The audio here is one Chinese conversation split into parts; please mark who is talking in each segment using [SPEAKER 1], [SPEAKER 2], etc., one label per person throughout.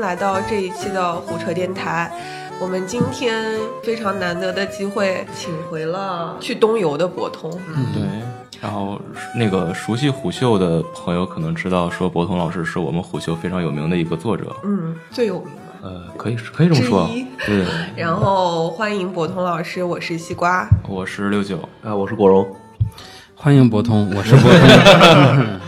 [SPEAKER 1] 来到这一期的胡扯电台。我们今天非常难得的机会，请回了去东游的博通。嗯，
[SPEAKER 2] 对。然后那个熟悉虎嗅的朋友可能知道，说博通老师是我们虎嗅非常有名的一个作者。
[SPEAKER 1] 嗯，最有名吧。
[SPEAKER 2] 呃，可以可以这么说
[SPEAKER 1] 之一。
[SPEAKER 2] 对，
[SPEAKER 1] 然后欢迎博通老师，我是西瓜。
[SPEAKER 2] 我是六九。
[SPEAKER 3] 啊，我是国荣。
[SPEAKER 4] 欢迎博通，我是博 通。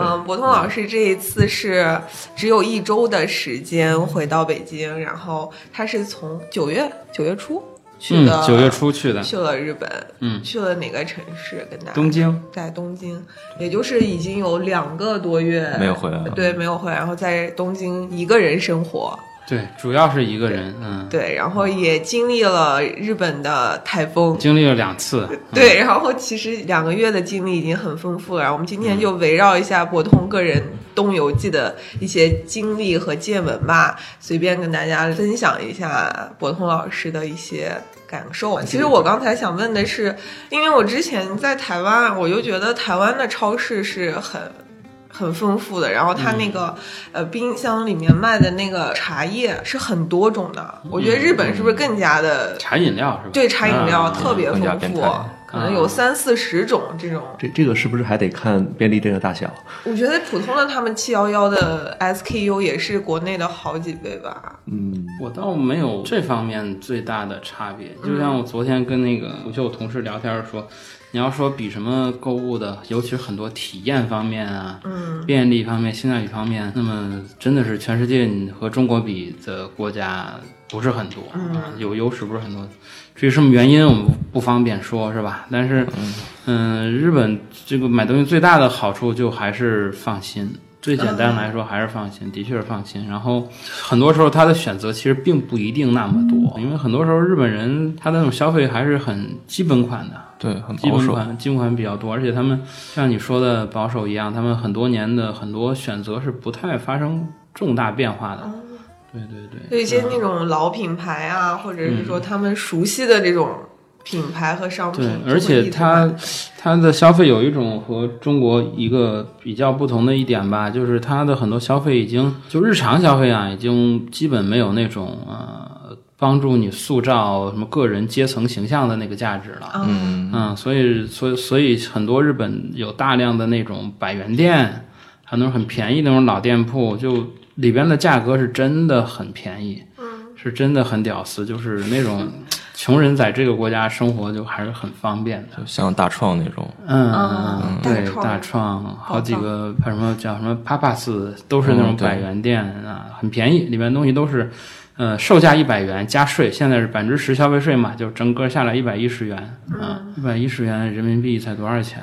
[SPEAKER 1] 嗯，博通老师这一次是只有一周的时间回到北京，然后他是从九月九月初去的，
[SPEAKER 4] 嗯，九月初去的，
[SPEAKER 1] 去了日本，
[SPEAKER 4] 嗯
[SPEAKER 1] 去了哪个城市？跟大家
[SPEAKER 4] 东京。
[SPEAKER 1] 在东京，也就是已经有两个多月
[SPEAKER 2] 没有回
[SPEAKER 3] 嗯
[SPEAKER 2] 来了
[SPEAKER 1] 呃
[SPEAKER 2] 啊
[SPEAKER 1] 对，没有回来，然后在东京一个人生活，
[SPEAKER 4] 对，主要是一个人，嗯，
[SPEAKER 1] 对，然后也经历了日本的台风。
[SPEAKER 4] 经历了两次。嗯
[SPEAKER 1] 对，然后其实两个月的经历已经很丰富了。然后我们今天就围绕一下博通个人东游记的一些经历和见闻吧，随便跟大家分享一下博通老师的一些感受。啊其实我刚才想问的是，因为我之前在台湾，我就觉得台湾的超市是很。很丰富的，然后它那个、呃冰箱里面卖的那个茶叶是很多种的，我觉得日本是不是更加的
[SPEAKER 4] 茶饮料是吧？嗯
[SPEAKER 1] 对茶饮料特别
[SPEAKER 2] 更加
[SPEAKER 1] 丰
[SPEAKER 2] 变
[SPEAKER 1] 富
[SPEAKER 2] 态，
[SPEAKER 1] 可能有三四十种这种。
[SPEAKER 3] 这这个是不是还得看便利店的大小？
[SPEAKER 1] 我觉得普通的他们七幺幺的 SKU 也是国内的好几倍吧。
[SPEAKER 3] 嗯，
[SPEAKER 4] 我倒没有这方面最大的差别，就像我昨天跟那个虎嗅同事聊天说，你要说比什么购物的，尤其是很多体验方面啊，嗯，便利方面、性价比方面，那么真的是全世界你和中国比的国家不是很多，啊，有优势不是很多。至于什么原因，我们不方便说，是吧？但是，嗯、日本这个买东西最大的好处就还是放心。最简单来说还是放心，的确是放心。然后很多时候他的选择其实并不一定那么多，因为很多时候日本人他的那种消费还是很基本款的，
[SPEAKER 2] 对，很
[SPEAKER 4] 基
[SPEAKER 2] 保
[SPEAKER 4] 本
[SPEAKER 2] 守。
[SPEAKER 4] 款基本款比较多，而且他们像你说的保守一样，他们很多年的很多选择是不太发生重大变化的。对对对，
[SPEAKER 1] 有一些那种老品牌啊，或者是说他们熟悉的这种品牌和商品
[SPEAKER 4] 对，，
[SPEAKER 1] 就
[SPEAKER 4] 而
[SPEAKER 1] 会一
[SPEAKER 4] 且
[SPEAKER 1] 直
[SPEAKER 4] 它
[SPEAKER 1] 买
[SPEAKER 4] 它的消费有一种和中国一个比较不同的一点吧，就是它的很多消费已经就日常消费啊，已经基本没有那种呃帮助你塑造什么个人阶层形象的那个价值了。
[SPEAKER 1] 啊，
[SPEAKER 2] 嗯，
[SPEAKER 4] 嗯，所以所以所以很多日本有大量的那种百元店，很多很便宜的那种老店铺，就里边的价格是真的很便宜，嗯，是真的很屌丝，就是那种穷人在这个国家生活就还是很方便的。
[SPEAKER 2] 就像大创那种，
[SPEAKER 4] 嗯，
[SPEAKER 1] 啊
[SPEAKER 4] 嗯
[SPEAKER 1] 大
[SPEAKER 4] 对，
[SPEAKER 1] 创
[SPEAKER 4] 大创好几个，还有什么叫什么 Papas，都是那种
[SPEAKER 2] 嗯对
[SPEAKER 4] 百元店啊，很便宜，里面东西都是，呃，售价一百元加税，现在是百分之十消费税嘛，就整个下来一百一十元啊，
[SPEAKER 1] 嗯
[SPEAKER 4] 一百一十元人民币才多少钱？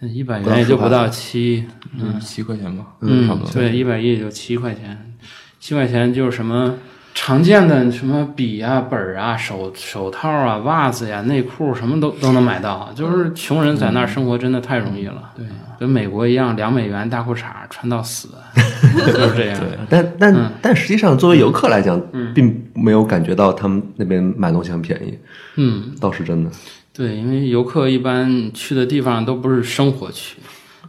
[SPEAKER 4] 一百元也就不到七，
[SPEAKER 2] 嗯，七块钱吧，
[SPEAKER 4] 嗯
[SPEAKER 2] 差不，多。
[SPEAKER 4] 对，一百一也就七块钱，七块钱就是什么常见的什么笔啊、本儿啊、手手套啊、袜子呀、内裤什么都都能买到，就是穷人在那儿生活真的太容易了。对，
[SPEAKER 2] 嗯
[SPEAKER 4] 跟美国一样，两美元大裤衩儿穿到 死，就是这样。
[SPEAKER 3] 啊但但、
[SPEAKER 4] 嗯
[SPEAKER 3] 但实际上，作为游客来讲，并没有感觉到他们那边买东西很便宜，
[SPEAKER 4] 嗯，
[SPEAKER 3] 倒是真的。
[SPEAKER 4] 对，因为游客一般去的地方都不是生活区，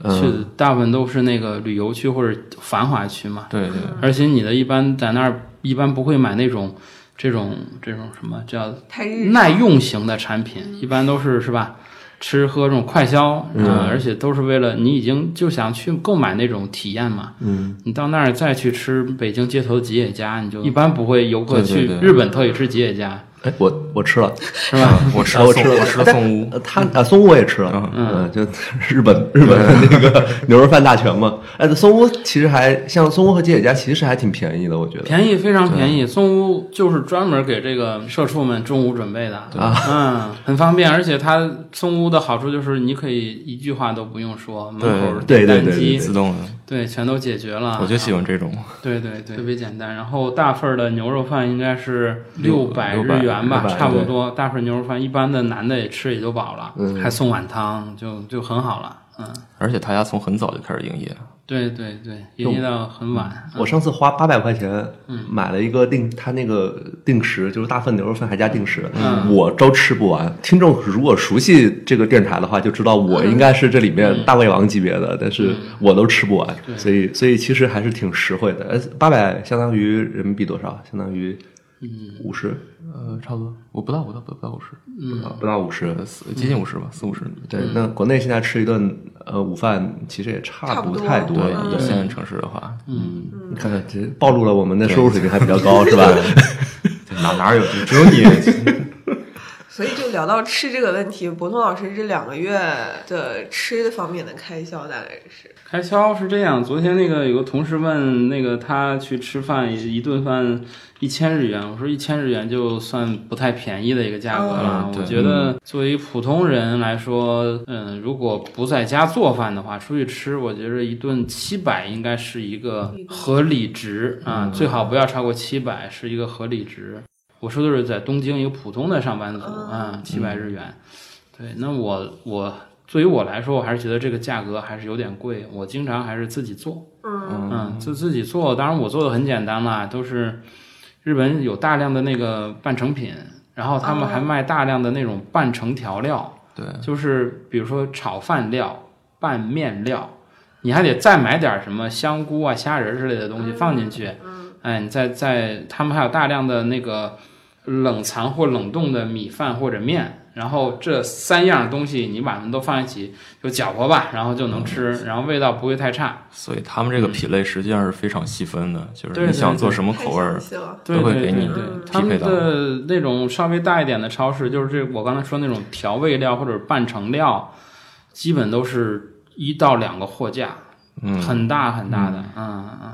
[SPEAKER 3] 嗯
[SPEAKER 2] 嗯
[SPEAKER 4] 去的大部分都是那个旅游区或者繁华区嘛。
[SPEAKER 2] 对对，
[SPEAKER 4] 而且你的一般在那儿一般不会买那种这种这种什么叫
[SPEAKER 1] 太日
[SPEAKER 4] 耐用型的产品，一般都是是吧？吃喝这种快消，嗯、而且都是为了你已经就想去购买那种体验嘛。嗯，你到那儿再去吃北京街头的吉野家，你就一般不会游客
[SPEAKER 2] 对对
[SPEAKER 4] 去
[SPEAKER 2] 对
[SPEAKER 4] 日本特意吃吉野家，
[SPEAKER 3] 哎，我我 吃了，
[SPEAKER 4] 是吧？
[SPEAKER 2] 我吃
[SPEAKER 3] 啊
[SPEAKER 2] 了
[SPEAKER 3] 我
[SPEAKER 2] 宋
[SPEAKER 3] 吃了，
[SPEAKER 2] 我吃了
[SPEAKER 3] 但
[SPEAKER 2] 宋屋，
[SPEAKER 3] 呃他啊，松屋我也吃了，嗯，就 日本日本的那个 牛肉饭大全嘛。哎，松屋其实还像松屋和吉野家，其实还挺便宜的，我觉得。
[SPEAKER 4] 便宜非常便宜，松屋就是专门给这个社畜们中午准备的，嗯， 很方便，而且它松屋的好处就是你可以一句话都不用说，门口
[SPEAKER 3] 对对
[SPEAKER 4] 单
[SPEAKER 3] 对
[SPEAKER 4] 机
[SPEAKER 3] 对
[SPEAKER 2] 自动的，
[SPEAKER 4] 对全都解决了，
[SPEAKER 2] 我就喜欢这种。
[SPEAKER 4] 对对对，特别简单。然后大份儿的牛肉饭应该是
[SPEAKER 2] 六
[SPEAKER 4] 百日
[SPEAKER 2] 600
[SPEAKER 4] 元吧，
[SPEAKER 3] 600
[SPEAKER 4] 差不多。大份儿牛肉饭，一般的男的也吃也就饱了，还送碗汤，就就很好了。嗯，
[SPEAKER 2] 而且他家从很早就开始营业，
[SPEAKER 4] 对对对，也夜到很晚。
[SPEAKER 3] 我上次花八百块钱买了一个定，它那个定时就是大份牛肉饭还加定时，我都吃不完。听众如果熟悉这个电台的话，就知道我应该是这里面大胃王级别的，但是我都吃不完，所以所以其实还是挺实惠的。呃，八百相当于人民币多少？相当于五十，啊
[SPEAKER 2] 呃，差不多，我不到，不到，不到五十，
[SPEAKER 3] 不到五十。
[SPEAKER 2] 呃四接近五十吧，四五十。
[SPEAKER 3] 对，那国内现在吃一顿呃午饭其实也差不太多
[SPEAKER 2] 对，
[SPEAKER 3] 了。
[SPEAKER 2] 一线城市的话，嗯，
[SPEAKER 3] 你看看，这暴露了我们的收入水平还比较高，是吧？
[SPEAKER 5] 哪哪有？只有你
[SPEAKER 1] 所以就聊到吃这个问题，博通老师这两个月的吃的方面的开销大概是，
[SPEAKER 4] 开销是这样，昨天那个有个同事问，那个他去吃饭一一顿饭一千日元，我说一千日元就算不太便宜的一个价格了。
[SPEAKER 2] 哦嗯
[SPEAKER 4] 我
[SPEAKER 2] 对
[SPEAKER 4] 觉得作为普通人来说，嗯，如果不在家做饭的话，出去吃，我觉得一顿七百应该是一个合理值啊，
[SPEAKER 2] 嗯
[SPEAKER 4] 最好不要超过七百是一个合理值。我说的是在东京一个普通的上班族啊，
[SPEAKER 2] 嗯
[SPEAKER 4] 七百日元。对，那我我对于我来说，我还是觉得这个价格还是有点贵。我经常还是自己做，
[SPEAKER 1] 嗯
[SPEAKER 4] 嗯，自自己做。当然我做的很简单啦，都是日本有大量的那个半成品，然后他们还卖大量的那种半成调料，
[SPEAKER 2] 对，
[SPEAKER 4] 就是比如说炒饭料、拌面料，你还得再买点什么香菇啊、虾仁儿之类的东西放进去。哎，你再再，他们还有大量的那个冷藏或冷冻的米饭或者面，然后这三样东西你把它们都放一起就搅和吧，然后就能吃，然后味道不会太差。
[SPEAKER 2] 所以他们这个品类实际上是非常细分的，就
[SPEAKER 4] 对
[SPEAKER 2] 是你想
[SPEAKER 4] 对
[SPEAKER 2] 做什么
[SPEAKER 1] 太
[SPEAKER 2] 口味
[SPEAKER 1] 详
[SPEAKER 2] 儿，
[SPEAKER 1] 细了，
[SPEAKER 4] 对
[SPEAKER 2] 都会
[SPEAKER 4] 对
[SPEAKER 2] 给你
[SPEAKER 4] 对对
[SPEAKER 2] 匹
[SPEAKER 4] 他们
[SPEAKER 2] 配到
[SPEAKER 4] 的那种稍微大一点的超市，就是这我刚才说那种调味料或者半成料，基本都是一到两个货架，
[SPEAKER 2] 嗯，
[SPEAKER 4] 很大很大的，嗯嗯，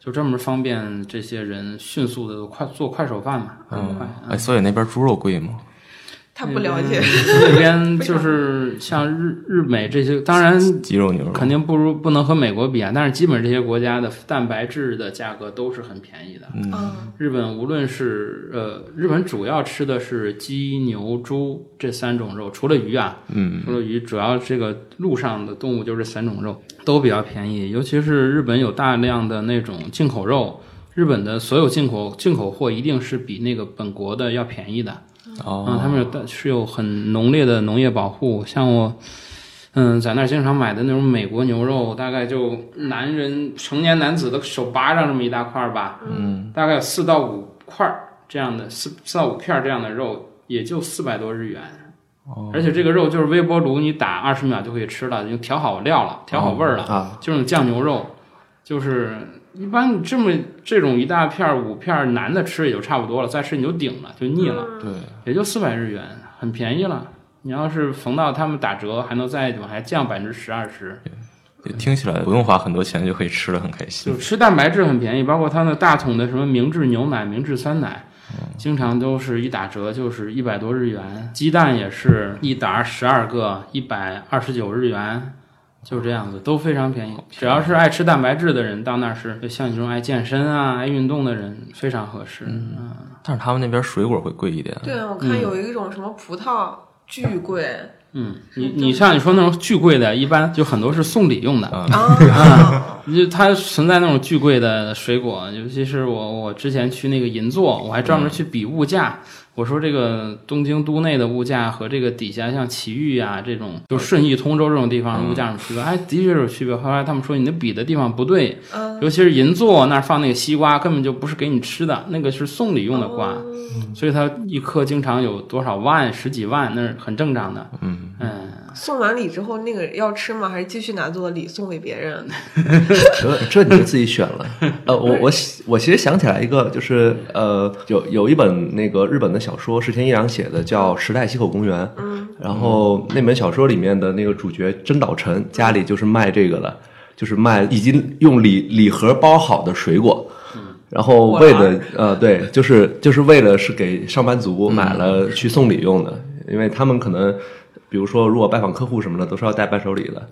[SPEAKER 4] 就专门方便这些人迅速的快做快手饭嘛，很快。嗯
[SPEAKER 2] 哎，所以那边猪肉贵吗？
[SPEAKER 1] 他不了解，
[SPEAKER 4] 这边就是像日日美这些，当然
[SPEAKER 2] 鸡肉、牛肉
[SPEAKER 4] 肯定不如不能和美国比啊，但是基本这些国家的蛋白质的价格都是很便宜的。
[SPEAKER 1] 嗯
[SPEAKER 4] 日本无论是呃，日本主要吃的是鸡、牛、猪这三种肉，除了鱼啊，
[SPEAKER 2] 嗯，
[SPEAKER 4] 除了鱼，主要这个陆上的动物就是三种肉，都比较便宜。尤其是日本有大量的那种进口肉，日本的所有进口进口货一定是比那个本国的要便宜的。啊，
[SPEAKER 2] 哦，
[SPEAKER 4] 他们有大是有很浓烈的农业保护，像我，嗯，在那儿经常买的那种美国牛肉，大概就男人成年男子的手巴掌这么一大块儿吧，嗯，大概有四到五块儿这样的四四到五片儿这样的肉，也就四百多日元。而且这个肉就是微波炉，你打二十秒就可以吃了，已经调好料了，调好味儿了，
[SPEAKER 3] 啊，
[SPEAKER 4] 就是酱牛肉，就是一般你这么这种一大片儿五片儿，男的吃也就差不多了，再吃你就顶了，就腻了。
[SPEAKER 3] 嗯
[SPEAKER 2] 对，
[SPEAKER 4] 也就四百日元，很便宜了。你要是逢到他们打折，还能再往下降百分之十二十，
[SPEAKER 2] 也听起来不用花很多钱就可以吃的很开心
[SPEAKER 4] 就。吃蛋白质很便宜，包括它的大桶的什么明治牛奶、明治酸奶，经常都是一打折就是一百多日元。鸡蛋也是一打十二个，一百二十九日元，就是这样子，都非常便宜。只要是爱吃蛋白质的人，到那儿是就像你这种爱健身啊、爱运动的人，非常合适。嗯，
[SPEAKER 2] 但是他们那边水果会贵一点，
[SPEAKER 1] 对，我看有一种什么葡萄巨贵
[SPEAKER 4] 嗯，你你像你说那种巨贵的，一般就很多是送礼用的。
[SPEAKER 1] 啊，
[SPEAKER 4] 就它存在那种巨贵的水果，尤其是我我之前去那个银座，我还专门去比物价。我说这个东京都内的物价和这个底下像埼玉啊这种，就顺义、通州这种地方的物价有什么区别？哎，的确是有区别。后来他们说你的比的地方不对，
[SPEAKER 1] 嗯
[SPEAKER 4] 尤其是银座那儿放那个西瓜根本就不是给你吃的，那个是送礼用的瓜，
[SPEAKER 1] 哦
[SPEAKER 4] 所以它一颗经常有多少万、十几万，那是很正常的。
[SPEAKER 2] 嗯，
[SPEAKER 4] 嗯，
[SPEAKER 1] 送完礼之后那个要吃吗？还是继续拿做礼送给别人？
[SPEAKER 3] 这这你就自己选了。呃，我我喜我其实想起来一个，就是呃，有有一本那个日本的小说，石田一郎写的，叫《时代西口公园》。嗯，然后那本小说里面的那个主角真岛诚家里就是卖这个的，就是卖已经用礼礼盒包好的水果。然后
[SPEAKER 1] 嗯
[SPEAKER 3] 为
[SPEAKER 1] 果篮嗯
[SPEAKER 3] 了呃，对，就是就是为了是给上班族买了去送礼用的，因为他们可能，比如说如果拜访客户什么的，都是要带伴手礼的。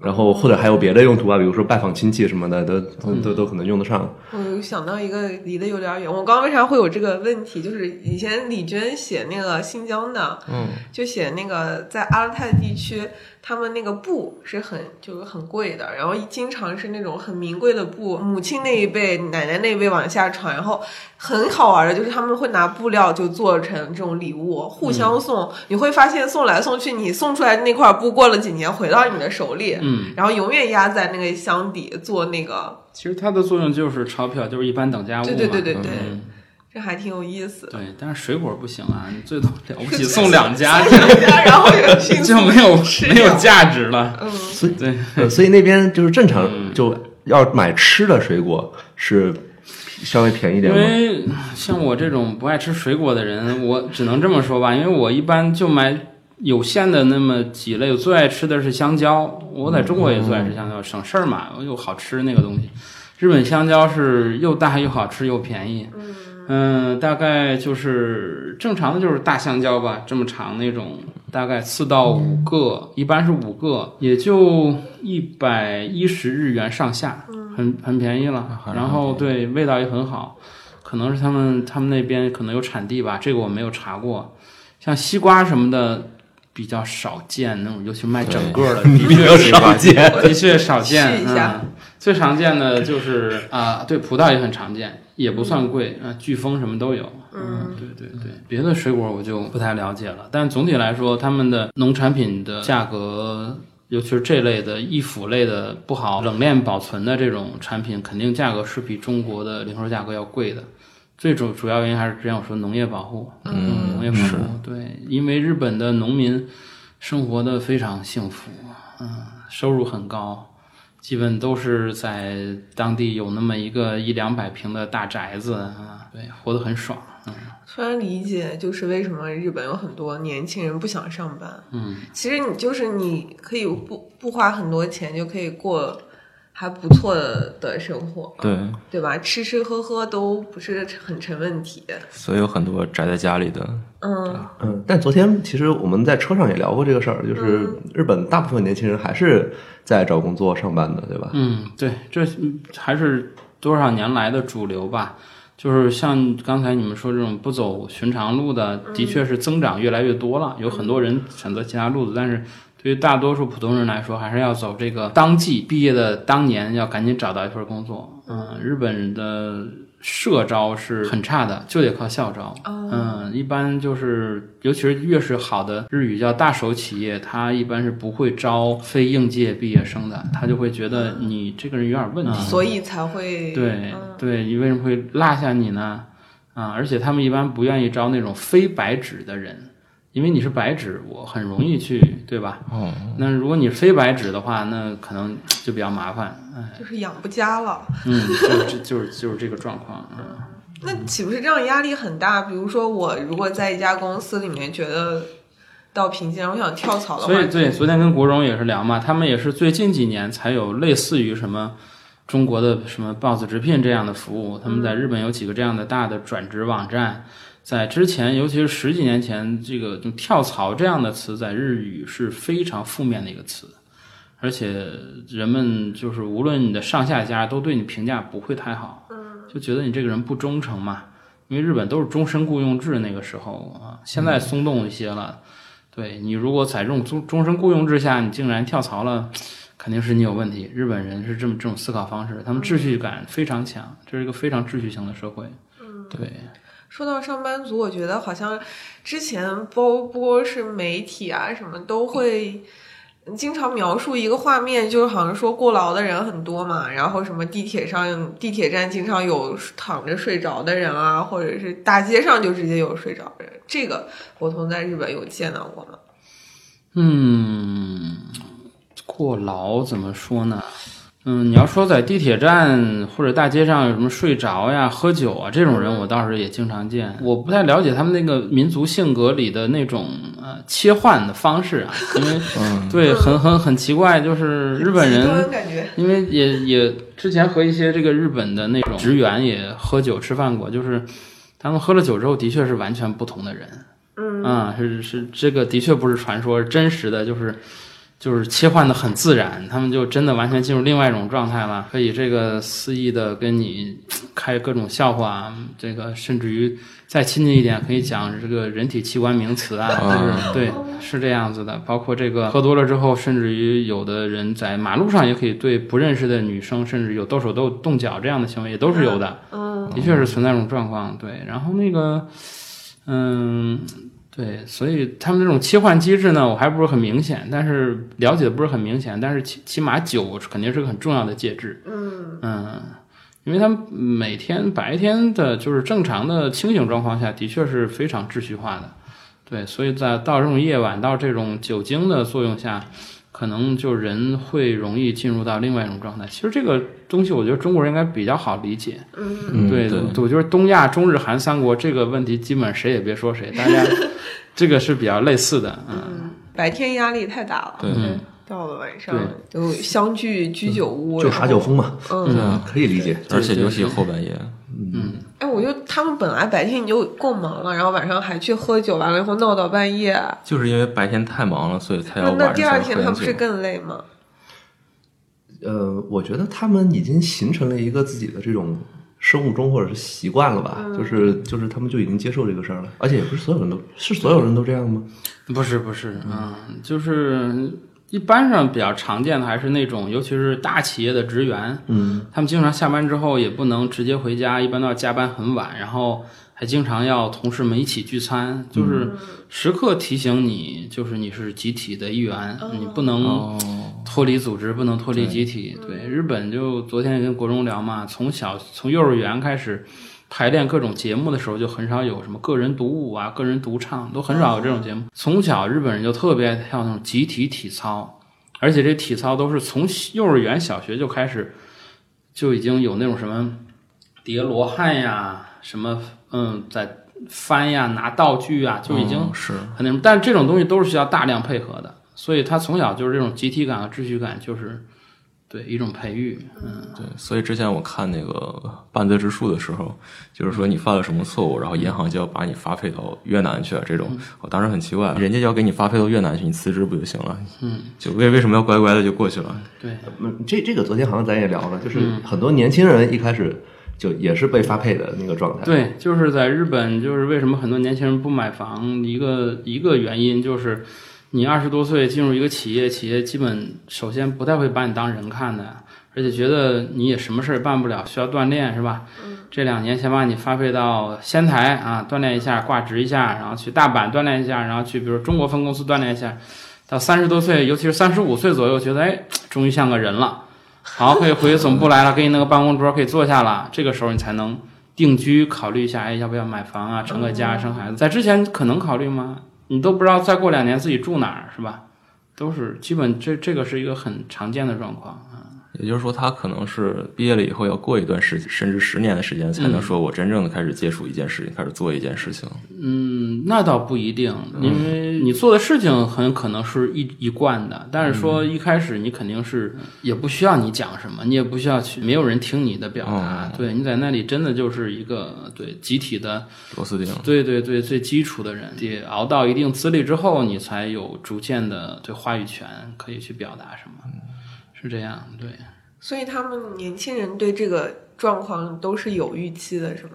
[SPEAKER 3] 然后或者还有别的用途啊，比如说拜访亲戚什么的，都都都
[SPEAKER 4] 嗯
[SPEAKER 3] 都可能用得上。
[SPEAKER 1] 我有想到一个离得有点远，我刚刚为啥会有这个问题？就是以前李娟写那个新疆的，嗯，就写那个在阿勒泰地区，他们那个布是很就是很贵的，然后经常是那种很名贵的布，母亲那一辈、奶奶那一辈往下传，然后很好玩的就是他们会拿布料就做成这种礼物互相送，你会发现送来送去，你送出来的那块布过了几年回到你的手里，
[SPEAKER 4] 嗯，
[SPEAKER 1] 然后永远压在那个箱底做那个，
[SPEAKER 4] 其实它的作用就是钞票，就是一般等价物嘛。
[SPEAKER 1] 对对对对对，
[SPEAKER 4] 嗯
[SPEAKER 1] 这还挺有意 思的。
[SPEAKER 4] 对，但是水果不行啊，你最多了不起送 两家就
[SPEAKER 1] 然后有迅速
[SPEAKER 4] 就没有
[SPEAKER 1] 吃
[SPEAKER 4] 没有
[SPEAKER 1] 掉
[SPEAKER 4] 价值了。
[SPEAKER 1] 嗯，
[SPEAKER 3] 所以
[SPEAKER 4] 对，
[SPEAKER 3] 呃所以那边就是正常
[SPEAKER 4] 嗯
[SPEAKER 3] 就要买吃的水果是稍微便宜点
[SPEAKER 4] 因
[SPEAKER 3] 吗？
[SPEAKER 4] 为像我这种不爱吃水果的人，我只能这么说吧，因为我一般就买有限的那么几类，我最爱吃的是香蕉，我在中国也最爱吃香蕉，省事儿嘛，又好吃那个东西。日本香蕉是又大又好吃又便宜，嗯，大概就是正常的就是大香蕉吧，这么长那种，大概四到五个，一般是五个，也就一百一十日元上下，很很便宜了
[SPEAKER 2] 还。是
[SPEAKER 4] 然后对味道也很好，可能是他们他们那边可能有产地吧，这个我没有查过。像西瓜什么的比较少见，那种尤其卖整个 的，的确少见，的确少见。
[SPEAKER 1] 试一下
[SPEAKER 4] 嗯，最常见的就是啊、对，葡萄也很常见，也不算贵啊，飓风什么都有。
[SPEAKER 1] 嗯，
[SPEAKER 4] 对对对，别的水果我就不太了解了，但总体来说，他们的农产品的价格。尤其是这类的易腐类的不好冷链保存的这种产品，肯定价格是比中国的零售价格要贵的。最主主要原因还是之前我说农业保护，嗯，农业保护对，因为日本的农民生活的非常幸福，嗯，收入很高，基本都是在当地有那么一个一两百平的大宅子啊，对，活得很爽，嗯
[SPEAKER 1] 突然理解就是为什么日本有很多年轻人不想上班。
[SPEAKER 4] 嗯，
[SPEAKER 1] 其实你就是你可以不不花很多钱就可以过还不错的生活，
[SPEAKER 2] 对，
[SPEAKER 1] 对吧？吃吃喝喝都不是很成问题。
[SPEAKER 2] 所以有很多宅在家里的，
[SPEAKER 4] 啊
[SPEAKER 1] 嗯，
[SPEAKER 3] 嗯，但昨天其实我们在车上也聊过这个事儿，就是
[SPEAKER 4] 嗯
[SPEAKER 3] 日本大部分年轻人还是在找工作上班的，对吧？
[SPEAKER 4] 嗯，对，这嗯还是多少年来的主流吧。就是像刚才你们说这种不走寻常路的，的确是增长越来越多了。有很多人选择其他路子，但是对于大多数普通人来说，还是要走这个当季毕业的当年要赶紧找到一份工作。嗯，日本人的社招是很差的，就得靠校招。嗯，一般就是，尤其是越是好的日语叫大手企业，它一般是不会招非应届毕业生的，他就会觉得你这个人有点问题。
[SPEAKER 1] 所以才会
[SPEAKER 4] 对
[SPEAKER 1] 嗯
[SPEAKER 4] 对，你为什么会落下你呢？啊，而且他们一般不愿意招那种非白纸的人，因为你是白纸，我很容易去，对吧？
[SPEAKER 2] 哦，
[SPEAKER 4] 那如果你是非白纸的话，那可能就比较麻烦。哎，
[SPEAKER 1] 就是养不家了。
[SPEAKER 4] 嗯，就是就是就是这个状况。嗯
[SPEAKER 1] 那岂不是这样压力很大？比如说我如果在一家公司里面觉得到瓶颈，我想跳槽的话嗯
[SPEAKER 4] 所，以对，昨天跟国荣也是聊嘛，他们也是最近几年才有类似于什么中国的什么 Boss 直聘这样的服务，他们
[SPEAKER 1] 嗯
[SPEAKER 4] 在日本有几个这样的大的转职网站。在之前，尤其是十几年前，这个就跳槽这样的词在日语是非常负面的一个词，而且人们就是无论你的上下家都对你评价不会太好，
[SPEAKER 1] 嗯
[SPEAKER 4] 就觉得你这个人不忠诚嘛。因为日本都是终身雇佣制，那个时候啊，现在松动一些了，对你如果在这种终终身雇佣制下，你竟然跳槽了，肯定是你有问题。日本人是这么这种思考方式，他们秩序感非常强，这是一个非常秩序型的社会。
[SPEAKER 1] 嗯
[SPEAKER 4] 对，
[SPEAKER 1] 说到上班族，我觉得好像之前包括是媒体啊什么都会经常描述一个画面，就是好像说过劳的人很多嘛，然后什么地铁上地铁站经常有躺着睡着的人啊，或者是大街上就直接有睡着的人。这个我从在日本有见到过吗？
[SPEAKER 4] 嗯，过劳怎么说呢？嗯，你要说在地铁站或者大街上有什么睡着呀、喝酒啊这种人，我倒是也经常见。我不太了解他们那个民族性格里的那种呃切换的方式啊，因为、对很很很奇怪，就是日本
[SPEAKER 1] 极
[SPEAKER 4] 人
[SPEAKER 1] 端感觉，
[SPEAKER 4] 因为也也之前和一些这个日本的那种职员也喝酒吃饭过，就是他们喝了酒之后的确是完全不同的人，
[SPEAKER 1] 嗯
[SPEAKER 4] 啊、是是这个的确不是传说，是真实的就是就是切换的很自然，他们就真的完全进入另外一种状态了，可以这个肆意的跟你开各种笑话啊，这个甚至于再亲近一点，可以讲这个人体器官名词啊，就是对，是这样子的。包括这个喝多了之后，甚至于有的人在马路上也可以对不认识的女生，甚至有动手动动脚这样的行为也都是有的，
[SPEAKER 1] 嗯，
[SPEAKER 4] 的确是存在这种状况。对，然后那个，嗯。对，所以他们这种切换机制呢，我还不是很明显，但是了解的不是很明显，但是起起码酒肯定是个很重要的介质，嗯因为他们每天白天的就是正常的清醒状况下，的确是非常秩序化的，对，所以在到这种夜晚到这种酒精的作用下，可能就人会容易进入到另外一种状态。其实这个东西，我觉得中国人应该比较好理解，
[SPEAKER 3] 嗯
[SPEAKER 4] 对，
[SPEAKER 2] 对
[SPEAKER 4] 我觉得东亚、中日韩三国这个问题，基本谁也别说谁，大家这个是比较类似的，嗯，
[SPEAKER 1] 白天压力太大了，
[SPEAKER 2] 对
[SPEAKER 4] 嗯
[SPEAKER 1] 到了晚上就相聚居酒屋，
[SPEAKER 3] 就
[SPEAKER 1] 然
[SPEAKER 3] 茶
[SPEAKER 1] 后
[SPEAKER 3] 酒疯嘛，
[SPEAKER 1] 嗯，
[SPEAKER 2] 啊
[SPEAKER 3] 可以理解。
[SPEAKER 2] 而且尤其后半夜，
[SPEAKER 1] 哎，我就他们本来白天你就够忙了，然后晚上还去喝酒，完了以后闹到半夜，
[SPEAKER 2] 就是因为白天太忙了，所以才要
[SPEAKER 1] 那
[SPEAKER 2] 晚
[SPEAKER 1] 那
[SPEAKER 2] 上
[SPEAKER 1] 第
[SPEAKER 2] 才
[SPEAKER 1] 二
[SPEAKER 2] 喝
[SPEAKER 1] 天他
[SPEAKER 2] 点
[SPEAKER 1] 不是
[SPEAKER 2] 酒。
[SPEAKER 1] 更累吗？
[SPEAKER 3] 呃，我觉得他们已经形成了一个自己的这种生物钟或者是习惯了吧，就是就是他们就已经接受这个事儿了，而且也不是所有人都是所有人都这样吗？
[SPEAKER 4] 不是不是，嗯，就是一般上比较常见的还是那种，尤其是大企业的职员，
[SPEAKER 3] 嗯，
[SPEAKER 4] 他们经常下班之后也不能直接回家，一般都要加班很晚，然后还经常要同事们一起聚餐，就是时刻提醒你，就是你是集体的一员，你不能、脱离组织，不能脱离集体。对，日本就昨天也跟国中聊嘛，从小从幼儿园开始排练各种节目的时候，就很少有什么个人独舞啊、个人独唱，都很少有这种节目。从小日本人就特别爱跳那种集体体操，而且这体操都是从幼儿园、小学就开始，就已经有那种什么叠罗汉呀、什么嗯，在翻呀、拿道具啊，就已经
[SPEAKER 2] 嗯是
[SPEAKER 4] 很那什么，但这种东西都是需要大量配合的，所以他从小就是这种集体感和秩序感，就是对一种培育。嗯，
[SPEAKER 2] 对，所以之前我看那个《半罪之术》的时候，就是说你犯了什么错误，然后银行就要把你发配到越南去，啊这
[SPEAKER 4] 嗯
[SPEAKER 2] 种，我当时很奇怪，人家要给你发配到越南去，你辞职不就行了？
[SPEAKER 4] 嗯，
[SPEAKER 2] 就为为什么要乖乖的就过去了？
[SPEAKER 4] 对，
[SPEAKER 3] 嗯，这这个昨天好像咱也聊了，就是很多年轻人一开始就也是被发配的那个状态，，
[SPEAKER 4] 对，就是在日本，就是为什么很多年轻人不买房，一个一个原因就是你二十多岁进入一个企业，企业基本首先不太会把你当人看的，而且觉得你也什么事儿办不了，需要锻炼，是吧？这两年先把你发配到仙台啊，锻炼一下，挂职一下，然后去大阪锻炼一下，然后去比如中国分公司锻炼一下，到三十多岁，尤其是三十五岁左右，觉得哎，终于像个人了，好，可以回总部来了，给你弄个办公桌可以坐下了，这个时候你才能。定居，考虑一下，哎，要不要买房啊，成个家，生孩子，在之前可能考虑吗？你都不知道再过两年自己住哪儿，是吧？都是基本这这个是一个很常见的状况啊。
[SPEAKER 2] 也就是说，他可能是毕业了以后要过一段时，甚至十年的时间，才能说我真正的开始接触一件事情，开始做一件事情。
[SPEAKER 4] 嗯，那倒不一定，因为你做的事情很可能是一一贯的，但是说一开始你肯定是也不需要你讲什么，你也不需要去，没有人听你的表达，对你在那里真的就是一个对集体的
[SPEAKER 2] 螺丝钉，
[SPEAKER 4] 对对对，最基础的人，得熬到一定资历之后，你才有逐渐的对话语权，可以去表达什么，是这样。对，
[SPEAKER 1] 所以他们年轻人对这个状况都是有预期的，是吗？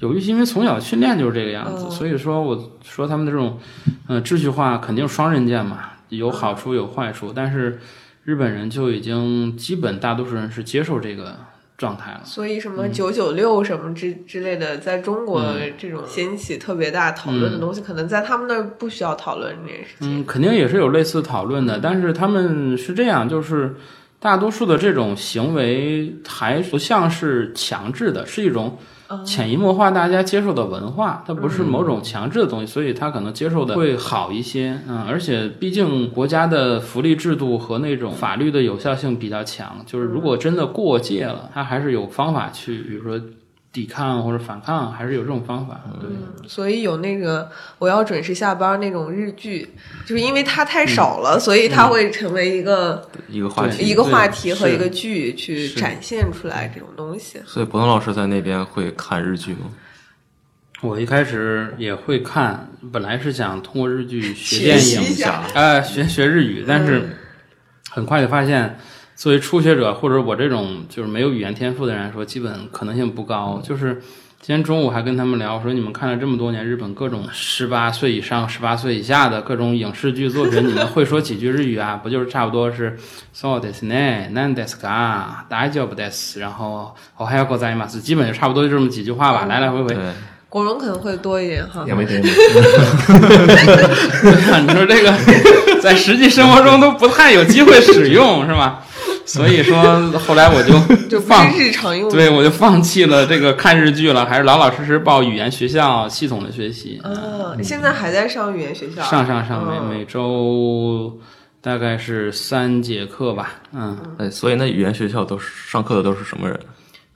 [SPEAKER 4] 有一些因为从小训练就是这个样子，
[SPEAKER 1] 哦
[SPEAKER 4] 所以说我说他们这种，呃，秩序化肯定是双刃剑嘛，有好处有坏处，但是日本人就已经基本大多数人是接受这个状态了。
[SPEAKER 1] 所以什
[SPEAKER 2] 嗯
[SPEAKER 1] 么九九六什么之之类的，在中国这种掀起特别大讨论
[SPEAKER 2] 嗯
[SPEAKER 1] 的东西，可能在他们那儿不需要讨论这件事情。
[SPEAKER 4] 嗯，肯定也是有类似讨论的，但是他们是这样，就是大多数的这种行为还不像是强制的，是一种潜移默化大家接受的文化，它不是某种强制的东西，所以它可能接受的会好一些。嗯，而且毕竟国家的福利制度和那种法律的有效性比较强，就是如果真的过界了，它还是有方法去，比如说抵抗或者反抗，还是有这种方法。对。
[SPEAKER 1] 所以有那个我要准时下班那种日剧，就是因为它太少
[SPEAKER 4] 嗯
[SPEAKER 1] 了，所以它会成为一个、
[SPEAKER 2] 一个话
[SPEAKER 4] 对
[SPEAKER 2] 题
[SPEAKER 1] 一。个
[SPEAKER 4] 嗯对
[SPEAKER 1] 话题和
[SPEAKER 4] 是
[SPEAKER 1] 一个剧去
[SPEAKER 4] 是
[SPEAKER 1] 展现出来这种东西。
[SPEAKER 2] 所以，博腾老师在那边会看日剧吗？
[SPEAKER 4] 我一开始也会看，本来是想通过日剧学
[SPEAKER 1] 学
[SPEAKER 4] 电
[SPEAKER 1] 习一
[SPEAKER 4] 影，呃
[SPEAKER 1] 下嗯
[SPEAKER 4] 啊、学学日语，但是很快就发现，作为初学者或者我这种就是没有语言天赋的人来说，基本可能性不
[SPEAKER 1] 嗯
[SPEAKER 4] 高。就是今天中午还跟他们聊，我说你们看了这么多年日本各种十八岁以上、十八岁以下的各种影视剧作品，你们会说几句日语啊？不就是差不多是 so des ne nan des ga da job des，然后 o h a y o g o z a i m a s 基本就差不多就这么几句话吧，
[SPEAKER 1] 嗯
[SPEAKER 4] 来来回回。
[SPEAKER 2] 对，
[SPEAKER 1] 国荣可能会多一点哈。
[SPEAKER 3] 也没听过。
[SPEAKER 4] 啊， 你说这个在实际生活中都不太有机会使用，是吧？所以说后来我就
[SPEAKER 1] 就不
[SPEAKER 4] 放
[SPEAKER 1] 是，日常用语，
[SPEAKER 4] 对我就放弃了这个看日剧了，还是老老实实报语言学校系统的学习。
[SPEAKER 1] 嗯，你现在还在上语言学校？
[SPEAKER 4] 上上上，每
[SPEAKER 1] 嗯
[SPEAKER 4] 每周大概是三节课吧。嗯，
[SPEAKER 2] 哎，所以那语言学校都是上课的都是什么人？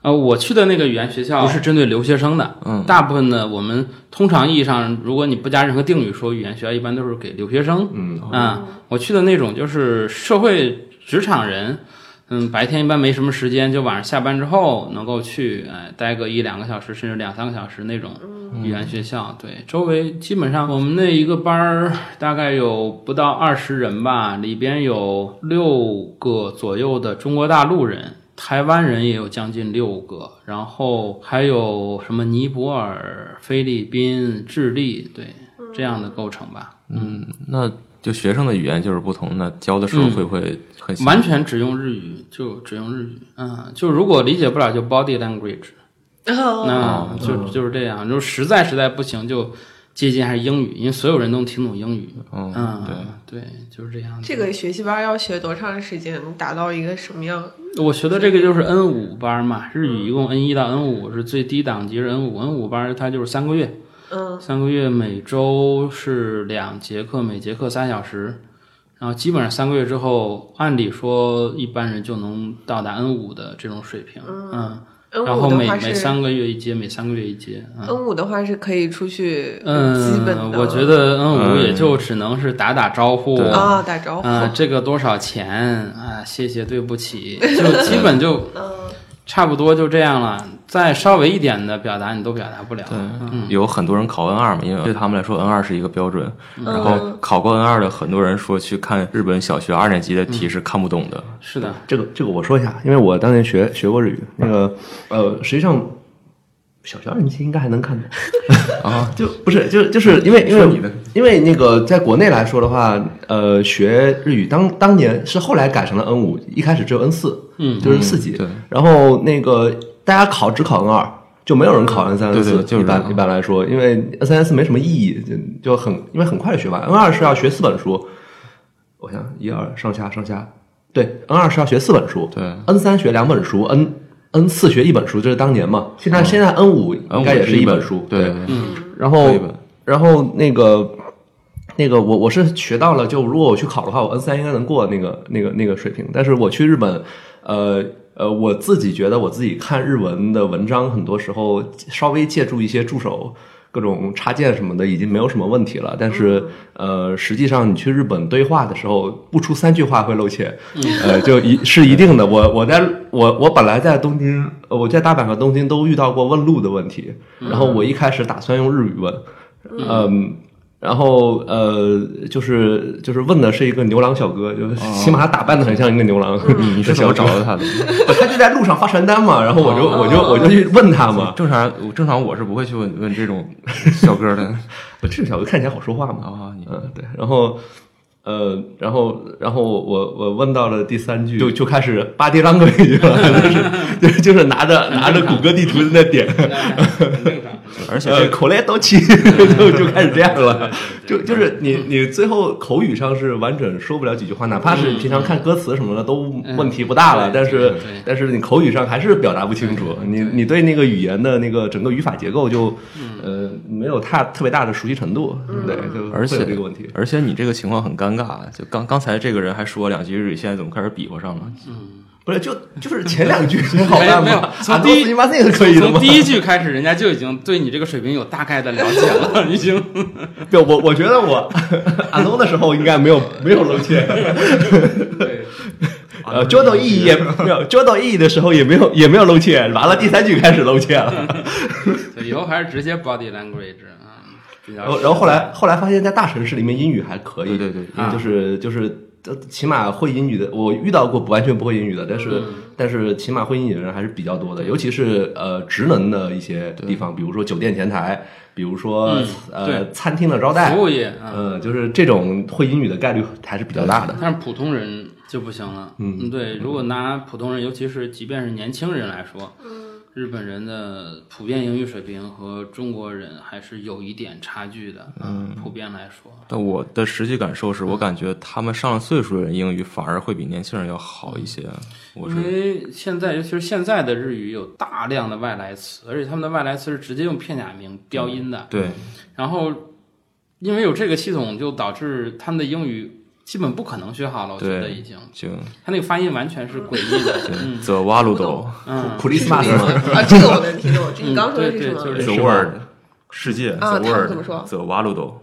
[SPEAKER 4] 呃，我去的那个语言学校不是针对留学生的，
[SPEAKER 2] 嗯
[SPEAKER 4] 大部分呢，我们通常意义上，如果你不加任何定语说，语言学校一般都是给留学生。
[SPEAKER 5] 嗯，
[SPEAKER 4] 啊，我去的那种就是社会职场人，嗯，白天一般没什么时间，就晚上下班之后能够去，呃，待个一两个小时，甚至两三个小时那种语言学校。对，周围基本上我们那一个班儿大概有不到二十人吧，里边有六个左右的中国大陆人。台湾人也有将近六个，然后还有什么尼泊尔、菲律宾、智利，对这样的构成吧。
[SPEAKER 2] 嗯，那就学生的语言就是不同，那教的时候
[SPEAKER 4] 嗯
[SPEAKER 2] 会不会很像
[SPEAKER 4] 完全只用日语，就只用日语。嗯，就如果理解不了，就 body language，
[SPEAKER 1] 哦
[SPEAKER 4] 那就就是这样。就实在实在不行，就借鉴还是英语，因为所有人都能听懂英语。
[SPEAKER 2] 嗯，对。
[SPEAKER 4] 嗯，对，就是这样。
[SPEAKER 1] 这个学习班要学多长时间？你达到一个什么样？
[SPEAKER 4] 我学的这个就是 N 五班嘛，日语一共 N 一到 N 五是最低档级是 N 五，N 五班它就是三个月，
[SPEAKER 1] 嗯，
[SPEAKER 4] 三个月每周是两节课，每节课三小时，然后基本上三个月之后，按理说一般人就能到达 N 五的这种水平，嗯，
[SPEAKER 1] N
[SPEAKER 4] 然
[SPEAKER 1] 五
[SPEAKER 4] 后
[SPEAKER 1] 的
[SPEAKER 4] 每
[SPEAKER 1] 话
[SPEAKER 4] 每
[SPEAKER 1] 是
[SPEAKER 4] 三个月一节，每三个月一节，嗯。
[SPEAKER 1] N 五的话是可以出去基本
[SPEAKER 4] 嗯，
[SPEAKER 1] 的，
[SPEAKER 4] 我觉得 N 五
[SPEAKER 2] 嗯
[SPEAKER 4] 也就只能是打打招呼，
[SPEAKER 2] 对
[SPEAKER 1] 啊，打招呼，
[SPEAKER 4] 啊，这个多少钱啊？谢谢，对不起，就基本就差不多就这样了。再稍微一点的表达，你都表达不了。嗯，
[SPEAKER 2] 有很多人考 N 二嘛，因为对他们来说 N 二是一个标准。然后
[SPEAKER 1] 嗯
[SPEAKER 2] 考过 N 二的很多人说，去看日本小学二年级的
[SPEAKER 4] 嗯
[SPEAKER 2] 题是看不懂的。
[SPEAKER 4] 是 的，
[SPEAKER 3] 这个这个我说一下，因为我当年学学过日语，那个呃，实际上小学二年级应该还能看懂
[SPEAKER 4] 嗯
[SPEAKER 3] 啊，就不是就就是因为因为
[SPEAKER 5] 说你的
[SPEAKER 3] 因为那个在国内来说的话，呃，学日语当当年是后来改成了 N 五，一开始只有 N 四，
[SPEAKER 4] 嗯
[SPEAKER 3] 就是四级，
[SPEAKER 2] 对
[SPEAKER 3] 然后那个大家考只考 N 二。就没有人考 N 三 N
[SPEAKER 2] 对对
[SPEAKER 3] 四，
[SPEAKER 2] 就是
[SPEAKER 3] 一般
[SPEAKER 2] 这样
[SPEAKER 3] 一般来说，因为 N 三 N 四没什么意义，就就很因为很快就学完。N 二是要学四本书，我想一二上下上下，对，N 二是要学四本书，
[SPEAKER 2] 对
[SPEAKER 3] ，N 三学两本书，N N 四学一本书，这是当年嘛。现在、现在 N 五应该也是一本书，
[SPEAKER 2] 对，
[SPEAKER 4] 嗯
[SPEAKER 3] 然
[SPEAKER 2] 是
[SPEAKER 3] 后
[SPEAKER 2] 一本
[SPEAKER 3] 然后那个那个我我是学到了，就如果我去考的话，我 N 三应该能过那个那个那个水平。但是我去日本，呃呃，我自己觉得我自己看日文的文章，很多时候稍微借助一些助手。各种插件什么的已经没有什么问题了，但是呃，实际上你去日本对话的时候，不出三句话会露怯，呃，就一是一定的。我我在我我本来在东京，呃我在大阪和东京都遇到过问路的问题，然后我一开始打算用日语问，嗯，然后呃，就是就是问的是一个牛郎小哥，就是起码他打扮的很像一个牛郎。
[SPEAKER 2] 你 是怎么找到他的？
[SPEAKER 3] 他就在路上发传单嘛，然后我就我就我就去问他 嘛。
[SPEAKER 2] 正常正常我是不会去问问 这种小哥的
[SPEAKER 3] 这个小哥看起来好说话嘛，
[SPEAKER 2] 啊，你
[SPEAKER 3] 嗯，对，然后。呃，然后，然后我我我问到了第三句，就就开始巴蒂啷个一句了，就是就就是拿着拿着谷歌地图在那点，
[SPEAKER 4] 很正常。
[SPEAKER 2] 而且
[SPEAKER 3] 呃，口来都起， 就就开始这样了。就就是你你最后口语上是完整说不了几句话，哪怕是平常看歌词什么的都问题不大了，
[SPEAKER 4] 嗯
[SPEAKER 3] 但是
[SPEAKER 4] 对
[SPEAKER 3] 但是你口语上还是表达不清楚，你你对那个语言的那个整个语法结构就呃没有太特别大的熟悉程度，对，就
[SPEAKER 2] 而
[SPEAKER 3] 会有
[SPEAKER 2] 且
[SPEAKER 3] 这个问题。
[SPEAKER 2] 而且你这个情况很尴尬，就刚刚才这个人还说两句日语，现在怎么开始比划上了？
[SPEAKER 3] 不是，就就是前两 句很好办
[SPEAKER 4] 没有
[SPEAKER 3] 吗？
[SPEAKER 4] 从
[SPEAKER 3] 啊
[SPEAKER 4] 第一
[SPEAKER 3] 多斯尼玛这个可以的
[SPEAKER 4] 从
[SPEAKER 3] 吗？
[SPEAKER 4] 第一句开始，人家就已经对你这个水平有大概的了解 了，已经。
[SPEAKER 3] 对，我我觉得我阿诺的时候应该没有没有露怯。
[SPEAKER 4] 对，
[SPEAKER 3] 呃，交到意义也没有，交到意义的时候也没有也没有露怯，完了第三句开始露怯了。
[SPEAKER 4] 以后还是直接 body language 啊，比较
[SPEAKER 3] 然后然后后来后来发现，在大城市里面英语还可以，
[SPEAKER 2] 对对对
[SPEAKER 3] 嗯就是就是呃起码会英语的，我遇到过不完全不会英语的，但是、但是起码会英语的人还是比较多的，尤其是呃职能的一些地方，比如说酒店前台，比如说、
[SPEAKER 4] 嗯
[SPEAKER 3] 呃
[SPEAKER 4] 对
[SPEAKER 3] 餐厅的招待
[SPEAKER 4] 服，务业啊，
[SPEAKER 3] 呃，就是这种会英语的概率还是比较大的。
[SPEAKER 4] 但是普通人就不行了。嗯，对，如果拿普通人，尤其是即便是年轻人来说，日本人的普遍英语水平和中国人还是有一点差距的。嗯，普遍来说，
[SPEAKER 2] 但我的实际感受是我感觉他们上了岁数的人英语反而会比年轻人要好一些。我
[SPEAKER 4] 因
[SPEAKER 2] 是
[SPEAKER 4] 为现在，尤其是现在的日语有大量的外来词，而且他们的外来词是直接用片假名标音的。
[SPEAKER 2] 对，
[SPEAKER 4] 然后，因为有这个系统，就导致他们的英语基本不可能学好了。我觉
[SPEAKER 2] 对
[SPEAKER 4] 得已经，
[SPEAKER 2] 就
[SPEAKER 4] 他那个发音完全是诡异的。嗯
[SPEAKER 2] 则哇路斗
[SPEAKER 4] 嗯，
[SPEAKER 3] 普利斯马斯嘛，
[SPEAKER 1] 啊，这个我能听懂。这你刚说的是
[SPEAKER 4] 对
[SPEAKER 1] 什
[SPEAKER 4] 对
[SPEAKER 1] 么？
[SPEAKER 4] 就是
[SPEAKER 2] the
[SPEAKER 4] 是
[SPEAKER 2] world 世界
[SPEAKER 1] 啊
[SPEAKER 2] the
[SPEAKER 1] 他们怎么说
[SPEAKER 2] world 则哇路斗，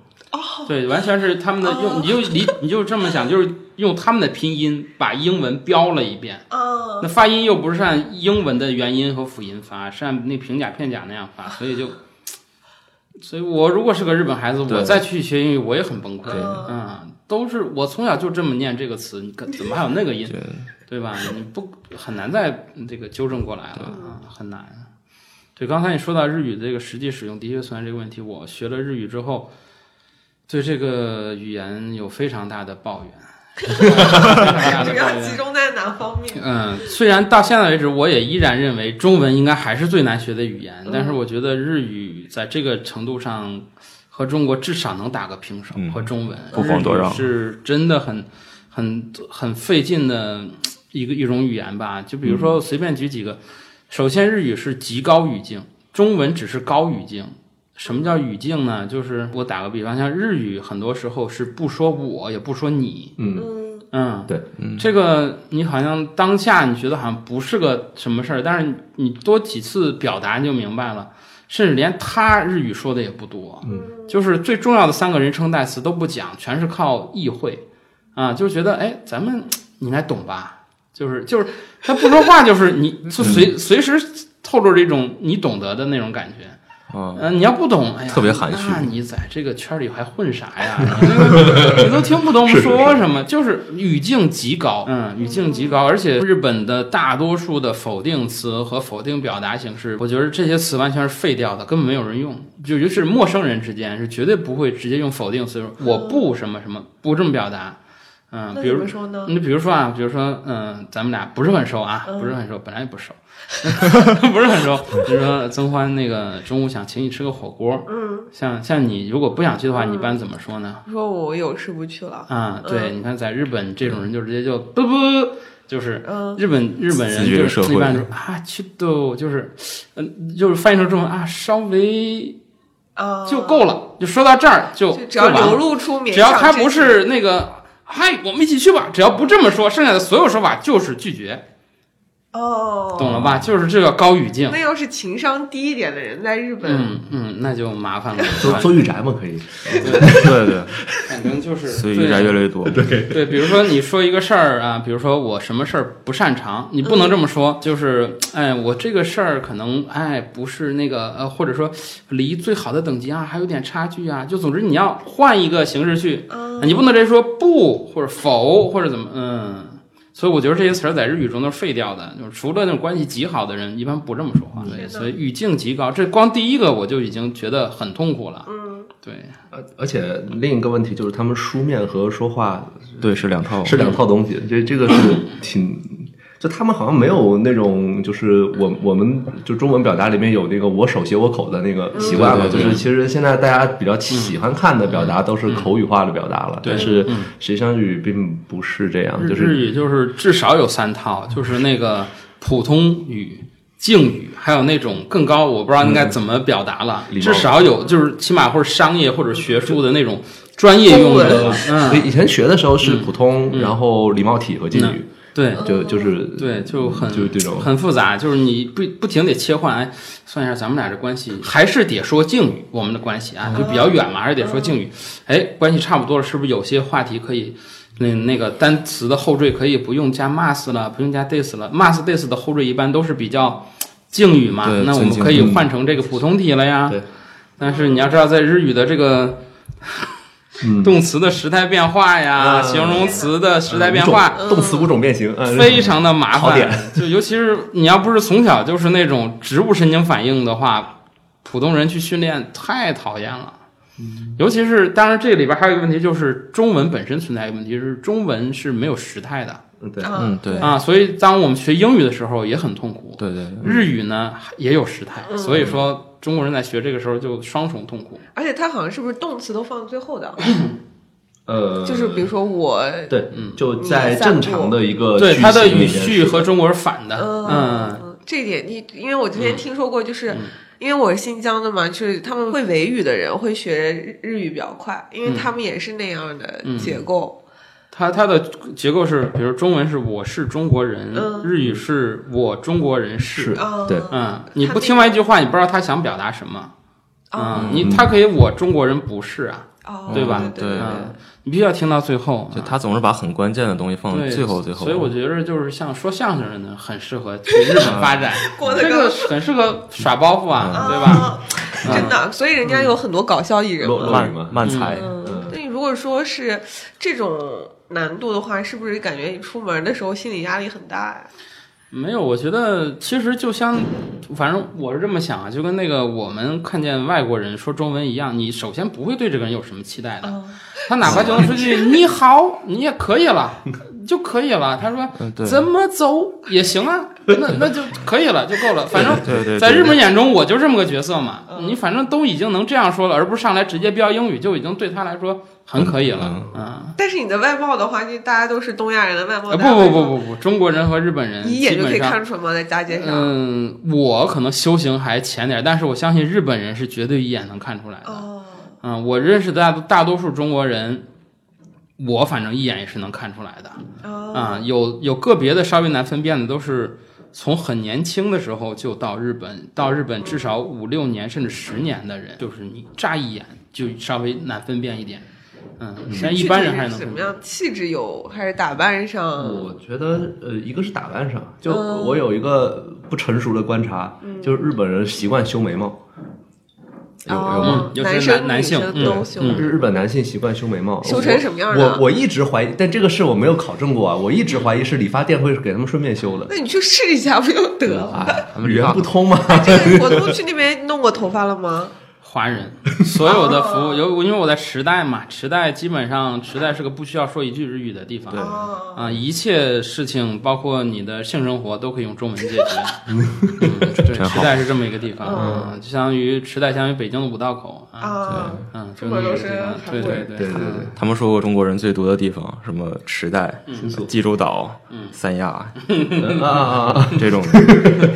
[SPEAKER 4] 对，完全是他们的用，你就理你就这么想，就是用他们的拼音把英文标了一遍。
[SPEAKER 1] 啊
[SPEAKER 4] 那发音又不是按英文的元音和辅音发，是按那平假片假那样发，所以就，所以我如果是个日本孩子，
[SPEAKER 2] 对
[SPEAKER 4] 我再去学英语，我也很崩溃。
[SPEAKER 2] 对
[SPEAKER 4] 嗯，都是我从小就这么念这个词，你可怎么还有那个音，
[SPEAKER 2] 就
[SPEAKER 4] 对吧？你不很难再这个纠正过来了，啊，很难。对，刚才你说到日语的这个实际使用，的确存在这个问题。我学了日语之后，对这个语言有非常大的抱怨，非 常大的
[SPEAKER 1] 这
[SPEAKER 4] 抱
[SPEAKER 1] 个集
[SPEAKER 4] 怨。
[SPEAKER 1] 中在哪方面？
[SPEAKER 4] 嗯，虽然到现在为止，我也依然认为中文应该还是最难学的语言，但是我觉得日语在这个程度上和中国至少能打个平手，
[SPEAKER 2] 嗯
[SPEAKER 4] 和中文
[SPEAKER 2] 不遑多让
[SPEAKER 4] 日语是真的很很很费劲的一个一种语言吧。就比
[SPEAKER 2] 嗯
[SPEAKER 4] 如说随便举几个，首先日语是极高语境，中文只是高语境。什么叫语境呢？就是我打个比方，像日语很多时候是不说我，也不说你，
[SPEAKER 3] 嗯，
[SPEAKER 1] 嗯，
[SPEAKER 4] 嗯，
[SPEAKER 3] 对，
[SPEAKER 4] 这个你好像当下你觉得好像不是个什么事儿，但是你多几次表达你就明白了，甚至连他日语说的也不多，嗯，就是最重要的三个人称代词都不讲，全是靠意会，啊，就觉得哎，咱们你来懂吧，就是就是他不说话，就是你就随随时透露这种你懂得的那种感觉，
[SPEAKER 2] 啊，
[SPEAKER 4] 嗯，你要不懂，哎呀，
[SPEAKER 2] 特别含蓄
[SPEAKER 4] 那你在这个圈里还混啥 呀？你都听不懂说什么，就是语境极高，嗯，语境极高，而且日本的大多数的否定词和否定表达形式，我觉得这些词完全是废掉的，根本没有人用，就尤其是陌生人之间是绝对不会直接用否定词，我不什么什么，不这么表达，嗯，
[SPEAKER 1] 那
[SPEAKER 4] 比
[SPEAKER 1] 怎
[SPEAKER 4] 如
[SPEAKER 1] 么说呢？
[SPEAKER 4] 你比如说啊，比如说，嗯，咱们俩不是很熟啊，
[SPEAKER 1] 嗯
[SPEAKER 4] 不是很熟，本来也不熟， 不是很熟。比如说曾欢那个中午想请你吃个火锅，
[SPEAKER 1] 嗯，
[SPEAKER 4] 像像你如果不想去的话，你一般怎么说呢？
[SPEAKER 1] 说我有事不去了。
[SPEAKER 4] 啊，对，
[SPEAKER 1] 嗯
[SPEAKER 4] 你看在日本这种人就直接就不不，就是
[SPEAKER 1] 嗯
[SPEAKER 4] 日本日本人
[SPEAKER 2] 自觉
[SPEAKER 4] 就
[SPEAKER 2] 社
[SPEAKER 4] 是
[SPEAKER 2] 会
[SPEAKER 4] 一般说啊，去都就是，嗯，就是翻译成中文啊，稍微
[SPEAKER 1] 啊，
[SPEAKER 4] 就够了，就说到这儿就
[SPEAKER 1] 就只要
[SPEAKER 4] 就完了
[SPEAKER 1] 流露出勉
[SPEAKER 4] 只要
[SPEAKER 1] 强之
[SPEAKER 4] 他不是那个“嗨，我们一起去吧”，只要不这么说，剩下的所有说法就是拒绝，嗯
[SPEAKER 1] 哦，
[SPEAKER 4] 懂了吧？就是这个高语境
[SPEAKER 1] 那。要是情商低一点的人在日本，
[SPEAKER 4] 嗯嗯，那就麻烦了。
[SPEAKER 3] 做做御宅嘛可以，
[SPEAKER 2] 对对，
[SPEAKER 4] 反正就是，
[SPEAKER 2] 所以越来越来越多，
[SPEAKER 4] 对对。比如说你说一个事儿啊，比如说我什么事儿不擅长，你不能这么说，就是哎，我这个事儿可能哎不是那个呃，或者说离最好的等级啊还有点差距啊，就总之你要换一个形式去
[SPEAKER 1] 嗯
[SPEAKER 4] 你不能直接说不或者否或者怎么，嗯。所以我觉得这些词儿在日语中都是废掉的，就是除了那种关系极好的人，一般不这么说话。
[SPEAKER 1] 天
[SPEAKER 4] 对，
[SPEAKER 1] 哪
[SPEAKER 4] 所以语境极高，这光第一个我就已经觉得很痛苦了。
[SPEAKER 1] 嗯，
[SPEAKER 4] 对，
[SPEAKER 3] 而呃而且另一个问题就是他们书面和说话
[SPEAKER 2] 对是两套，
[SPEAKER 3] 是两套东西，这这个是挺，就他们好像没有那种，就是我我们就中文表达里面有那个我手写我口的那个习惯了，
[SPEAKER 2] 嗯对
[SPEAKER 3] 就
[SPEAKER 2] 对
[SPEAKER 3] 是其实现在大家比较喜欢看的表达都是口语化的表达了，
[SPEAKER 4] 嗯对
[SPEAKER 3] 但是实际上日语并不是这样，
[SPEAKER 4] 日
[SPEAKER 3] 就是
[SPEAKER 4] 日语就是至少有三套，就是那个普通语、敬语，还有那种更高，我不知道应该怎么表达了。
[SPEAKER 3] 嗯礼貌
[SPEAKER 4] 至少有就是起码或者商业或者学术的那种专业用语了。
[SPEAKER 3] 以
[SPEAKER 4] 嗯，
[SPEAKER 3] 以前学的时候是普通，然后礼貌体和敬语，
[SPEAKER 4] 对。
[SPEAKER 3] 就就是
[SPEAKER 4] 对，就很
[SPEAKER 3] 嗯就这种
[SPEAKER 4] 很复杂，就是你不不停得切换。哎，算一下咱们俩这关系，还是得说敬语，我们的关系啊，就比较远嘛，还是得说敬语。哎，关系差不多了，是不是有些话题可以，那那个单词的后缀可以不用加 must 了，不用加 this 了，must this 的后缀一般都是比较敬语嘛
[SPEAKER 2] 对，
[SPEAKER 4] 那我
[SPEAKER 2] 尊
[SPEAKER 4] 们
[SPEAKER 2] 敬
[SPEAKER 4] 可以换成这个普通体了呀。
[SPEAKER 3] 嗯对。
[SPEAKER 4] 但是你要知道，在日语的这个
[SPEAKER 3] 嗯
[SPEAKER 4] 动词的时态变化呀，形容词的时态变化，
[SPEAKER 3] 五种动词五种变形，嗯
[SPEAKER 4] 非常的麻
[SPEAKER 3] 槽
[SPEAKER 4] 烦
[SPEAKER 3] 点。
[SPEAKER 4] 就尤其是你要不是从小就是那种植物神经反应的话，普通人去训练太讨厌了。尤其是，当然这里边还有一个问题，就是中文本身存在一个问题，就是中文是没有时态的
[SPEAKER 3] 嗯对，
[SPEAKER 1] 嗯
[SPEAKER 2] 嗯，对，
[SPEAKER 4] 啊，所以当我们学英语的时候也很痛苦。
[SPEAKER 2] 对对对，
[SPEAKER 4] 日语呢也有时态，
[SPEAKER 1] 嗯
[SPEAKER 4] 所以说中国人在学这个时候就双重痛苦。
[SPEAKER 1] 而且它好像是不是动词都放最后的？啊
[SPEAKER 5] 呃，
[SPEAKER 1] 就是比如说我，
[SPEAKER 5] 对
[SPEAKER 4] 嗯，
[SPEAKER 5] 就在正常的一
[SPEAKER 3] 呃
[SPEAKER 5] 个
[SPEAKER 4] 对，
[SPEAKER 5] 句
[SPEAKER 4] 它的
[SPEAKER 5] 型
[SPEAKER 4] 语
[SPEAKER 5] 里面
[SPEAKER 4] 序
[SPEAKER 5] 是
[SPEAKER 4] 和中国是反的。
[SPEAKER 1] 嗯
[SPEAKER 4] 嗯，，
[SPEAKER 1] 这一点你，因为我之前听说过，就是、因为我是新疆的嘛，就是他们会维语的人会学日日语比较快，因
[SPEAKER 4] 嗯
[SPEAKER 1] 为他们也是那样的结构。
[SPEAKER 4] 它它的结构是，比如中文是我是中国人，
[SPEAKER 1] 嗯
[SPEAKER 4] 日语是我中国人
[SPEAKER 3] 是
[SPEAKER 4] 是。
[SPEAKER 1] 啊，
[SPEAKER 3] 对
[SPEAKER 4] 嗯，你不听完一句话，你不知道他想表达什么。
[SPEAKER 1] 啊，
[SPEAKER 4] 嗯，你他可以我中国人不是啊，
[SPEAKER 1] 哦，
[SPEAKER 4] 对吧
[SPEAKER 1] 对
[SPEAKER 2] 对
[SPEAKER 4] 嗯，你必须要听到最后。
[SPEAKER 2] 就
[SPEAKER 4] 啊
[SPEAKER 2] 他总是把很关键的东西放
[SPEAKER 4] 对，
[SPEAKER 2] 最后最后。
[SPEAKER 4] 所以我觉得就是像说相声的呢，很适合去日
[SPEAKER 2] 嗯
[SPEAKER 4] 本发展，
[SPEAKER 1] 郭德
[SPEAKER 4] 这
[SPEAKER 1] 纲
[SPEAKER 4] 个嗯很适合耍包袱啊，
[SPEAKER 1] 啊
[SPEAKER 4] 对吧？
[SPEAKER 1] 真的，所以人家有很多搞笑艺人
[SPEAKER 5] 落
[SPEAKER 1] 嘛。
[SPEAKER 5] 落语
[SPEAKER 2] 慢
[SPEAKER 5] 嘛，
[SPEAKER 2] 慢才，
[SPEAKER 1] 嗯
[SPEAKER 5] 嗯，
[SPEAKER 1] 那你如果说是这种难度的话，是不是感觉你出门的时候心理压力很大呀？
[SPEAKER 4] 没有，我觉得其实就像，反正我是这么想啊，就跟那个我们看见外国人说中文一样，你首先不会对这个人有什么期待的，
[SPEAKER 1] 嗯
[SPEAKER 4] 他哪怕就能说 句你好，你也可以了，就可以了。他说
[SPEAKER 2] 嗯，对，
[SPEAKER 4] 怎么走也行啊，那那就可以了，就够了。反正
[SPEAKER 2] 对对，
[SPEAKER 4] 在
[SPEAKER 2] 对
[SPEAKER 4] 日本眼中，我就这么个角色嘛，
[SPEAKER 1] 嗯
[SPEAKER 4] 你反正都已经能这样说了，而不是上来直接标英语，就已经对他来说很可以了，嗯。
[SPEAKER 1] 但是你的外貌的话，就大家都是东亚人的外貌，
[SPEAKER 4] 呃，
[SPEAKER 1] 大家
[SPEAKER 4] 不不
[SPEAKER 1] 会
[SPEAKER 4] 不
[SPEAKER 1] 说，
[SPEAKER 4] 不不，中国人和日本人
[SPEAKER 1] 你一
[SPEAKER 4] 基
[SPEAKER 1] 眼就可
[SPEAKER 4] 本
[SPEAKER 1] 以
[SPEAKER 4] 上
[SPEAKER 1] 看出来吗？在大街上，
[SPEAKER 4] 嗯，我可能修行还浅点儿，但是我相信日本人是绝对一眼能看出来的。
[SPEAKER 1] 哦，
[SPEAKER 4] 嗯，我认识的大大多数中国人，我反正一眼也是能看出来的。啊、
[SPEAKER 1] 啊，
[SPEAKER 4] 有有个别的稍微难分辨的，都是从很年轻的时候就到日本，到日本至少五六年甚至十年的人，就是你乍一眼就稍微难分辨一点。嗯，但一般人还是能
[SPEAKER 1] 具体是
[SPEAKER 4] 分
[SPEAKER 1] 怎么
[SPEAKER 4] 辨。
[SPEAKER 1] 样？气质有还是打扮上？
[SPEAKER 3] 我觉得，呃，一个是打扮上，就
[SPEAKER 1] 嗯
[SPEAKER 3] 我有一个不成熟的观察，就是日本人习惯修眉毛，有有吗？
[SPEAKER 1] 哦
[SPEAKER 4] 嗯尤其
[SPEAKER 1] 男
[SPEAKER 4] 是
[SPEAKER 1] 生
[SPEAKER 4] 男
[SPEAKER 1] 女
[SPEAKER 4] 性
[SPEAKER 1] 生
[SPEAKER 4] 嗯
[SPEAKER 1] 都修
[SPEAKER 4] 嗯
[SPEAKER 3] 日日本男性习惯修眉毛，
[SPEAKER 1] 修成什么样
[SPEAKER 3] 我
[SPEAKER 1] 呢
[SPEAKER 3] 我我一直怀疑，但这个事我没有考证过啊，我一直怀疑是理发店会给他们顺便修的。
[SPEAKER 1] 那你去试一下不就得 了？
[SPEAKER 2] 哎，他们
[SPEAKER 3] 语
[SPEAKER 2] 理
[SPEAKER 3] 言
[SPEAKER 2] 发
[SPEAKER 3] 不通嘛，
[SPEAKER 1] 这个国哎都去那边弄过头发了吗？
[SPEAKER 4] 华人所有的服务，有因为我在池袋嘛，池袋基本上池袋是个不需要说一句日语的地方，啊、
[SPEAKER 1] 哦，
[SPEAKER 4] 一切事情包括你的性生活都可以用中文 解决。嗯，对，
[SPEAKER 2] 真好
[SPEAKER 4] 池袋是这么一个地方，嗯，就相当于池袋相当于北京的五道口啊，
[SPEAKER 1] 啊，
[SPEAKER 4] 嗯，就那么一个地方，对对对
[SPEAKER 3] 对对
[SPEAKER 4] 嗯
[SPEAKER 3] 对，
[SPEAKER 2] 他们说过中国人最多的地方，什么池袋、
[SPEAKER 4] 嗯
[SPEAKER 2] 济州岛、三亚
[SPEAKER 3] 啊啊啊！
[SPEAKER 2] 这种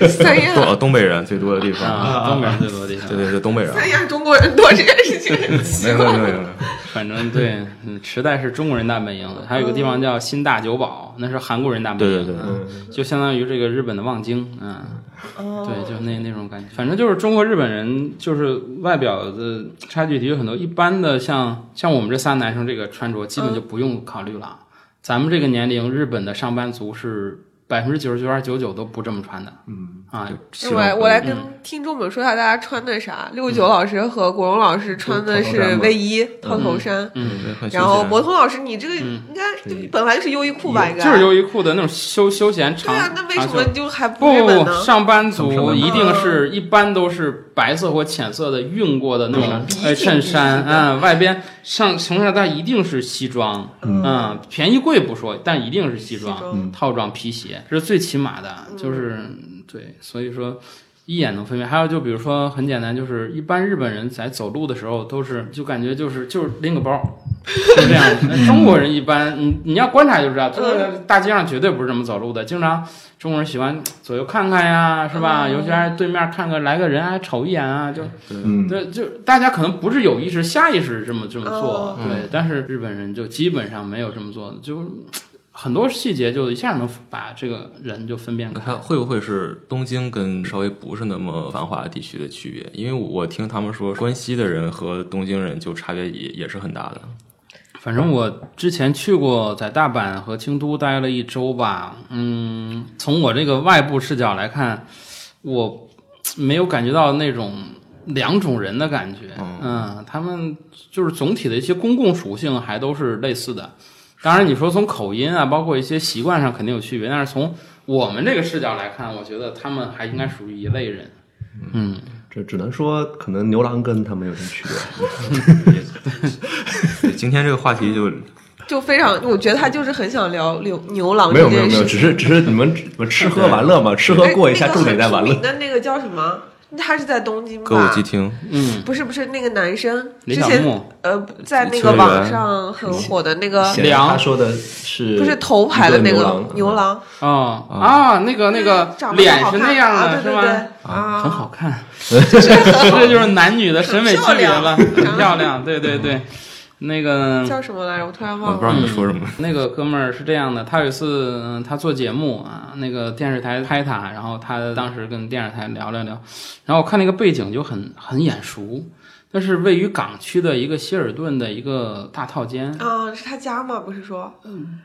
[SPEAKER 1] 三
[SPEAKER 2] 东
[SPEAKER 1] 亚，
[SPEAKER 2] 呃东北人最多的地方。
[SPEAKER 4] 嗯啊，东北人最多的地方
[SPEAKER 2] 对，对对，东北人。啊
[SPEAKER 1] 三亚中国人多这件事情很奇
[SPEAKER 2] 没有
[SPEAKER 1] 怪
[SPEAKER 2] 没。有没有没有，
[SPEAKER 4] 反正 对，嗯池袋是中国人大本营，还有一个地方叫新大久保，那是韩国人大本
[SPEAKER 2] 对
[SPEAKER 4] 营，
[SPEAKER 2] 对对，
[SPEAKER 4] 对，就相当于这个日本的望京，嗯。
[SPEAKER 1] 哦
[SPEAKER 4] 对，就那那种感觉，反正就是中国日本人就是外表的差距的确有很多。一般的像像我们这仨男生这个穿着，基本就不用考虑了啊。咱们这个年龄，日本的上班族是百分之九十九点九九都不这么穿的。嗯啊，
[SPEAKER 2] 西
[SPEAKER 1] 那
[SPEAKER 2] 装
[SPEAKER 1] 我来
[SPEAKER 2] 革
[SPEAKER 1] 我来
[SPEAKER 2] 履
[SPEAKER 1] 跟听众们说一下大家穿的啥。六九老师和国荣老师穿的
[SPEAKER 3] 套头
[SPEAKER 1] 是
[SPEAKER 3] 衫吗
[SPEAKER 1] 卫衣、套头衫，
[SPEAKER 4] 嗯，
[SPEAKER 2] 对很休
[SPEAKER 1] 然后
[SPEAKER 2] 闲
[SPEAKER 1] 博通老师，你这个应该就本来就是优衣库吧？应该
[SPEAKER 4] 就是优衣库的那种休休闲
[SPEAKER 1] 对
[SPEAKER 4] 长
[SPEAKER 1] 啊，那为什
[SPEAKER 4] 长袖哦
[SPEAKER 1] 么就还
[SPEAKER 4] 不
[SPEAKER 1] 不日
[SPEAKER 4] 不
[SPEAKER 1] 本
[SPEAKER 4] 不，
[SPEAKER 1] 呢？
[SPEAKER 3] 上
[SPEAKER 4] 上班
[SPEAKER 3] 班
[SPEAKER 4] 族
[SPEAKER 3] 族
[SPEAKER 4] 一定是一般都是白色或浅色的熨过的那种
[SPEAKER 1] 嗯
[SPEAKER 4] 哎衬衫，
[SPEAKER 1] 笔挺
[SPEAKER 4] 嗯，外边上从小到大一定是西装，嗯，便宜贵不说，但一定是西
[SPEAKER 1] 西
[SPEAKER 4] 装、
[SPEAKER 1] 装
[SPEAKER 4] 套装、皮鞋，这是最起码的，就是对，所以说。一眼能分辨，还有就比如说很简单，就是一般日本人在走路的时候都是就感觉就是就是拎个包，就这样的。那中国人一般，你你要观察就知道，中国人大街上绝对不是这么走路的。经常中国人喜欢左右看看呀，是吧？
[SPEAKER 1] 嗯
[SPEAKER 4] 尤其是对面看个来个人还瞅一眼啊，就
[SPEAKER 5] 嗯，
[SPEAKER 4] 对，就大家可能不是有意识，下意识这么这么做
[SPEAKER 1] 哦，
[SPEAKER 4] 对。但是日本人就基本上没有这么做的，就很多细节就一下能把这个人就分辨开。
[SPEAKER 2] 还会不会是东京跟稍微不是那么繁华的地区的区别？因为我听他们说，关西的人和东京人就差别也也是很大的。
[SPEAKER 4] 反正我之前去过，在大阪和京都待了一周吧。嗯，从我这个外部视角来看，我没有感觉到那种两种人的感觉，嗯，他们就是总体的一些公共属性还都是类似的。当然，你说从口音啊，包括一些习惯上肯定有区别，但是从我们这个视角来看，我觉得他们还应该属于一类人。嗯，
[SPEAKER 3] 这只能说可能牛郎跟他们有什么区别。
[SPEAKER 2] 对今天这个话题就
[SPEAKER 1] 就非常，我觉得他就是很想聊牛牛郎
[SPEAKER 3] 没
[SPEAKER 1] 这
[SPEAKER 3] 有没有
[SPEAKER 1] 件
[SPEAKER 3] 没有，
[SPEAKER 1] 事情。哎
[SPEAKER 3] 只是只是你们你们吃喝玩乐嘛，吃喝过一下，重点在玩
[SPEAKER 1] 那个很出名
[SPEAKER 3] 乐。
[SPEAKER 1] 的那个叫什么？他是在东京吧？
[SPEAKER 2] 歌舞伎町，
[SPEAKER 4] 嗯，
[SPEAKER 1] 不是不是那个男生，
[SPEAKER 4] 李
[SPEAKER 1] 之
[SPEAKER 4] 小
[SPEAKER 1] 前
[SPEAKER 4] 牧
[SPEAKER 1] 呃在那个
[SPEAKER 3] 崔
[SPEAKER 1] 网
[SPEAKER 3] 元
[SPEAKER 1] 上很火的哎那个，
[SPEAKER 3] 显然他说的是
[SPEAKER 1] 不是头牌的那
[SPEAKER 3] 一
[SPEAKER 1] 个牛
[SPEAKER 3] 嗯
[SPEAKER 1] 郎，哎
[SPEAKER 4] 哦啊，那个那个
[SPEAKER 1] 长得
[SPEAKER 4] 脸
[SPEAKER 1] 好
[SPEAKER 4] 是
[SPEAKER 1] 看
[SPEAKER 4] 那样
[SPEAKER 1] 啊对
[SPEAKER 4] 的，是
[SPEAKER 1] 对
[SPEAKER 4] 吗？
[SPEAKER 1] 对啊，
[SPEAKER 4] 很好看， 这就是男女的审美区别了，
[SPEAKER 1] 哦很漂亮嗯
[SPEAKER 4] 很漂亮，对对对，那个
[SPEAKER 1] 叫什么来着？我突然
[SPEAKER 2] 我
[SPEAKER 1] 忘
[SPEAKER 2] 不知道
[SPEAKER 1] 了。
[SPEAKER 2] 你说什么。
[SPEAKER 4] 那个哥们儿是这样的，他有一次嗯他做节目啊，那个电视台拍他，然后他当时跟电视台聊了聊，然后我看那个背景就很很眼熟，那是位于港区的一个希尔顿的一个大套间，
[SPEAKER 1] 啊，是他家吗？不是说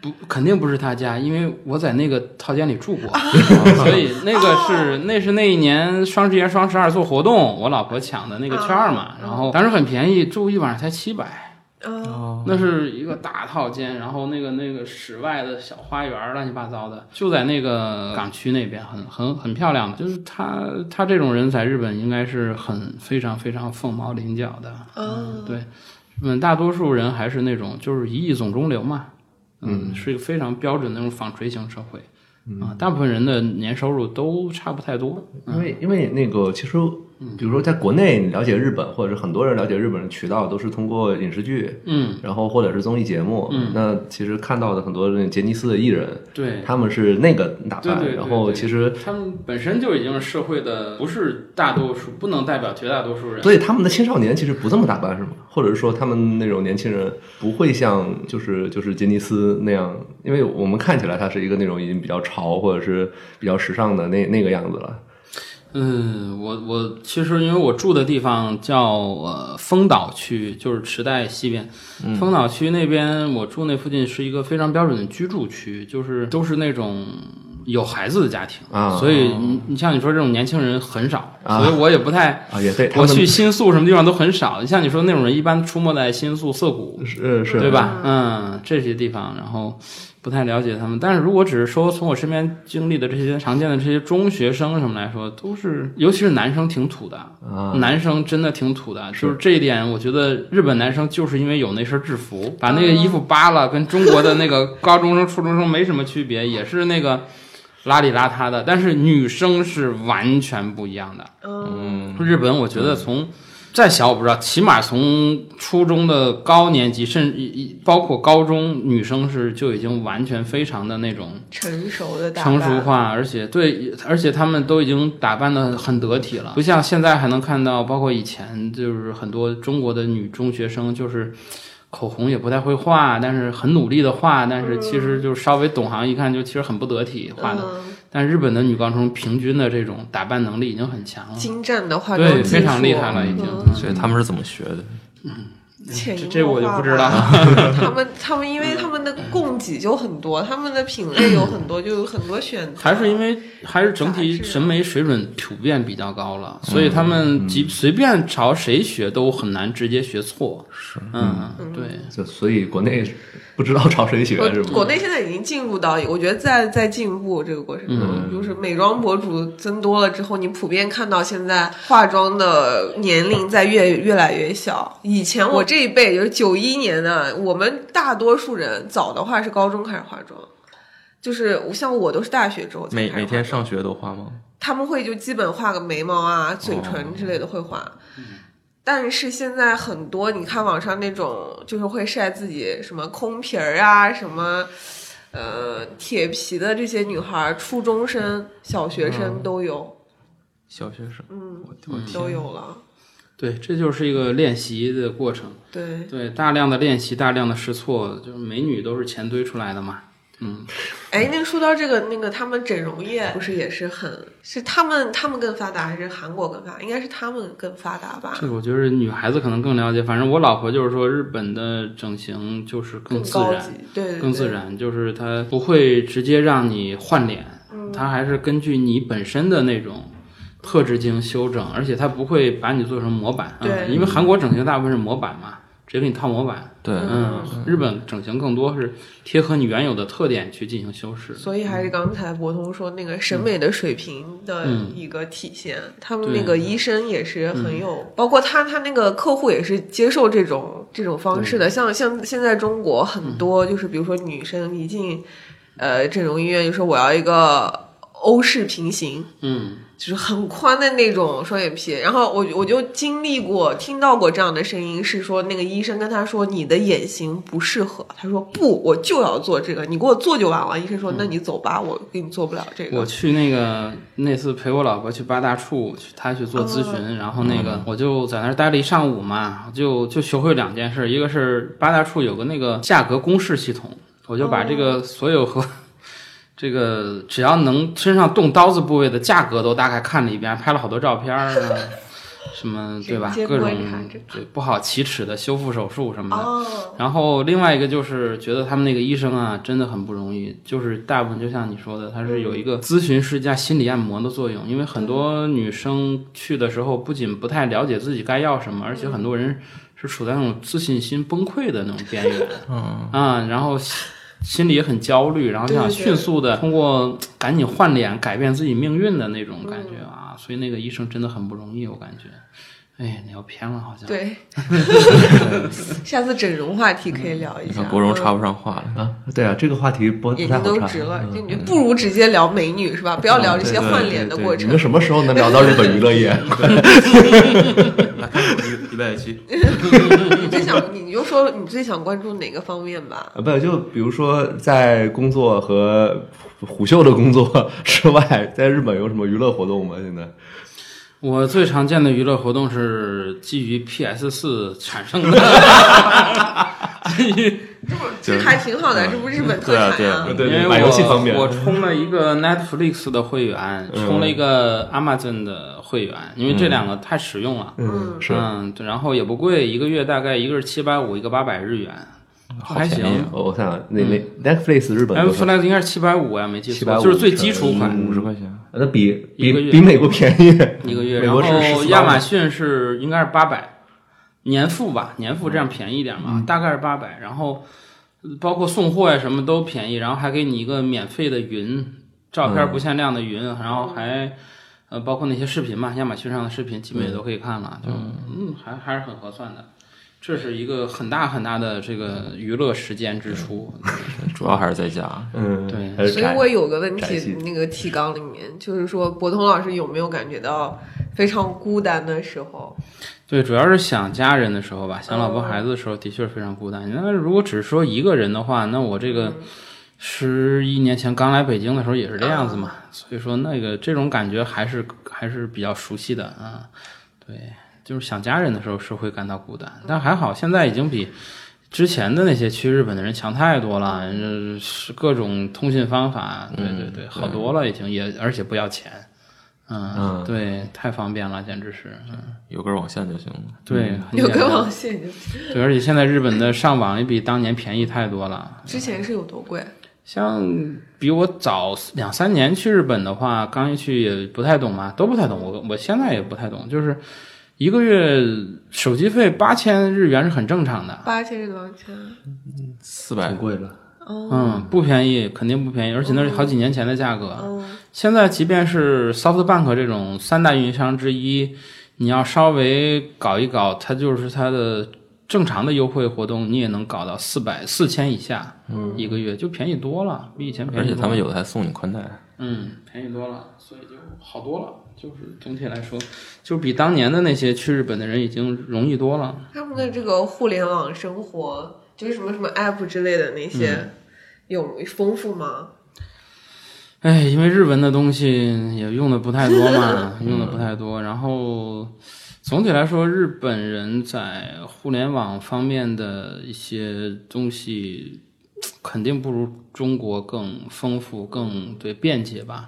[SPEAKER 4] 不肯定不是他家，因为我在那个套间里住过，
[SPEAKER 1] 啊
[SPEAKER 4] 所以那个
[SPEAKER 1] 哦
[SPEAKER 4] 是那是那一年双十节双十二做活动，我老婆抢的那个券儿
[SPEAKER 1] 啊
[SPEAKER 4] 嘛，然后当时很便宜，住一晚上才七百。
[SPEAKER 1] 嗯，
[SPEAKER 4] 那是一个大套间，然后那个那个室外的小花园，乱七八糟的，就在那个港区那边，很很很漂亮的。就是他他这种人在日本应该是很非常非常凤毛麟角的，嗯，对，日本大多数人还是那种就是一意总中流嘛，嗯，是一个非常标准的那种纺锤型社会。啊，大部分人的年收入都差不太多。
[SPEAKER 3] 因为因为那个其实，比如说在国内你了解日本，或者是很多人了解日本的渠道都是通过影视剧，
[SPEAKER 4] 嗯，
[SPEAKER 3] 然后或者是综艺节目。
[SPEAKER 1] 嗯
[SPEAKER 3] 那其实看到的很多那杰尼斯的艺人，
[SPEAKER 4] 对，
[SPEAKER 3] 他们是那个打
[SPEAKER 4] 对
[SPEAKER 3] 扮，
[SPEAKER 4] 对对
[SPEAKER 3] 然后
[SPEAKER 4] 对
[SPEAKER 3] 其实
[SPEAKER 4] 他们本身就已经是社会的，不是大多数，不能代表绝大多数人。
[SPEAKER 3] 所以他们的青少年其实不这么打扮是吗？或者说他们那种年轻人不会像就是就是杰尼斯那样，因为我们看起来他是一个那种已经比较潮或者是比较时尚的那那个样子了。
[SPEAKER 4] 嗯，我我其实因为我住的地方叫呃丰岛区，就是池袋西边。
[SPEAKER 3] 嗯
[SPEAKER 4] 丰岛区那边我住那附近是一个非常标准的居住区，就是都是那种有孩子的家庭，
[SPEAKER 3] 啊
[SPEAKER 4] 所以你你像你说这种年轻人很少，
[SPEAKER 3] 啊
[SPEAKER 4] 所以我也不太。
[SPEAKER 3] 啊，也对，他
[SPEAKER 4] 我
[SPEAKER 3] 们
[SPEAKER 4] 去新宿什么地方都很少，你像你说那种人一般出没在新宿涩谷，
[SPEAKER 3] 是是
[SPEAKER 4] 对吧？嗯，这些地方，然后不太了解他们。但是如果只是说从我身边经历的这些常见的这些中学生什么来说，都是，尤其是男生挺土的，
[SPEAKER 3] 啊，
[SPEAKER 4] 男生真的挺土的。嗯就是这一点，我觉得日本男生就是因为有那身制服，把那个衣服扒了，跟中国的那个高中生、初中生没什么区别，也是那个。邋里邋遢的，但是女生是完全不一样的。嗯，日本我觉得从再小我不知道，起码从初中的高年级，甚至包括高中，女生是就已经完全非常的那种
[SPEAKER 1] 成熟的打扮
[SPEAKER 4] 成熟化，而且对，而且他们都已经打扮的很得体了，不像现在还能看到，包括以前就是很多中国的女中学生，就是口红也不太会画，但是很努力的画，但是其实就稍微懂行一看就其实很不得体画的。
[SPEAKER 1] 嗯
[SPEAKER 4] 但日本的女高中平均的这种打扮能力已经很强了，
[SPEAKER 1] 精湛的化妆
[SPEAKER 4] 对，
[SPEAKER 1] 技术，
[SPEAKER 4] 非常厉害了已经。
[SPEAKER 2] 所以他们是怎么学的？
[SPEAKER 1] 潜移
[SPEAKER 4] 这这我就
[SPEAKER 1] 默化
[SPEAKER 4] 不知道
[SPEAKER 1] 吧
[SPEAKER 4] 了。
[SPEAKER 1] 他们他们因为他们的供给就很多，他们的品类有很多，就有很多选择。
[SPEAKER 4] 还是因为还是整体
[SPEAKER 1] 杂志
[SPEAKER 4] 审美水准普遍比较高了，所以他们即随便朝谁学都很难直接学错。是，嗯，对，
[SPEAKER 3] 就所以国内不知道朝谁学是
[SPEAKER 1] 国
[SPEAKER 3] 吗？
[SPEAKER 1] 国内现在已经进入到，我觉得在在进步这个过程中，就是美妆博主增多了之后，你普遍看到现在化妆的年龄在越越来越小。以前我这一辈就是九一年的，我们大多数人早的话是高中开始化妆，就是像我都是大学之后才
[SPEAKER 2] 每
[SPEAKER 1] 开始
[SPEAKER 2] 每
[SPEAKER 1] 化
[SPEAKER 2] 天
[SPEAKER 1] 妆
[SPEAKER 2] 上学都画吗？
[SPEAKER 1] 他们会就基本画个眉毛啊、嘴唇之类的会画。但是现在很多，你看网上那种就是会晒自己什么空瓶儿啊、什么呃铁皮的这些女孩儿，初中生、小学生都有，
[SPEAKER 2] 小学生，
[SPEAKER 1] 嗯，
[SPEAKER 2] 我我天，
[SPEAKER 1] 都有了。
[SPEAKER 4] 对，这就是一个练习的过程。
[SPEAKER 1] 对，
[SPEAKER 4] 对，大量的练习，大量的试错，就是美女都是钱堆出来的嘛。嗯，
[SPEAKER 1] 哎，那个说到这个，那个他们整容业不是也是很是他们他们更发达还是韩国更发达？应该是他们更发达吧
[SPEAKER 4] 这？个我觉得女孩子可能更了解。反正我老婆就是说，日本的整形就是更自
[SPEAKER 1] 高
[SPEAKER 4] 然
[SPEAKER 1] 级，，对对对，
[SPEAKER 4] 更自然，就是它
[SPEAKER 1] 嗯
[SPEAKER 4] 不会直接让你换脸，它还是根据你本身的那种特质进行修正，而且它不会把你做成模板，
[SPEAKER 1] 对
[SPEAKER 4] 嗯因为韩国整形大部分是模板嘛，直接给你套模板，
[SPEAKER 2] 对，
[SPEAKER 4] 嗯，日本整形更多是贴合你原有的特点去进行修饰，
[SPEAKER 1] 所以还是刚才博通说那个审美的水平的
[SPEAKER 4] 嗯
[SPEAKER 1] 一个体现，他们
[SPEAKER 4] 对
[SPEAKER 1] 那个医生也是很有，包括他他那个客户也是接受这种这种方式的。像像现在中国
[SPEAKER 4] 嗯
[SPEAKER 1] 很多就是比如说女生一进呃整容医院就说我要一个欧式平行，
[SPEAKER 4] 嗯，
[SPEAKER 1] 就是很宽的那种双眼皮。然后我我就经历过听到过这样的声音，是说那个医生跟他说你的眼型不适合，他说不，我就要做这个，你给我做就完了。医生说那你走吧，我给你做不了这
[SPEAKER 4] 我
[SPEAKER 1] 个。
[SPEAKER 4] 去那个那次陪我老婆去八大处，去她去做咨询，
[SPEAKER 1] 哦
[SPEAKER 4] 然后那个我就在那儿待了一上午嘛，我就就学会两件事，一个是八大处有个那个价格公式系统，我就把这
[SPEAKER 1] 哦
[SPEAKER 4] 个所有和、这个只要能身上动刀子部位的价格都大概看了一遍，拍了好多照片儿啊，什么对吧
[SPEAKER 1] 直接？
[SPEAKER 4] 各种
[SPEAKER 1] 观察这个
[SPEAKER 4] 对不好启齿的修复手术什么的，
[SPEAKER 1] 哦，
[SPEAKER 4] 然后另外一个就是觉得他们那个医生啊，真的很不容易，就是大部分就像你说的，他是有一个咨询师加心理按摩的作用，因为很多女生去的时候，不仅不太了解自己该要什么，而且很多人是处在那种自信心崩溃的那种边缘，嗯啊，然后心心里也很焦虑，然后就想
[SPEAKER 1] 对对对
[SPEAKER 4] 迅速的通过赶紧换脸改变自己命运的那种感觉啊，所以那个医生真的很不容易，我感觉，哎，聊偏了好像，
[SPEAKER 1] 对，下次整容话题可以聊一
[SPEAKER 2] 你
[SPEAKER 1] 下。
[SPEAKER 2] 看嗯国荣插不上话了，
[SPEAKER 3] 啊，对啊，这个话题不不
[SPEAKER 1] 眼
[SPEAKER 3] 太
[SPEAKER 1] 睛都
[SPEAKER 3] 好插。嗯
[SPEAKER 1] 直了，就你不如直接聊美女是吧？不要聊这些换脸的过
[SPEAKER 3] 你
[SPEAKER 1] 程
[SPEAKER 3] 们。什么时候能聊到日本娱乐业？
[SPEAKER 2] 来看我一个礼拜期，
[SPEAKER 1] 你最想，你就说你最想关注哪个方面吧。
[SPEAKER 3] 啊，不就比如说在工作和虎秀的工作 之外，在日本有什么娱乐活动吗？现在
[SPEAKER 4] 我最常见的娱乐活动是基于 PS 四产生的，
[SPEAKER 1] 这不这还挺好
[SPEAKER 4] 嗯
[SPEAKER 1] 的，这不是日本特
[SPEAKER 2] 对啊
[SPEAKER 1] 产
[SPEAKER 2] 对
[SPEAKER 1] 啊
[SPEAKER 4] 因
[SPEAKER 2] 啊。
[SPEAKER 4] 为
[SPEAKER 3] 呃
[SPEAKER 4] 我
[SPEAKER 3] 买游戏方面，
[SPEAKER 4] 我充了一个 Netflix 的会员，充了一个 Amazon 的会员，因为这两个太实用了。
[SPEAKER 3] 嗯是。
[SPEAKER 4] 嗯，对，然后也不贵，一个月大概一个是七百五，一个八百日元，还
[SPEAKER 2] 便宜
[SPEAKER 4] 行
[SPEAKER 2] 啊。
[SPEAKER 3] 哦我我想想那
[SPEAKER 4] 嗯
[SPEAKER 3] 那 Netflix 日本
[SPEAKER 4] M
[SPEAKER 3] 多
[SPEAKER 4] f
[SPEAKER 3] 少？
[SPEAKER 4] l a 应该是七百五呀，没记错，
[SPEAKER 3] 750
[SPEAKER 4] 就是最基础款
[SPEAKER 2] 五十块钱，
[SPEAKER 3] 啊那比
[SPEAKER 4] 一个
[SPEAKER 3] 比
[SPEAKER 4] 月
[SPEAKER 3] 比美国便宜，
[SPEAKER 4] 一个月。
[SPEAKER 3] 美
[SPEAKER 4] 然
[SPEAKER 3] 国是
[SPEAKER 4] 后
[SPEAKER 3] 14
[SPEAKER 4] 亚马逊是应该是八百，年付吧，年付这
[SPEAKER 3] 嗯
[SPEAKER 4] 样便宜一点嘛，大概是八百。然后呃包括送货呀什么都便宜，然后还给你一个免费的云，
[SPEAKER 3] 嗯
[SPEAKER 4] 照片不限量的云，然后还。呃，包括那些视频嘛，亚马逊上的视频基本也都可以看了，就嗯，还还是很合算的。这是一个很大很大的这个娱乐时间支出，
[SPEAKER 2] 主要还是在家。
[SPEAKER 3] 嗯，
[SPEAKER 4] 对
[SPEAKER 3] 还是
[SPEAKER 1] 所以
[SPEAKER 3] 宅
[SPEAKER 1] 我有个问
[SPEAKER 3] 宅
[SPEAKER 1] 题
[SPEAKER 3] 系，
[SPEAKER 1] 那个提纲里面就是说，博通老师有没有感觉到非常孤单的时候？
[SPEAKER 4] 对，主要是想家人的时候吧，想老婆
[SPEAKER 1] 嗯
[SPEAKER 4] 孩子的时候，的确是非常孤单。那如果只是说一个人的话，那我这个十一年前刚来北京的时候也是这样子嘛，所以说那个这种感觉还是还是比较熟悉的啊。对，就是想家人的时候是会感到孤单，但还好现在已经比。之前的那些去日本的人强太多了，呃是各种通信方法，对对对，好多了已经也，而且不要钱，嗯，
[SPEAKER 3] 嗯
[SPEAKER 4] 对，太方便了，简直是，嗯，
[SPEAKER 2] 有根网线就行了。
[SPEAKER 4] 对，很
[SPEAKER 1] 有
[SPEAKER 4] 简
[SPEAKER 1] 个
[SPEAKER 4] 单
[SPEAKER 1] 网线，
[SPEAKER 4] 对，而且现在日本的上网也比当年便宜太多了。
[SPEAKER 1] 之前是有多贵？
[SPEAKER 4] 像比我早两三年去日本的话，刚一去也不太懂嘛，都不太懂。我我现在也不太懂，就是一个月手机费八千日元是很正常的，
[SPEAKER 1] 八千是多少钱？
[SPEAKER 2] 四百
[SPEAKER 3] 挺贵了，
[SPEAKER 4] 嗯，不便宜，肯定不便宜，而且那是好几年前的价格。
[SPEAKER 1] 嗯，
[SPEAKER 4] 现在即便是 SoftBank 这种三大运营商之一，你要稍微搞一搞，它就是它的正常的优惠活动，你也能搞到四百四千以下，一个月就便宜多了，比以前便
[SPEAKER 2] 嗯而
[SPEAKER 4] 宜
[SPEAKER 2] 且
[SPEAKER 4] 多了。
[SPEAKER 2] 他们有的还送你宽带，
[SPEAKER 4] 嗯，便宜多了，所以就好多了。就是整体来说，就比当年的那些去日本的人已经容易多了。
[SPEAKER 1] 他们的这个互联网生活，就是什么什么 app 之类的那
[SPEAKER 4] 嗯
[SPEAKER 1] 些，有丰富吗？
[SPEAKER 4] 哎，因为日文的东西也用的不太多嘛，用的不太多。然后总体来说，日本人在互联网方面的一些东西，肯定不如中国更丰富、更对便捷吧。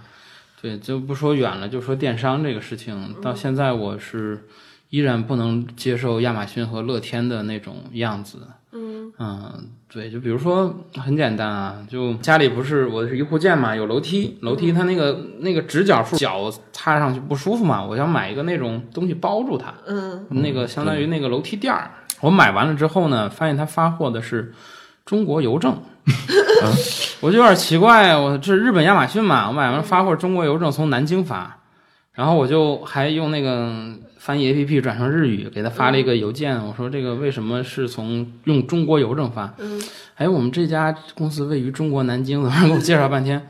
[SPEAKER 4] 对，就不说远了，就说电商这个事情，到现在我是依然不能接受亚马逊和乐天的那种样子。
[SPEAKER 1] 嗯
[SPEAKER 4] 嗯，对，就比如说很简单啊，就家里不是我是一户建嘛，有楼梯，楼梯它那个那个直角处脚踏上去不舒服嘛，我想买一个那种东西包住它，
[SPEAKER 1] 嗯，
[SPEAKER 4] 那个相当于那个楼梯垫儿。我买完了之后呢，发现它发货的是中国邮政，啊我就有点奇怪，啊我这日本亚马逊嘛，我买完发货中国邮政从南京发，然后我就还用那个翻译 APP 转成日语，给他发了一个邮件，我说这个为什么是从用中国邮政发？
[SPEAKER 1] 嗯，
[SPEAKER 4] 哎，我们这家公司位于中国南京，怎么给我介绍半天？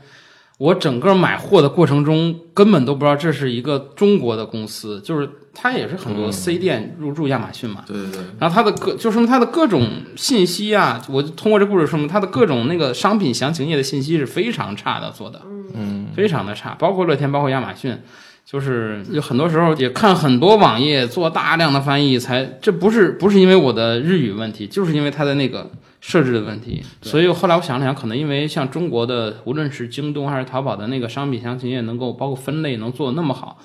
[SPEAKER 4] 我整个买货的过程中根本都不知道这是一个中国的公司，就是它也是很多 C 店入驻亚马逊嘛，
[SPEAKER 2] 对对对，
[SPEAKER 4] 然后它的各就说明它的各种信息啊，我就通过这故事说明它的各种那个商品详情页的信息是非常差的做的，嗯，非常的差，包括乐天，包括亚马逊，就是有很多时候也看很多网页做大量的翻译才，这不是不是因为我的日语问题，就是因为它的那个设置的问题，所以后来我想了想，可能因为像中国的无论是京东还是淘宝的那个商品详情页能够包括分类能做的那么好，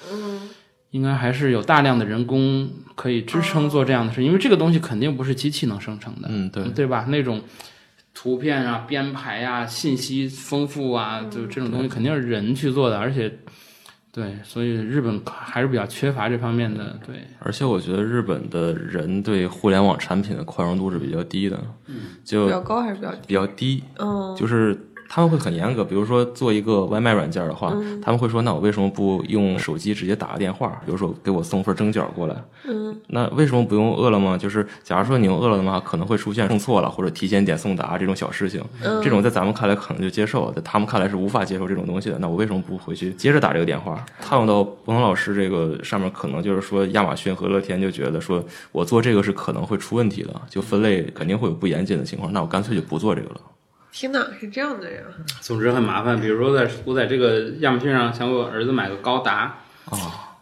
[SPEAKER 4] 应该还是有大量的人工可以支撑做这样的事，因为这个东西肯定不是机器能生成的，
[SPEAKER 2] 嗯对，
[SPEAKER 4] 对吧？那种图片啊、编排啊、信息丰富啊，就这种东西肯定是人去做的，而且对，所以日本还是比较缺乏这方面的，对，
[SPEAKER 2] 而且我觉得日本的人对互联网产品的宽容度是比较低的，嗯，
[SPEAKER 1] 比
[SPEAKER 2] 就
[SPEAKER 1] 较高还是比较低？
[SPEAKER 2] 比较低，
[SPEAKER 1] 嗯，
[SPEAKER 2] 就是他们会很严格，比如说做一个外卖软件的话，
[SPEAKER 1] 嗯
[SPEAKER 2] 他们会说，那我为什么不用手机直接打个电话？比如说给我送份蒸饺过来，
[SPEAKER 1] 嗯，
[SPEAKER 2] 那为什么不用饿了么？就是假如说你用饿了么，可能会出现送错了或者提前点送达这种小事情，
[SPEAKER 1] 嗯
[SPEAKER 2] 这种在咱们看来可能就接受，在他们看来是无法接受这种东西的。那我为什么不回去接着打这个电话？套用到博腾老师这个上面，可能就是说亚马逊和乐天就觉得说我做这个是可能会出问题的，就分类肯定会有不严谨的情况，那我干脆就不做这个了。
[SPEAKER 1] 天哪，是这样的呀？
[SPEAKER 4] 总之很麻烦。比如说在我在这个亚马逊上想给我儿子买个高达，哦，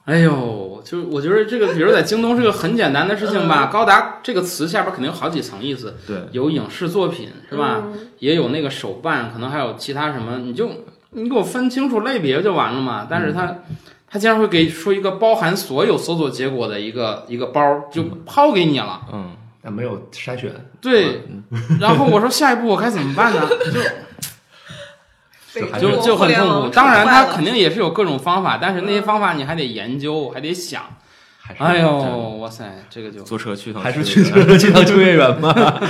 [SPEAKER 4] 哎呦，就是我觉得这个，比如在京东是个很简单的事情吧。高达这个词下边肯定有好几层意思，
[SPEAKER 5] 对，
[SPEAKER 4] 有影视作品是吧？也有那个手办，可能还有其他什么，你就你给我分清楚类别就完了嘛。但是它。它竟然会给出一个包含所有搜索结果的一个一个包，就抛给你了。
[SPEAKER 2] 嗯，
[SPEAKER 3] 但没有筛选，
[SPEAKER 4] 对，然后我说下一步我该怎么办呢？就
[SPEAKER 1] 被
[SPEAKER 3] 还是
[SPEAKER 1] 中
[SPEAKER 4] 就
[SPEAKER 1] 国
[SPEAKER 4] 就
[SPEAKER 1] 互
[SPEAKER 4] 很
[SPEAKER 1] 联
[SPEAKER 4] 痛
[SPEAKER 1] 网
[SPEAKER 4] 苦。当然，
[SPEAKER 1] 宠坏
[SPEAKER 4] 他
[SPEAKER 1] 了
[SPEAKER 4] 肯定也是有各种方法，但是那些方法你还得研究，还得想。
[SPEAKER 3] 还是
[SPEAKER 4] 哎呦，哇塞，这个就
[SPEAKER 2] 坐车去趟
[SPEAKER 3] 还是
[SPEAKER 2] 去
[SPEAKER 3] 去 去趟秋叶原吧。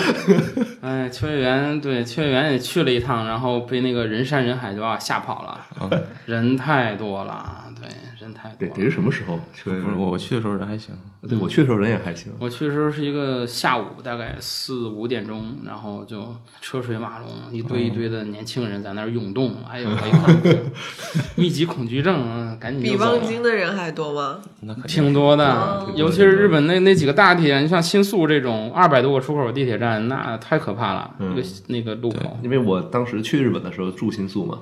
[SPEAKER 4] 哎，秋叶原对秋叶原也去了一趟，然后被那个人山人海就把吓跑了，
[SPEAKER 1] 嗯
[SPEAKER 4] 人太多了，对，人太多
[SPEAKER 3] 对，
[SPEAKER 4] 了。
[SPEAKER 3] 得是什么时候？秋叶
[SPEAKER 2] 不是
[SPEAKER 3] 原？
[SPEAKER 2] 我我去的时候人还行，
[SPEAKER 3] 对我去的时候人也还行。
[SPEAKER 4] 我去的时候是一个下午，大概四五点钟，然后就车水马龙，一堆一堆的年轻人在那儿涌动，哎呦，我一看 我就密集恐惧症，嗯赶紧就
[SPEAKER 1] 比
[SPEAKER 4] 走
[SPEAKER 1] 望
[SPEAKER 4] 了
[SPEAKER 1] 京的人还多吗？
[SPEAKER 2] 那肯定
[SPEAKER 4] 挺多的，尤其是日本那那几个大铁，你像新宿这种二百多个出口的地铁站，那太可怕了，
[SPEAKER 3] 嗯
[SPEAKER 4] 那个那个路口。
[SPEAKER 3] 因为我当时去日本的时候住新宿嘛，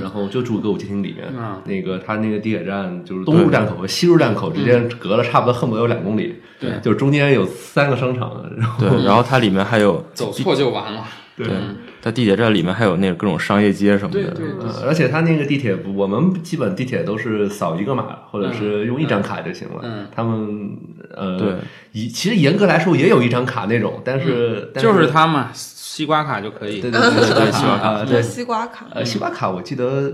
[SPEAKER 3] 然后就住歌舞伎町里面，
[SPEAKER 4] 嗯
[SPEAKER 3] 那个它那个地铁站就是东入站口和西入站口之间隔了差不多恨不得有两公里，
[SPEAKER 4] 嗯对
[SPEAKER 3] 就是中间有三个商场，然后
[SPEAKER 2] 对，然后它里面还有
[SPEAKER 4] 走错就完了，
[SPEAKER 3] 对。
[SPEAKER 2] 对，
[SPEAKER 4] 嗯
[SPEAKER 2] 它地铁站里面还有那个各种商业街什么的，
[SPEAKER 3] 呃而且它那个地铁，我们基本地铁都是扫一个码，或者是用一张卡就行了。
[SPEAKER 4] 嗯嗯嗯
[SPEAKER 3] 他们呃，
[SPEAKER 2] 对，
[SPEAKER 3] 以其实严格来说也有一张卡那种，但是、但
[SPEAKER 4] 嗯就是是它嘛，西瓜卡就可以。
[SPEAKER 3] 对对对对 对
[SPEAKER 2] 西瓜卡
[SPEAKER 4] 嗯
[SPEAKER 3] 啊对
[SPEAKER 1] 西瓜卡，
[SPEAKER 3] 呃，西瓜卡我记得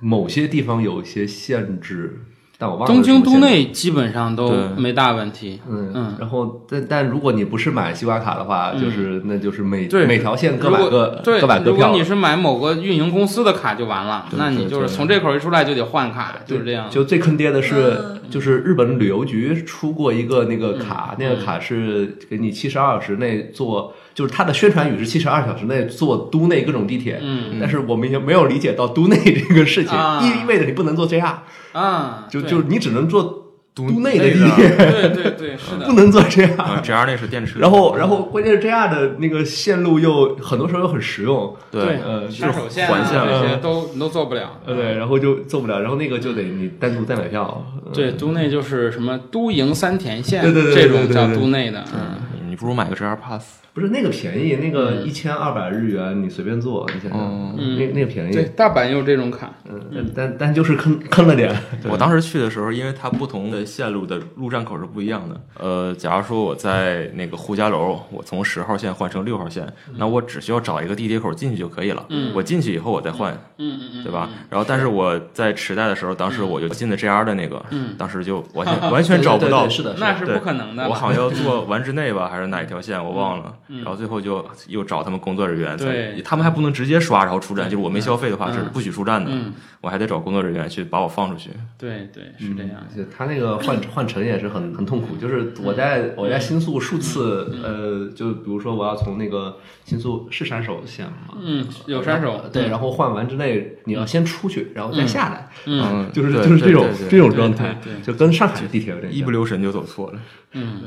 [SPEAKER 3] 某些地方有一些限制，但我忘了
[SPEAKER 4] 东京
[SPEAKER 3] 是什
[SPEAKER 4] 都
[SPEAKER 3] 么限制。
[SPEAKER 4] 内基本上都
[SPEAKER 2] 对
[SPEAKER 4] 没大问题。
[SPEAKER 3] 嗯
[SPEAKER 4] 嗯，
[SPEAKER 3] 然后但但如果你不是买西瓜卡的话，就是那就是每
[SPEAKER 4] 对
[SPEAKER 3] 每条线各
[SPEAKER 4] 如
[SPEAKER 3] 买
[SPEAKER 4] 果
[SPEAKER 3] 个
[SPEAKER 4] 对
[SPEAKER 3] 各买，个
[SPEAKER 4] 如果
[SPEAKER 3] 票
[SPEAKER 4] 你，是买某个运营公司的卡就完了，
[SPEAKER 2] 对
[SPEAKER 4] 那
[SPEAKER 2] 对
[SPEAKER 4] 你就是
[SPEAKER 2] 对
[SPEAKER 4] 从这口一出来就得换卡，就是这样。
[SPEAKER 3] 就最坑爹的是，就是日本旅游局出过一个那个卡，
[SPEAKER 4] 嗯
[SPEAKER 3] 那个卡是给你七十二小时内坐，就是它的宣传语是七十二小时内坐都内各种地铁，
[SPEAKER 4] 嗯
[SPEAKER 3] 但是我们也没有理解到都内这个事情
[SPEAKER 4] 啊
[SPEAKER 3] 意味着你不能坐 JR，
[SPEAKER 4] 啊，
[SPEAKER 3] 就
[SPEAKER 4] 对
[SPEAKER 3] 就是你只能坐都内的
[SPEAKER 2] 内
[SPEAKER 3] 地
[SPEAKER 2] 的
[SPEAKER 3] 铁，
[SPEAKER 4] 对对对，是的
[SPEAKER 3] 不。能坐 JR。
[SPEAKER 2] 啊，G R 那是电池，
[SPEAKER 3] 然后，然后关键是 JR 的那个线路又很多时候又很实用，
[SPEAKER 2] 对
[SPEAKER 3] 呃，就
[SPEAKER 4] 杀手线啊
[SPEAKER 2] 环线
[SPEAKER 4] 这些
[SPEAKER 3] 嗯
[SPEAKER 4] 都你都做不了。
[SPEAKER 3] 呃对，然后就做不了，然后那个就得你单独再买票。呃
[SPEAKER 4] 对，都内就是什么都营三田线
[SPEAKER 3] 对对对对
[SPEAKER 4] 这种
[SPEAKER 3] 对
[SPEAKER 4] 叫
[SPEAKER 3] 对
[SPEAKER 4] 都内的，嗯
[SPEAKER 2] 你不如买个 JR Pass。
[SPEAKER 3] 不是那个便宜，那个一千二百日元你随便坐，你想想，那
[SPEAKER 2] 嗯
[SPEAKER 3] 那个便
[SPEAKER 4] 对
[SPEAKER 3] 宜，，
[SPEAKER 4] 大阪也有这种卡，
[SPEAKER 3] 嗯，但但就是坑坑了点，
[SPEAKER 2] 我当时去的时候，因为它不同的线路的入站口是不一样的。呃，假如说我在那个呼家楼，我从十号线换成六号线，那我只需要找一个地铁口进去就可以了。
[SPEAKER 4] 嗯
[SPEAKER 2] 我进去以后我再换，
[SPEAKER 4] 嗯嗯嗯，
[SPEAKER 2] 对吧？然后，但是我在池袋的时候，当时我就进的 JR 的那个，
[SPEAKER 4] 嗯
[SPEAKER 2] 当时就完全完全找不到
[SPEAKER 5] 对对对。是的，是的
[SPEAKER 4] 那是不可能的了。
[SPEAKER 2] 我好像要坐丸之内吧，还是哪一条 线，我忘了。
[SPEAKER 4] 嗯
[SPEAKER 2] 然后最后就又找他们工作人员，
[SPEAKER 4] 对
[SPEAKER 2] 才他们还不能直接刷，然后出站，就是我没消费的话
[SPEAKER 4] 嗯
[SPEAKER 2] 是不许出站的，
[SPEAKER 4] 嗯，
[SPEAKER 2] 我还得找工作人员去把我放出去。
[SPEAKER 4] 对对，是
[SPEAKER 3] 嗯
[SPEAKER 4] 这样。
[SPEAKER 3] 就他那个换换乘也是很很痛苦，就是我在我在新宿数次，呃，就比如说我要从那个新宿是山手线嘛，
[SPEAKER 4] 嗯，有杀手，
[SPEAKER 3] 对，然后换完之内你要先出去，然后再下来，
[SPEAKER 4] 嗯，
[SPEAKER 2] 嗯，
[SPEAKER 3] 就是
[SPEAKER 2] 对
[SPEAKER 3] 就是这种
[SPEAKER 2] 对对
[SPEAKER 3] 这种
[SPEAKER 4] 对
[SPEAKER 3] 状态
[SPEAKER 4] 对对，
[SPEAKER 3] 就跟上海的地铁有点
[SPEAKER 2] 一
[SPEAKER 3] 像
[SPEAKER 2] 不。留神就走错了。
[SPEAKER 4] 嗯，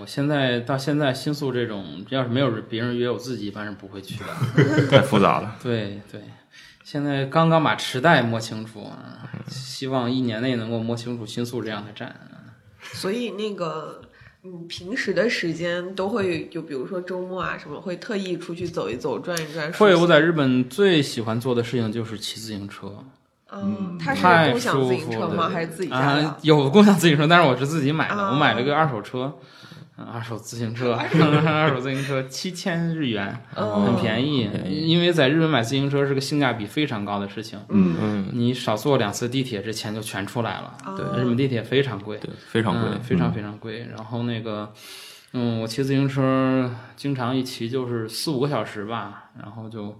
[SPEAKER 4] 我现在到现在新宿这种，要是没有别人约，我自己一般是不会去的。
[SPEAKER 2] 太复杂了。
[SPEAKER 4] 对对，现在刚刚把池袋摸清楚，啊，希望一年内能够摸清楚新宿这样的站。啊
[SPEAKER 1] 所以那个你平时的时间都会就比如说周末啊什么，会特意出去走一走、转一
[SPEAKER 3] 哎
[SPEAKER 1] 转。
[SPEAKER 4] 会，
[SPEAKER 1] 舒
[SPEAKER 4] 我
[SPEAKER 1] 服
[SPEAKER 4] 在日本最喜欢做的事情就是骑自行车
[SPEAKER 1] 嗯，他是
[SPEAKER 4] 太
[SPEAKER 1] 共享
[SPEAKER 4] 舒
[SPEAKER 1] 自行
[SPEAKER 4] 服
[SPEAKER 1] 车
[SPEAKER 4] 了
[SPEAKER 1] 吗？还是自己家
[SPEAKER 4] 啊
[SPEAKER 1] 的？，
[SPEAKER 4] 有共享自行车，但是我是自己买的，
[SPEAKER 1] 啊
[SPEAKER 4] 我买了个二手车，啊二手自行车，哦哦二手自行车七千日元，
[SPEAKER 1] 嗯，
[SPEAKER 4] 很便宜。因为在日本买自行车是个性价比非常高的事情，
[SPEAKER 3] 嗯，
[SPEAKER 2] 嗯，
[SPEAKER 4] 你少坐两次地铁，这钱就全出来了。
[SPEAKER 1] 啊
[SPEAKER 4] 日本地铁非常贵，
[SPEAKER 2] 对，非常贵
[SPEAKER 4] 嗯，非常非常贵。然后那个，嗯，我骑自行车经常一骑就是四五个小时吧，然后就，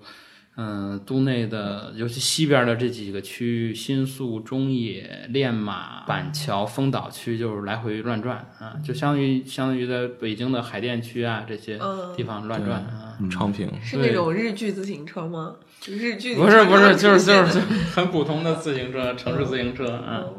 [SPEAKER 4] 嗯，都内的，尤其西边的这几个区，新宿、中野、练马、板桥、丰岛区，就是来回乱转啊，就相当于相当于在北京的海淀区啊这些
[SPEAKER 1] 嗯
[SPEAKER 4] 地方乱转啊。
[SPEAKER 2] 昌平。
[SPEAKER 1] 是那种日剧自行车吗？日剧
[SPEAKER 4] 不是不是，就是
[SPEAKER 1] 是
[SPEAKER 4] 就是就是很普通的自行车，城市自行车，嗯。
[SPEAKER 1] 哦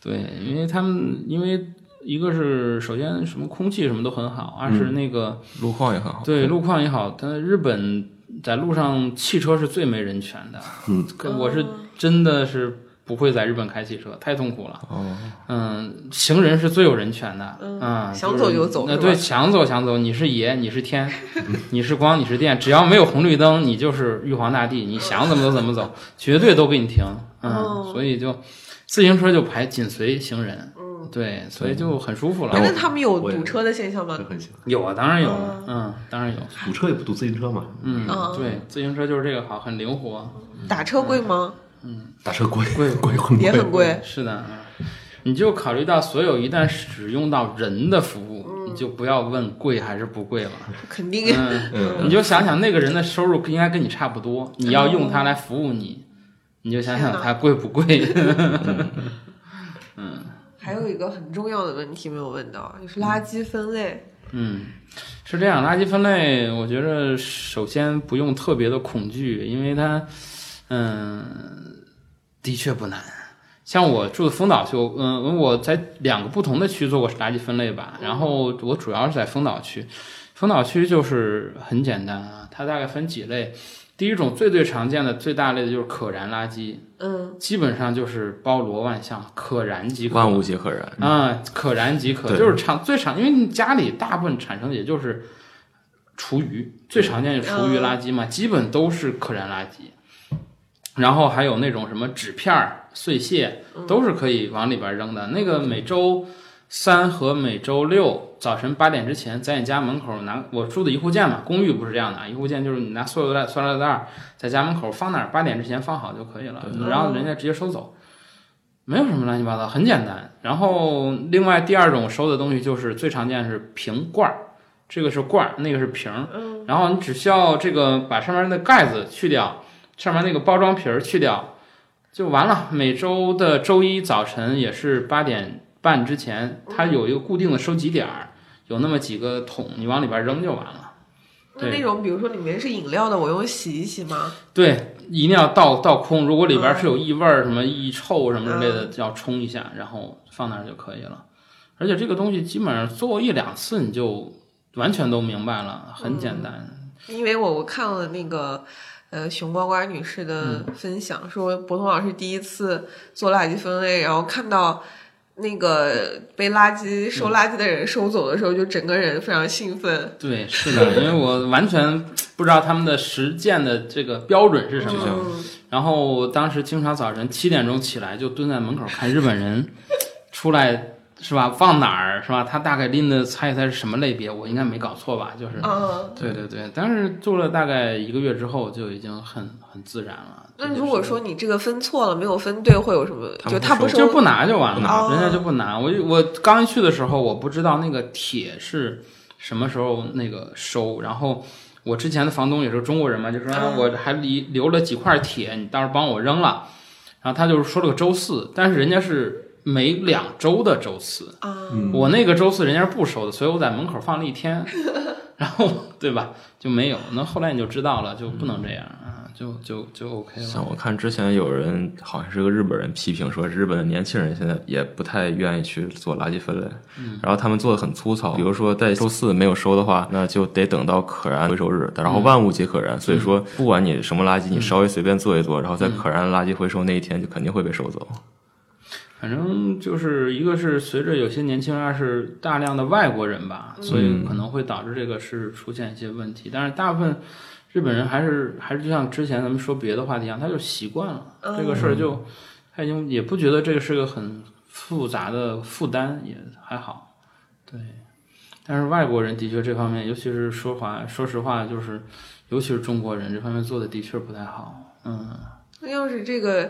[SPEAKER 4] 对，因为他们因为一个是首先什么空气什么都很好，二是那个、
[SPEAKER 2] 路况也很好。
[SPEAKER 4] 对路况也好，但日本在路上汽车是最没人权的。
[SPEAKER 3] 嗯，
[SPEAKER 4] 我是真的是不会在日本开汽车，太痛苦了。
[SPEAKER 2] 哦，
[SPEAKER 4] 嗯，行人是最有人权的，
[SPEAKER 1] 嗯
[SPEAKER 4] 啊，
[SPEAKER 1] 想
[SPEAKER 4] 就是
[SPEAKER 1] 走就走
[SPEAKER 4] 那
[SPEAKER 1] 是吧
[SPEAKER 4] 对，想走想走，你是爷，你是天， 你是光，你是电，只要没有红绿灯，你就是玉皇大帝，你想怎么走怎么走，绝对都给你停，嗯，
[SPEAKER 1] 哦
[SPEAKER 4] 所以就自行车就排紧随行人，嗯，对，所以就很舒服了
[SPEAKER 1] 哎。那他们有
[SPEAKER 3] 我也
[SPEAKER 1] 堵车的现象吗
[SPEAKER 3] 这？很像，
[SPEAKER 4] 有啊，当然有啊
[SPEAKER 1] 哦，
[SPEAKER 4] 嗯，当然有，
[SPEAKER 3] 堵车也不堵自行车嘛，
[SPEAKER 4] 嗯
[SPEAKER 1] 哦，
[SPEAKER 4] 对，自行车就是这个好，很灵活，
[SPEAKER 1] 打车贵吗？
[SPEAKER 3] 打车贵
[SPEAKER 4] 贵
[SPEAKER 3] 贵很
[SPEAKER 1] 也很贵。
[SPEAKER 4] 是的，嗯你就考虑到所有一旦使用到人的服务，你就不要问贵还是不贵了。
[SPEAKER 1] 肯定。
[SPEAKER 4] 嗯，你就想想那个人的收入应该跟你差不多，你要用它来服务你，你就想想它贵不贵。
[SPEAKER 1] 还有一个很重要的问题没有问到，就是垃圾分类。
[SPEAKER 4] 嗯，是这样，垃圾分类，我觉着首先不用特别的恐惧，因为它，嗯，的确不难。像我住的丰岛区，我嗯，我在两个不同的区做过垃圾分类吧，然后我主要是在丰岛区。丰岛区就是很简单啊，它大概分几类。第一种最最常见的最大类的就是可燃垃圾，
[SPEAKER 1] 嗯，
[SPEAKER 4] 基本上就是包罗万象，可燃即可。
[SPEAKER 2] 万物皆可燃。
[SPEAKER 4] 啊、可燃即可，
[SPEAKER 2] 对
[SPEAKER 4] 就是常最常，因为你家里大部分产生的也就是厨余，最常见就是厨余垃圾嘛，基本都是可燃垃圾。然后还有那种什么纸片儿、碎屑，都是可以往里边扔的。那个每周三和每周六早晨八点之前，在你家门口拿我住的一户建嘛，公寓不是这样的，啊，一户建就是你拿塑料袋、塑料袋儿在家门口放那儿，八点之前放好就可以了，然后人家直接收走，没有什么乱七八糟，很简单。然后另外第二种收的东西就是最常见是瓶罐儿，这个是罐儿，那个是瓶儿，然后你只需要这个把上面的盖子去掉，上面那个包装皮儿去掉，就完了。每周的周一早晨也是八点半之前，它有一个固定的收集点儿，有那么几个桶，你往里边扔就完了。
[SPEAKER 1] 那
[SPEAKER 4] 对
[SPEAKER 1] 那种比如说里面是饮料的，我用洗一洗吗？
[SPEAKER 4] 对，一定要倒倒空。如果里边是有异味儿、什么异臭什么之类的，要冲一下，然后放那儿就可以了。而且这个东西基本上做一两次你就完全都明白了，很简单。
[SPEAKER 1] 因为我我看了那个。呃，熊呱呱女
[SPEAKER 4] 嗯
[SPEAKER 1] 士的分享、说，博通老师第一次做垃圾分类，然后看到那个被垃圾
[SPEAKER 4] 嗯
[SPEAKER 1] 收垃圾的人收走的时候，就整个人非常兴奋。
[SPEAKER 4] 对，是的，因为我完全不知道他们的实践的这个标准是什么。
[SPEAKER 1] 嗯，
[SPEAKER 4] 然后我当时经常早晨七点钟起来，就蹲在门口看日本人出来，是吧？放哪儿是吧？他大概拎的猜一猜是什么类别，我应该没搞错吧？就是，
[SPEAKER 1] 嗯，
[SPEAKER 4] 对对对。但是做了大概一个月之后，就已经很很自然了。
[SPEAKER 1] 那
[SPEAKER 4] 这就
[SPEAKER 1] 如果
[SPEAKER 4] 是
[SPEAKER 1] 说你这个分错了，没有分对，会有什么？
[SPEAKER 2] 他
[SPEAKER 1] 就
[SPEAKER 2] 们
[SPEAKER 1] 他
[SPEAKER 2] 不
[SPEAKER 1] 不
[SPEAKER 2] 收
[SPEAKER 1] 收，
[SPEAKER 4] 就是不拿就完了，
[SPEAKER 1] 哦
[SPEAKER 4] 人家就不拿。我我刚一去的时候，我不知道那个铁是什么时候那个收，然后我之前的房东也是中国人嘛，就说、啊
[SPEAKER 1] 嗯
[SPEAKER 4] 我还留留了几块铁，你到时候帮我扔了。然后他就是说了个周四，但是人家是每两周的周四，
[SPEAKER 1] 啊，
[SPEAKER 5] 嗯
[SPEAKER 4] 我那个周四人家是不收的，所以我在门口放了 一天，然后对吧就没有。那后来你就知道了，就不能这样啊，就就就 OK 了。
[SPEAKER 2] 像我看之前有人好像是个日本人批评说，日本的年轻人现在也不太愿意去做垃圾分类，然后他们做的很粗糙，比如说在周四没有收的话，那就得等到可燃回收日，然后万物皆可燃，所以说不管你什么垃圾，你稍微随便做一做，然后在可燃垃圾回收那一天就肯定会被收走。
[SPEAKER 4] 反正就是一个是随着有些年轻人二是大量的外国人吧，所以可能会导致这个是出现一些问题。但是大部分日本人还是还是就像之前咱们说别的话题一样，他就习惯了、
[SPEAKER 1] 嗯
[SPEAKER 4] 这个事儿就，他已经也不觉得这个是个很复杂的负担，也还好。对，但是外国人的确这方面，尤其是说话，说实话就是，尤其是中国人这方面做的的确不太好。嗯
[SPEAKER 1] 那要是这个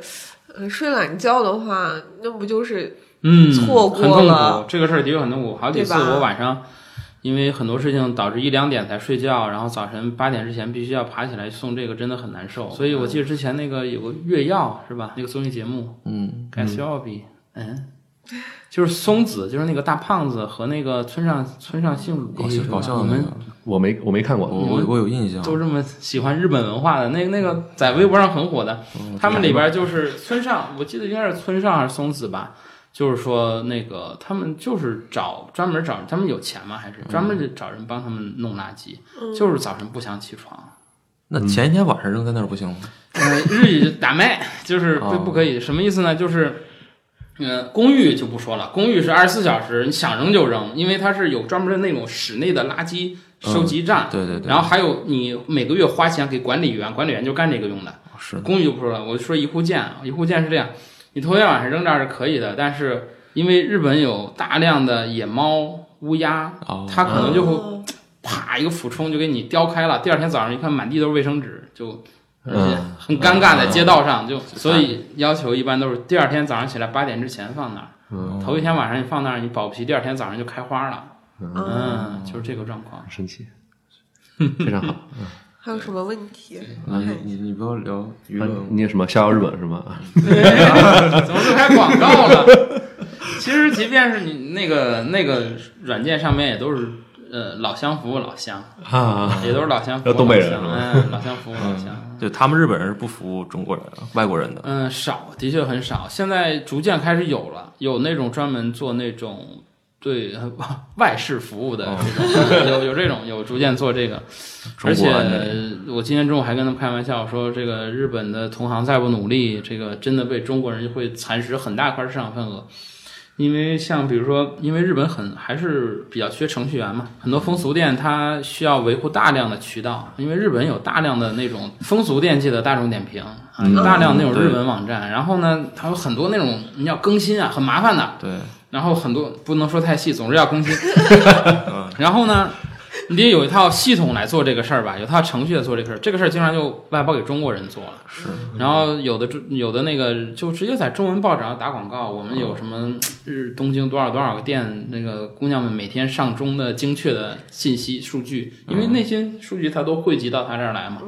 [SPEAKER 1] 呃睡懒觉的话，那不就是
[SPEAKER 4] 嗯，
[SPEAKER 1] 错过
[SPEAKER 4] 很痛
[SPEAKER 1] 了
[SPEAKER 4] 苦。这个事儿的确很痛苦，好几次
[SPEAKER 1] 对吧
[SPEAKER 4] 我晚上因为很多事情导致一两点才睡觉，然后早晨八点之前必须要爬起来送这个，真的很难受。所以我记得之前那个有个月曜是吧？那个综艺节目
[SPEAKER 2] 嗯，
[SPEAKER 4] 盖茨奥比，嗯，就是松子，就是那个大胖子和那个村上村上幸武，
[SPEAKER 2] 搞笑哎搞笑
[SPEAKER 4] 我
[SPEAKER 2] 的那
[SPEAKER 4] 们
[SPEAKER 2] 个，
[SPEAKER 3] 我没我没看
[SPEAKER 2] 我
[SPEAKER 3] 过，
[SPEAKER 2] 我我有印象，
[SPEAKER 4] 都这么喜欢日本文化的，那那个在微博上很火的，他们里边就是村上，我记得应该是村上还是松子吧，就是说那个他们就是找专门找他们有钱吗？还是专门找人帮他们弄垃圾？
[SPEAKER 1] 嗯
[SPEAKER 4] 就是早晨不想起床，
[SPEAKER 2] 那前一天晚上扔在那儿不行吗？
[SPEAKER 4] 呃，日语就打麦，就是不
[SPEAKER 2] 哦
[SPEAKER 4] 不可以，什么意思呢？就是。呃，公寓就不说了，公寓是二十四小时，你想扔就扔，因为它是有专门的那种室内的垃圾收集站，
[SPEAKER 2] 对对对，
[SPEAKER 4] 然后还有你每个月花钱给管理员，管理员就干这个用的。
[SPEAKER 2] 是的
[SPEAKER 4] 公寓就不说了，我就说一户建，啊一户建是这样，你头天晚上扔这儿是可以的，但是因为日本有大量的野猫、乌鸦，
[SPEAKER 2] 哦，
[SPEAKER 4] 它可能就会
[SPEAKER 1] 哦
[SPEAKER 4] 啪一个俯冲就给你叼开了，第二天早上一看满地都是卫生纸，就而且
[SPEAKER 2] 嗯
[SPEAKER 4] 很尴尬，在街道上就，所以要求一般都是第二天早上起来八点之前放那儿，
[SPEAKER 3] 嗯
[SPEAKER 4] 头一天晚上你放那儿，你保不齐第二天早上就开花了，
[SPEAKER 1] 嗯，
[SPEAKER 4] 嗯，就是这个状况。
[SPEAKER 3] 神奇，非常好。
[SPEAKER 1] 还有什么问题？
[SPEAKER 2] 你你你不要聊娱乐
[SPEAKER 3] 啊，你有什么逍遥日本是吗？
[SPEAKER 4] 怎么就开广告了？其实，即便是你那个那个软件上面也都是呃老乡服务老乡，
[SPEAKER 3] 啊，
[SPEAKER 4] 也都是老乡服
[SPEAKER 3] 要
[SPEAKER 4] 务老乡，
[SPEAKER 3] 东北人是吧
[SPEAKER 4] 嗯，老乡服务老乡。
[SPEAKER 2] 就他们日本人是不服中国人的、外国人的，
[SPEAKER 4] 嗯，少，的确很少。现在逐渐开始有了，有那种专门做那种对呃外事服务的这
[SPEAKER 3] 哦
[SPEAKER 4] 种，有有这种，有逐渐做这个。
[SPEAKER 2] 中
[SPEAKER 4] 而且
[SPEAKER 2] 国人的
[SPEAKER 4] 我今天中午还跟他们开玩笑说，这个日本的同行再不努力，这个真的被中国人会蚕食很大块市场份额。因为像比如说，因为日本很还是比较缺程序员嘛，很多风俗店它需要维护大量的渠道，因为日本有大量的那种风俗店界的大众点评啊，有大量那种日文网站，然后呢，它有很多那种你要更新啊，很麻烦的，
[SPEAKER 2] 对，
[SPEAKER 4] 然后很多不能说太细，总之要更新。然后呢，你得有一套系统来做这个事儿吧，有一套程序来做这个事儿。这个事儿经常就外包给中国人做了，
[SPEAKER 2] 是
[SPEAKER 4] 然后有的中有的那个就直接在中文报纸上啊打广告，我们有什么日东京多少多少个店，那个姑娘们每天上钟的精确的信息数据，因为那些数据它都汇集到他这儿来嘛。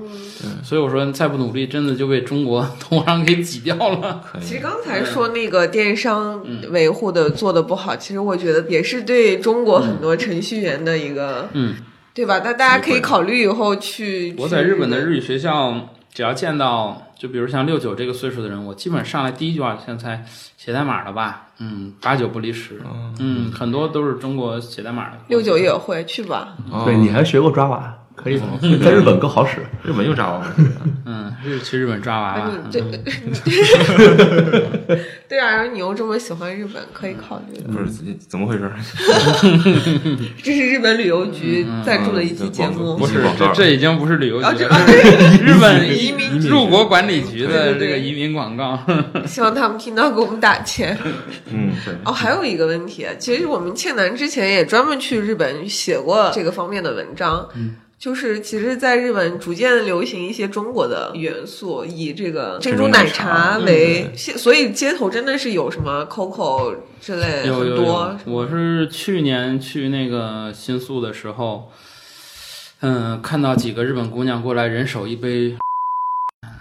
[SPEAKER 4] 所以我说，再不努力，真的就被中国同行给挤掉了。
[SPEAKER 2] 可
[SPEAKER 1] 其实
[SPEAKER 2] 以。
[SPEAKER 1] 刚才说那个电商维护的做的不好，其实我觉得也是对中国很多程序员的一个，
[SPEAKER 4] 嗯，
[SPEAKER 1] 对吧？那大家可以考虑以后去。
[SPEAKER 4] 我在日本的
[SPEAKER 1] 去
[SPEAKER 4] 日语学校，只要见到就比如像六九这个岁数的人，我基本上来第一句话现在写代码了吧？嗯，八九不离十。嗯，很多都是中国写代码的。
[SPEAKER 1] 六九也会去吧，
[SPEAKER 2] 哦
[SPEAKER 3] 对，你还学过抓娃，可以的，在日本更好使。
[SPEAKER 2] 日本又炸我了，
[SPEAKER 4] 啊嗯，日去日本抓娃
[SPEAKER 1] 那
[SPEAKER 4] 娃。
[SPEAKER 1] 你这
[SPEAKER 4] 嗯
[SPEAKER 1] 对啊，然后你又这么喜欢日本，可以考虑的。
[SPEAKER 2] 不是怎怎么回事？
[SPEAKER 1] 这是日本旅游局
[SPEAKER 4] 嗯
[SPEAKER 1] 赞助的一期节目，
[SPEAKER 2] 不是
[SPEAKER 4] 这这已经不是旅游
[SPEAKER 1] 啊
[SPEAKER 4] 局
[SPEAKER 1] 这
[SPEAKER 4] 了，这 是日本
[SPEAKER 1] 移民
[SPEAKER 4] 移入国管理
[SPEAKER 1] 对
[SPEAKER 4] 局的
[SPEAKER 1] 对
[SPEAKER 4] 这
[SPEAKER 1] 对
[SPEAKER 4] 个移民广告。
[SPEAKER 1] 希望他们听到给我们打钱。
[SPEAKER 2] 嗯，对。
[SPEAKER 1] 哦，还有一个问题，其实我们倩楠之前也专门去日本写过这个方面的文章，
[SPEAKER 4] 嗯
[SPEAKER 1] 就是其实，在日本逐渐流行一些中国的元素，以这个珍
[SPEAKER 2] 珍
[SPEAKER 1] 珠
[SPEAKER 2] 珠
[SPEAKER 1] 奶
[SPEAKER 2] 奶
[SPEAKER 1] 茶
[SPEAKER 2] 茶
[SPEAKER 4] 嗯
[SPEAKER 1] 为，现所以街头真的是有什么 COCO 之类
[SPEAKER 4] 有
[SPEAKER 1] 很
[SPEAKER 4] 有
[SPEAKER 1] 多
[SPEAKER 4] 有，，我是去年去那个新宿的时候，嗯，看到几个日本姑娘过来，人手一杯，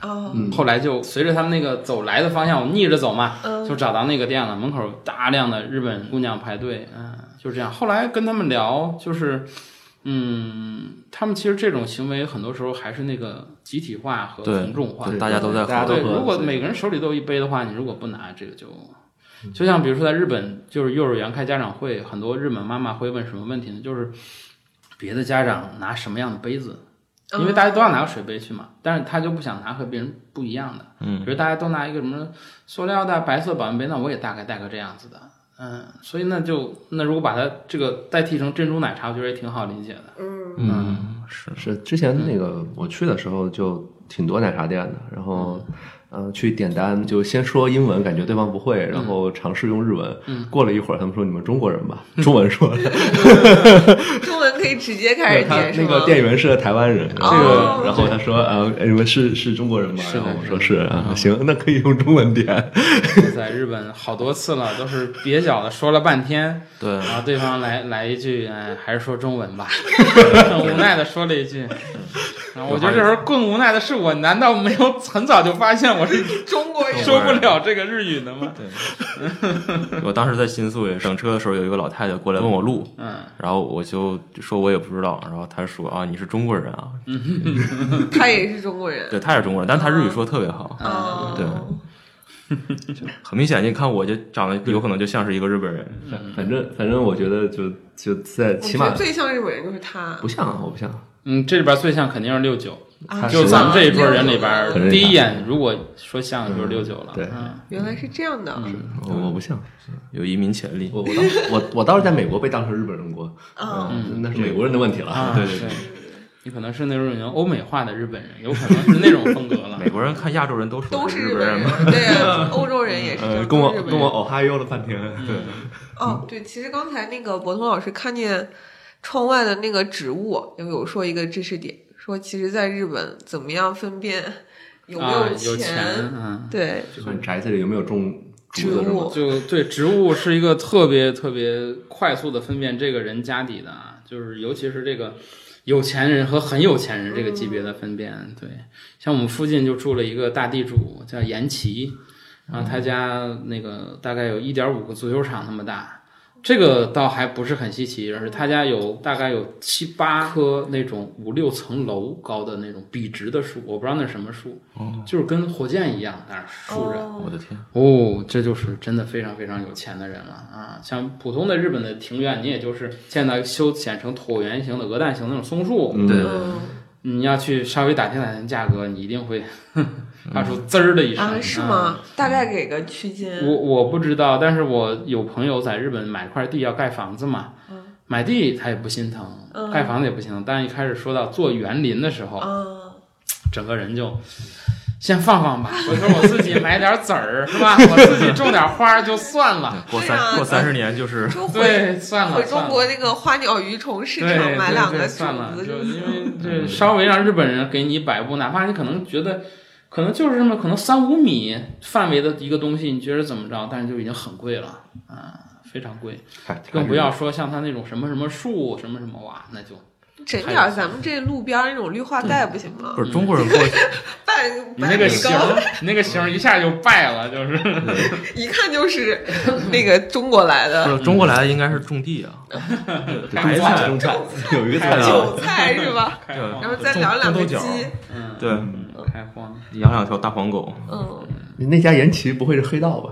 [SPEAKER 1] 啊，
[SPEAKER 5] 嗯
[SPEAKER 4] 后来就随着他们那个走来的方向，我逆着走嘛，
[SPEAKER 1] 嗯
[SPEAKER 4] 就找到那个店了，门口大量的日本姑娘排队，嗯，就这样。后来跟他们聊，就是，嗯，他们其实这种行为很多时候还是那个集体化和
[SPEAKER 2] 对
[SPEAKER 4] 从众化，
[SPEAKER 2] 对大家都在
[SPEAKER 5] 大家
[SPEAKER 2] 喝
[SPEAKER 5] 都
[SPEAKER 4] 对，
[SPEAKER 5] 喝
[SPEAKER 4] 如果
[SPEAKER 5] 所以
[SPEAKER 4] 每个人手里都有一杯的话，你如果不拿这个就，就像比如说在日本，就是幼儿园开家长会，很多日本妈妈会问什么问题呢？就是别的家长拿什么样的杯子，
[SPEAKER 1] 嗯
[SPEAKER 4] 因为大家都要拿个水杯去嘛，但是他就不想拿和别人不一样的，
[SPEAKER 2] 嗯
[SPEAKER 4] 比如大家都拿一个什么塑料的白色保温杯，那我也大概带个这样子的，嗯，所以那就那如果把它这个代替成珍珠奶茶，我觉得也挺好理解的，
[SPEAKER 1] 嗯，
[SPEAKER 2] 嗯，是
[SPEAKER 3] 是之前那个我去的时候就挺多奶茶店的，然后。
[SPEAKER 1] 嗯
[SPEAKER 3] 呃，去点单就先说英文，感觉对方不会，
[SPEAKER 1] 嗯
[SPEAKER 3] 然后尝试用日文。过了一会儿，他们说你们中国人吧，中文说的。
[SPEAKER 1] 中文可以直接 开始
[SPEAKER 3] 他
[SPEAKER 1] 点，是
[SPEAKER 3] 那
[SPEAKER 1] 吗
[SPEAKER 3] 个？店员是台湾人，这
[SPEAKER 1] 哦
[SPEAKER 3] 个，然后他说啊，你们是是中国人吗？
[SPEAKER 4] 是的
[SPEAKER 3] 然后我
[SPEAKER 4] 是
[SPEAKER 3] 说
[SPEAKER 4] 的
[SPEAKER 3] 是
[SPEAKER 1] 嗯
[SPEAKER 3] 啊，行，那可以用中文点。
[SPEAKER 4] 在日本好多次了，都是蹩脚的说了半天。
[SPEAKER 2] 对，
[SPEAKER 4] 然后对方来来一句，哎，还是说中文吧，很无奈的说了一句。然后我觉得这时候更无奈的是我，难道没有很早就发现我是
[SPEAKER 1] 中国人，
[SPEAKER 4] 说不了这个日语的吗？
[SPEAKER 2] 我当时在新宿也是等车的时候，有一个老太太过来问我路，
[SPEAKER 4] 嗯，
[SPEAKER 2] 然后我就说我也不知道，然后她说啊你是中国人啊，
[SPEAKER 1] 他也是中国人，
[SPEAKER 2] 对，她也是中国人，但她日语说得特别好，
[SPEAKER 1] 啊，
[SPEAKER 2] 对很明显，你看我就长得有可能就像是一个日本人，
[SPEAKER 3] 反正反正我觉得就就在
[SPEAKER 1] 嗯我
[SPEAKER 3] 起
[SPEAKER 1] 觉得
[SPEAKER 3] 码
[SPEAKER 1] 最像日本人就是他
[SPEAKER 3] 不，像啊，我不像。
[SPEAKER 4] 嗯，这里边最像肯定是六九，
[SPEAKER 1] 啊
[SPEAKER 3] 他
[SPEAKER 4] 就是咱们
[SPEAKER 3] 吧
[SPEAKER 4] 这一桌人里
[SPEAKER 1] 六
[SPEAKER 3] 肯定
[SPEAKER 4] 边，
[SPEAKER 3] 是
[SPEAKER 4] 第一眼如果说像就是六九了。
[SPEAKER 3] 对
[SPEAKER 4] 嗯
[SPEAKER 1] 原来是这样的，
[SPEAKER 3] 我我不
[SPEAKER 1] 嗯
[SPEAKER 3] 像，
[SPEAKER 2] 有移民潜力。
[SPEAKER 3] 我我当我我倒是在美国被当成日本人过，
[SPEAKER 1] 啊
[SPEAKER 3] 嗯，那是美国人的问题了。
[SPEAKER 4] 啊，
[SPEAKER 2] 对对
[SPEAKER 4] 对，你可能是那种已经欧美化的日本人，有可能是那种风格了。
[SPEAKER 2] 美国人看亚洲人都说
[SPEAKER 1] 都
[SPEAKER 2] 是
[SPEAKER 1] 是
[SPEAKER 2] 日
[SPEAKER 1] 日
[SPEAKER 2] 本
[SPEAKER 1] 本
[SPEAKER 2] 人嘛，
[SPEAKER 1] 对 啊，欧洲人也是，
[SPEAKER 3] 呃，
[SPEAKER 1] 都
[SPEAKER 3] 跟
[SPEAKER 1] 是
[SPEAKER 3] 我
[SPEAKER 1] 日本
[SPEAKER 3] 跟
[SPEAKER 1] 人
[SPEAKER 3] 我哦哈哟了半天，对，
[SPEAKER 1] 哦，对，其实刚才那个博通老师看见窗外的那个植物，有有说一个知识点，说其实在日本怎么样分辨 有没
[SPEAKER 4] 啊，有
[SPEAKER 1] 钱？
[SPEAKER 4] 嗯，
[SPEAKER 1] 对，
[SPEAKER 3] 就看宅子里有没有种竹子是
[SPEAKER 1] 植
[SPEAKER 3] 吗
[SPEAKER 1] 物？
[SPEAKER 4] 就对植物是一个特别特别快速的分辨这个人家底的啊，就是尤其是这个有钱人和很有钱人这个级别的分辨。对，像我们附近就住了一个大地主，叫严琦，然后他家那个大概有一点五个足球场那么大。这个倒还不是很稀奇，而是他家有大概有七八棵那种五六层楼高的那种笔直的树，我不知道那是什么树，就是跟火箭一样，那儿竖着，
[SPEAKER 1] 哦
[SPEAKER 2] 我的天，
[SPEAKER 4] 哦，这就是真的非常非常有钱的人了啊！像普通的日本的庭院，你也就是见到修剪成椭圆形的鹅蛋形那种松树，
[SPEAKER 3] 嗯
[SPEAKER 2] 对
[SPEAKER 1] 嗯
[SPEAKER 4] 你要去稍微打听打听价格，你一定会 发出滋儿的一声。
[SPEAKER 1] 啊，是？吗？大概给个区间
[SPEAKER 4] 我我不知道，但是我有朋友在日本买块地要盖房子嘛，买地他也不心疼，
[SPEAKER 1] 嗯
[SPEAKER 4] 盖房子也不心疼，但是一开始说到做园林的时候，
[SPEAKER 1] 啊，
[SPEAKER 4] 整个人就先放 放吧，回头我自己买点籽儿是吧？我自己种点花儿就算了。
[SPEAKER 2] 过
[SPEAKER 1] 对啊
[SPEAKER 2] 三过三十年就是
[SPEAKER 1] 就回
[SPEAKER 4] 对，算了，
[SPEAKER 1] 回
[SPEAKER 4] 算
[SPEAKER 1] 中
[SPEAKER 4] 了
[SPEAKER 1] 国那个花鸟鱼虫市
[SPEAKER 4] 对
[SPEAKER 1] 场买
[SPEAKER 4] 对
[SPEAKER 1] 两
[SPEAKER 4] 对
[SPEAKER 1] 个种
[SPEAKER 4] 算了，
[SPEAKER 1] 子
[SPEAKER 4] 就
[SPEAKER 1] 就
[SPEAKER 4] 因为这稍微让日本人给你摆布，哪怕你可能觉得。可能就是这么，可能三五米范围的一个东西，你觉得怎么着？但是就已经很贵了啊，非常贵，
[SPEAKER 3] 哎
[SPEAKER 4] 更不要说像它那种什么什么树、什么什么哇，那就
[SPEAKER 1] 整点儿咱们这路边儿那种绿化带不行吗
[SPEAKER 2] 不？是中国人过去，
[SPEAKER 1] 半
[SPEAKER 4] 你那个
[SPEAKER 1] 半米
[SPEAKER 4] 形
[SPEAKER 1] 高
[SPEAKER 4] 儿，你那个形儿一下就败了，就是
[SPEAKER 1] 一看就是那个中国来的
[SPEAKER 2] 不是中国来的应该是种 地啊，
[SPEAKER 3] 白菜种菜， 有一个菜啊
[SPEAKER 1] 韭菜是吧？
[SPEAKER 4] 开
[SPEAKER 2] 对
[SPEAKER 4] 荒，
[SPEAKER 1] 然后再聊两个鸡
[SPEAKER 2] 种，种豆角
[SPEAKER 4] 嗯，
[SPEAKER 2] 对，
[SPEAKER 4] 开荒。
[SPEAKER 2] 养两条大黄狗，
[SPEAKER 1] 嗯。
[SPEAKER 3] 你那家延琦不会是黑道吧？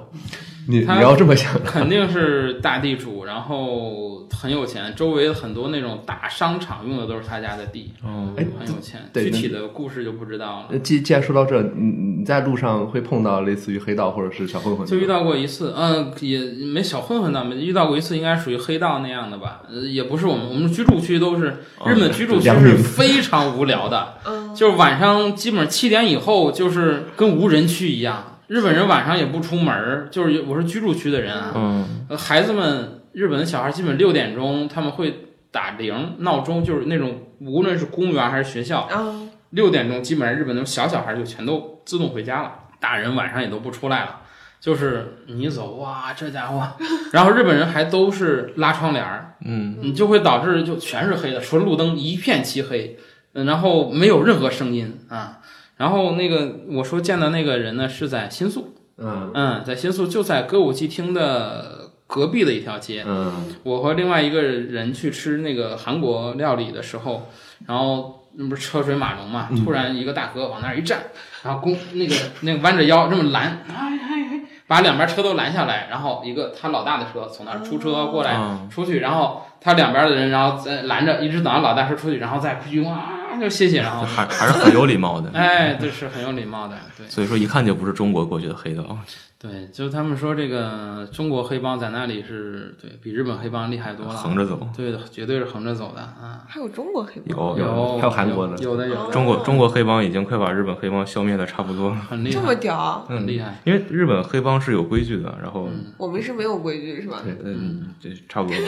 [SPEAKER 3] 你你
[SPEAKER 4] 他
[SPEAKER 3] 要这么想，
[SPEAKER 4] 肯定是大地主，然后很有钱，周围很多那种大商场用的都是他家的地，
[SPEAKER 2] 哦
[SPEAKER 3] 哎，
[SPEAKER 4] 很有钱。
[SPEAKER 3] 对
[SPEAKER 4] 具体
[SPEAKER 3] 那
[SPEAKER 4] 的故事就不知道了
[SPEAKER 3] 呃。既既然说到这，嗯嗯，你在路上会碰到类似于黑道或者是小混混？
[SPEAKER 4] 就遇到过一次，嗯、也没小混混倒没遇到过一次，应该属于黑道那样的吧，呃也不是我们我们居住区都是日本居住区
[SPEAKER 3] 良
[SPEAKER 4] 是
[SPEAKER 3] 民
[SPEAKER 4] 非常无聊的，
[SPEAKER 1] 嗯，
[SPEAKER 4] 就是晚上基本上七点以后就是跟无人区一样，日本人晚上也不出门儿，就是有我是居住区的人啊，
[SPEAKER 2] 嗯，
[SPEAKER 4] 呃孩子们，日本的小孩基本六点钟他们会打铃闹钟，就是那种无论是公园还是学校，
[SPEAKER 1] 嗯
[SPEAKER 4] 六点钟基本上日本那种小小孩就全都自动回家了，大人晚上也都不出来了。就是你一走哇，这家伙，然后日本人还都是拉窗帘儿，
[SPEAKER 2] 嗯，
[SPEAKER 4] 你就会导致就全是黑的，除了路灯一片漆黑，嗯然后没有任何声音啊。然后那个我说见到那个人呢是在新宿，
[SPEAKER 3] 嗯
[SPEAKER 4] 嗯，在新宿就在歌舞伎町的隔壁的一条街，
[SPEAKER 3] 嗯
[SPEAKER 4] 我和另外一个人去吃那个韩国料理的时候，然后那不是车水马龙嘛，突然一个大哥往那儿一站，然后弓那个那个弯着腰这么拦，哎哎哎，把两边车都拦下来，然后一个他老大的车从那儿出车过来
[SPEAKER 2] 嗯
[SPEAKER 4] 出去，然后他两边的人然后再拦着，一直等到老大车出去，然后再鞠躬啊就谢谢，然后
[SPEAKER 2] 还还是很有礼貌的。
[SPEAKER 4] 哎，这是很有礼貌的，对。
[SPEAKER 2] 所以说，一看就不是中国过去的黑道。
[SPEAKER 4] 对，就是他们说这个中国黑帮在那里是对比日本黑帮厉害多了，
[SPEAKER 2] 横着走。
[SPEAKER 4] 对的，绝对是横着走的啊。
[SPEAKER 1] 还有中国黑帮，
[SPEAKER 2] 有
[SPEAKER 4] 有
[SPEAKER 3] 还有韩国呢
[SPEAKER 4] 有的有
[SPEAKER 1] 哦
[SPEAKER 4] 的
[SPEAKER 2] 中国中国黑帮已经快把日本黑帮消灭的差不多了，
[SPEAKER 4] 很厉
[SPEAKER 1] 这么
[SPEAKER 4] 害，
[SPEAKER 1] 屌，
[SPEAKER 4] 很厉害。
[SPEAKER 2] 因为日本黑帮是有规矩的，然后
[SPEAKER 4] 嗯，
[SPEAKER 1] 我们是没有规矩是吧？
[SPEAKER 2] 对，嗯，对，差不多了。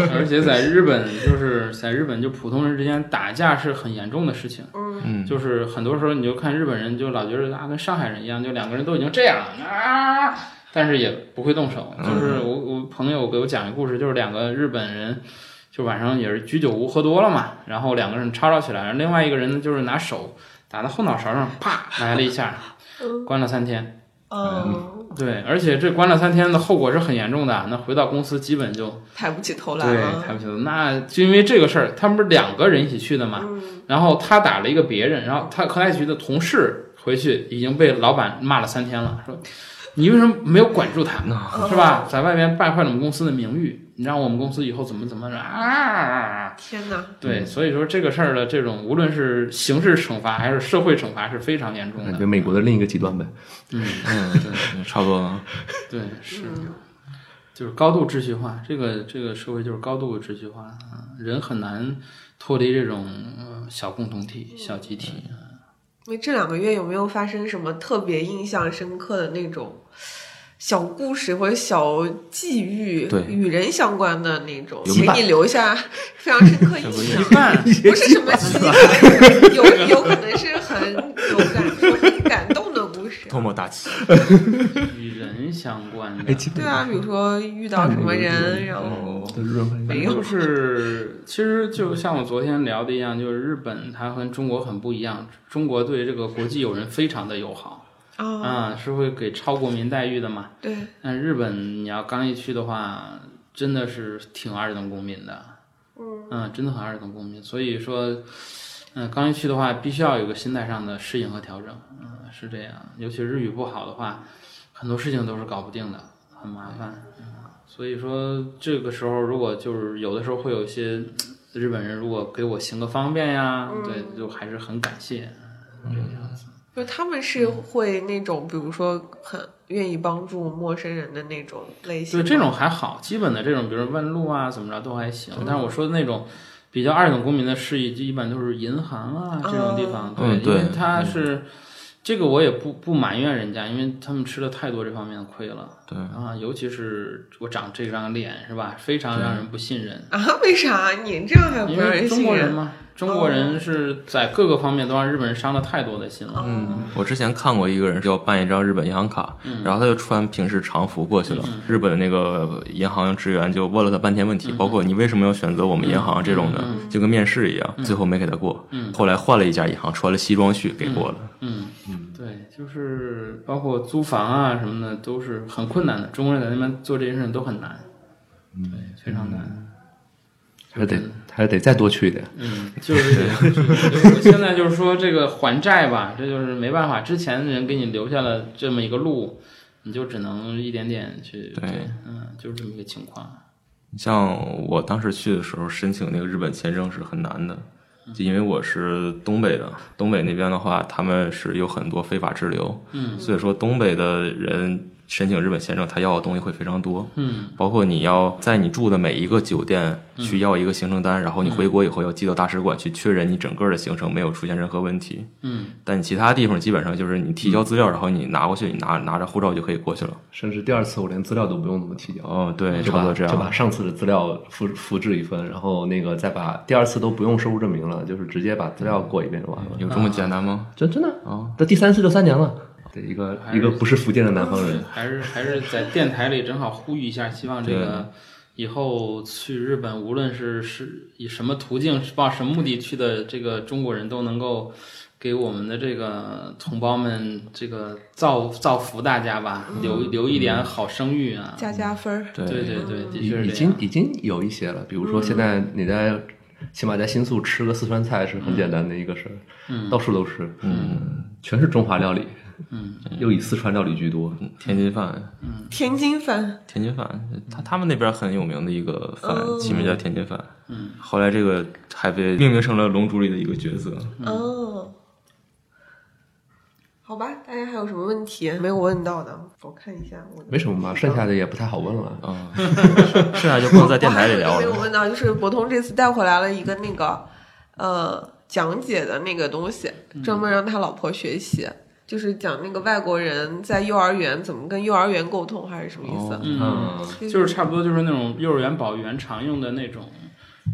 [SPEAKER 3] 嗯
[SPEAKER 4] 而且在日本，就是在日本，就普通人之间打架是很严重的事情。
[SPEAKER 1] 嗯，
[SPEAKER 2] 嗯，
[SPEAKER 4] 就是很多时候你就看日本人，就老觉得啊，跟上海人一样，就两个人都已经这样了啊，但是也不会动手。
[SPEAKER 3] 嗯
[SPEAKER 4] 就是我我朋友给我讲一个故事，就是两个日本人，就晚上也是居酒屋喝多了嘛，然后两个人吵吵起来，然后另外一个人就是拿手打到后脑勺上，啪来了一下，关了三天。
[SPEAKER 1] 嗯，
[SPEAKER 4] 对，而且这关了三天的后果是很严重的，那回到公司基本就
[SPEAKER 1] 抬不起头来
[SPEAKER 4] 对
[SPEAKER 1] 了，
[SPEAKER 4] 抬不起头。那就因为这个事儿，他们不是两个人一起去的嘛，
[SPEAKER 1] 嗯，
[SPEAKER 4] 然后他打了一个别人，然后他和他一起去的同事回去已经被老板骂了三天了，说你为什么没有管住他，
[SPEAKER 1] 嗯
[SPEAKER 4] 是吧？在外面败坏了我们公司的名誉，你让我们公司以后怎么怎么着啊？
[SPEAKER 1] 天哪，
[SPEAKER 4] 对，所以说这个事儿的这种，无论是刑事惩罚还是社会惩罚，是非常严重
[SPEAKER 3] 嗯，
[SPEAKER 4] 的
[SPEAKER 3] 就。美国的另一个极端呗。
[SPEAKER 4] 嗯，
[SPEAKER 2] 嗯差不多了。
[SPEAKER 4] 对，是，
[SPEAKER 1] 嗯
[SPEAKER 4] 就是高度秩序化，这个这个社会就是高度秩序化啊，人很难脱离这种呃小共同
[SPEAKER 1] 嗯
[SPEAKER 4] 体、小集体。
[SPEAKER 1] 因为这两个月有没有发生什么特别印象深刻的那种小故事或者小际遇，
[SPEAKER 2] 对
[SPEAKER 1] 与人相关的那种，
[SPEAKER 3] 有
[SPEAKER 1] 请
[SPEAKER 3] 伴
[SPEAKER 1] 你留下 非常深刻印象。
[SPEAKER 4] 半
[SPEAKER 1] 不是什么奇葩， 有有可能是很有感触、很感动的故事。
[SPEAKER 2] 唾沫大起，
[SPEAKER 4] 与人相关的
[SPEAKER 3] 哎，，其实
[SPEAKER 1] 对啊，比如说遇到什么人，然后
[SPEAKER 3] 对日本
[SPEAKER 1] 没有
[SPEAKER 4] 就是其实就像我昨天聊的一样，就是日本它和中国很不一样，中国对这个国际友人非常的友好，
[SPEAKER 1] 啊，
[SPEAKER 4] 啊、是会给超国民待遇的嘛。
[SPEAKER 1] 对，
[SPEAKER 4] 但日本你要刚一去的话，真的是挺二等公民的，
[SPEAKER 1] 嗯
[SPEAKER 4] 嗯，真的很二等公民。所以说，嗯、刚一去的话，必须要有个心态上的适应和调整，嗯、是这样。尤其日语不好的话，很多事情都是搞不定的，很麻烦。嗯、所以说，这个时候如果就是有的时候会有一些嗯日本人，如果给我行个方便呀，
[SPEAKER 1] 嗯
[SPEAKER 4] 对，就还是很感谢。这个样子。
[SPEAKER 1] 就他们是会那种，比如说很愿意帮助陌生人的那种类型
[SPEAKER 4] 对
[SPEAKER 1] 吗。
[SPEAKER 4] 这种还好，基本的这种，比如问路啊，怎么着都还行。但是我说的那种比较二等公民的事宜，就一般都是银行啊
[SPEAKER 1] 哦
[SPEAKER 4] 这种地方，
[SPEAKER 2] 嗯
[SPEAKER 4] 对，因为
[SPEAKER 2] 对
[SPEAKER 4] 他是、这个我也不不埋怨人家，因为他们吃了太多这方面的亏了。
[SPEAKER 2] 对
[SPEAKER 4] 啊，尤其是我长这张脸是吧，非常让人不信任。
[SPEAKER 1] 啊？为啥你这样还哎不
[SPEAKER 4] 因
[SPEAKER 1] 让
[SPEAKER 4] 为中
[SPEAKER 1] 信
[SPEAKER 4] 国人
[SPEAKER 1] 任？
[SPEAKER 4] 嘛，中国
[SPEAKER 1] 哦
[SPEAKER 4] 人是在各个方面都让日本人伤了太多的心了。
[SPEAKER 1] 嗯，
[SPEAKER 2] 我之前看过一个人要办一张日本银行卡，然后他就穿平时常服过去了。日本的那个银行职员就问了他半天问题，包括你为什么要选择我们银行这种的，就跟面试一样，最后没给他过。后来换了一家银行，穿了西装去给过了。
[SPEAKER 4] 嗯，对，就是包括租房啊什么的，都是很困难的。中国人在那边做这些事情都很难，对，非常难。
[SPEAKER 3] 还是得还是得再多去一点。
[SPEAKER 4] 嗯，就是这样就是我现在就是说这个还债吧，这就是没办法，之前的人给你留下了这么一个路，你就只能一点点去，
[SPEAKER 2] 对
[SPEAKER 4] 对，嗯，就是这么一个情况。
[SPEAKER 2] 像我当时去的时候，申请那个日本签证是很难的，就因为我是东北的，东北那边的话，他们是有很多非法滞留，
[SPEAKER 4] 嗯
[SPEAKER 2] 所以说东北的人申请日本签证，他要的东西会非常多，
[SPEAKER 4] 嗯
[SPEAKER 2] 包括你要在你住的每一个酒店去要一个行程单，然后你回国以后要寄到大使馆去确认你整个的行程没有出现任何问题。
[SPEAKER 4] 嗯
[SPEAKER 2] 但其他地方基本上就是你提交资料，然后你拿过去，你拿拿着护照就可以过去了。
[SPEAKER 3] 甚至第二次我连资料都不用那么提交，
[SPEAKER 2] 哦，对，
[SPEAKER 3] 就
[SPEAKER 2] 差不
[SPEAKER 3] 把
[SPEAKER 2] 多这
[SPEAKER 3] 就把
[SPEAKER 2] 样。
[SPEAKER 3] 上次的资料复复制一份，然后那个再把第二次都不用收入证明了，就是直接把资料过一遍就完了。
[SPEAKER 2] 有这么简单吗？
[SPEAKER 3] 真真的
[SPEAKER 2] 嗯哦，
[SPEAKER 3] 这第三次就三年了。对，一个
[SPEAKER 4] 还是嗯
[SPEAKER 3] 一个不是福建的南方人，
[SPEAKER 4] 还是还是在电台里正好呼吁一下，希望这个以后去日本，无论是是以什么途径、抱什么目的去的这个中国人都能够。给我们的这个同胞们，这个造造福大家吧，
[SPEAKER 3] 嗯
[SPEAKER 4] 留留一点好声誉啊！
[SPEAKER 1] 加加分儿。
[SPEAKER 2] 对
[SPEAKER 4] 对对对，的
[SPEAKER 3] 已
[SPEAKER 4] 确是
[SPEAKER 3] 已
[SPEAKER 4] 这样
[SPEAKER 3] 经。已经有一些了。比如说现在你在起码在新宿吃个四川菜是很简单的一个事儿，
[SPEAKER 4] 嗯
[SPEAKER 3] 到处都是，嗯，全是中华料理，
[SPEAKER 4] 嗯，
[SPEAKER 3] 又以四川料理居多。
[SPEAKER 2] 天津饭，
[SPEAKER 1] 天津饭，
[SPEAKER 2] 天津饭，他他们那边很有名的一个饭，起名叫天津饭。
[SPEAKER 4] 嗯，
[SPEAKER 2] 后来这个还被命名成了《龙珠》里的一个角 色。
[SPEAKER 1] 嗯，好吧，大家还有什么问题没有问到的？我看一下我的。
[SPEAKER 3] 没什么吧，剩下的也不太好问了。
[SPEAKER 2] 啊，剩下啊就不能在电台里聊
[SPEAKER 1] 我还有一个没有
[SPEAKER 2] 了。
[SPEAKER 1] 问到，就是博通这次带回来了一个那个呃讲解的那个东西，专门让他老婆学习，就是讲那个外国人在幼儿园怎么跟幼儿园沟通，还是什么意
[SPEAKER 3] 哦
[SPEAKER 1] 思？啊
[SPEAKER 4] 嗯，
[SPEAKER 1] 就
[SPEAKER 4] 就是差不多就是那种幼儿园保育员常用的那种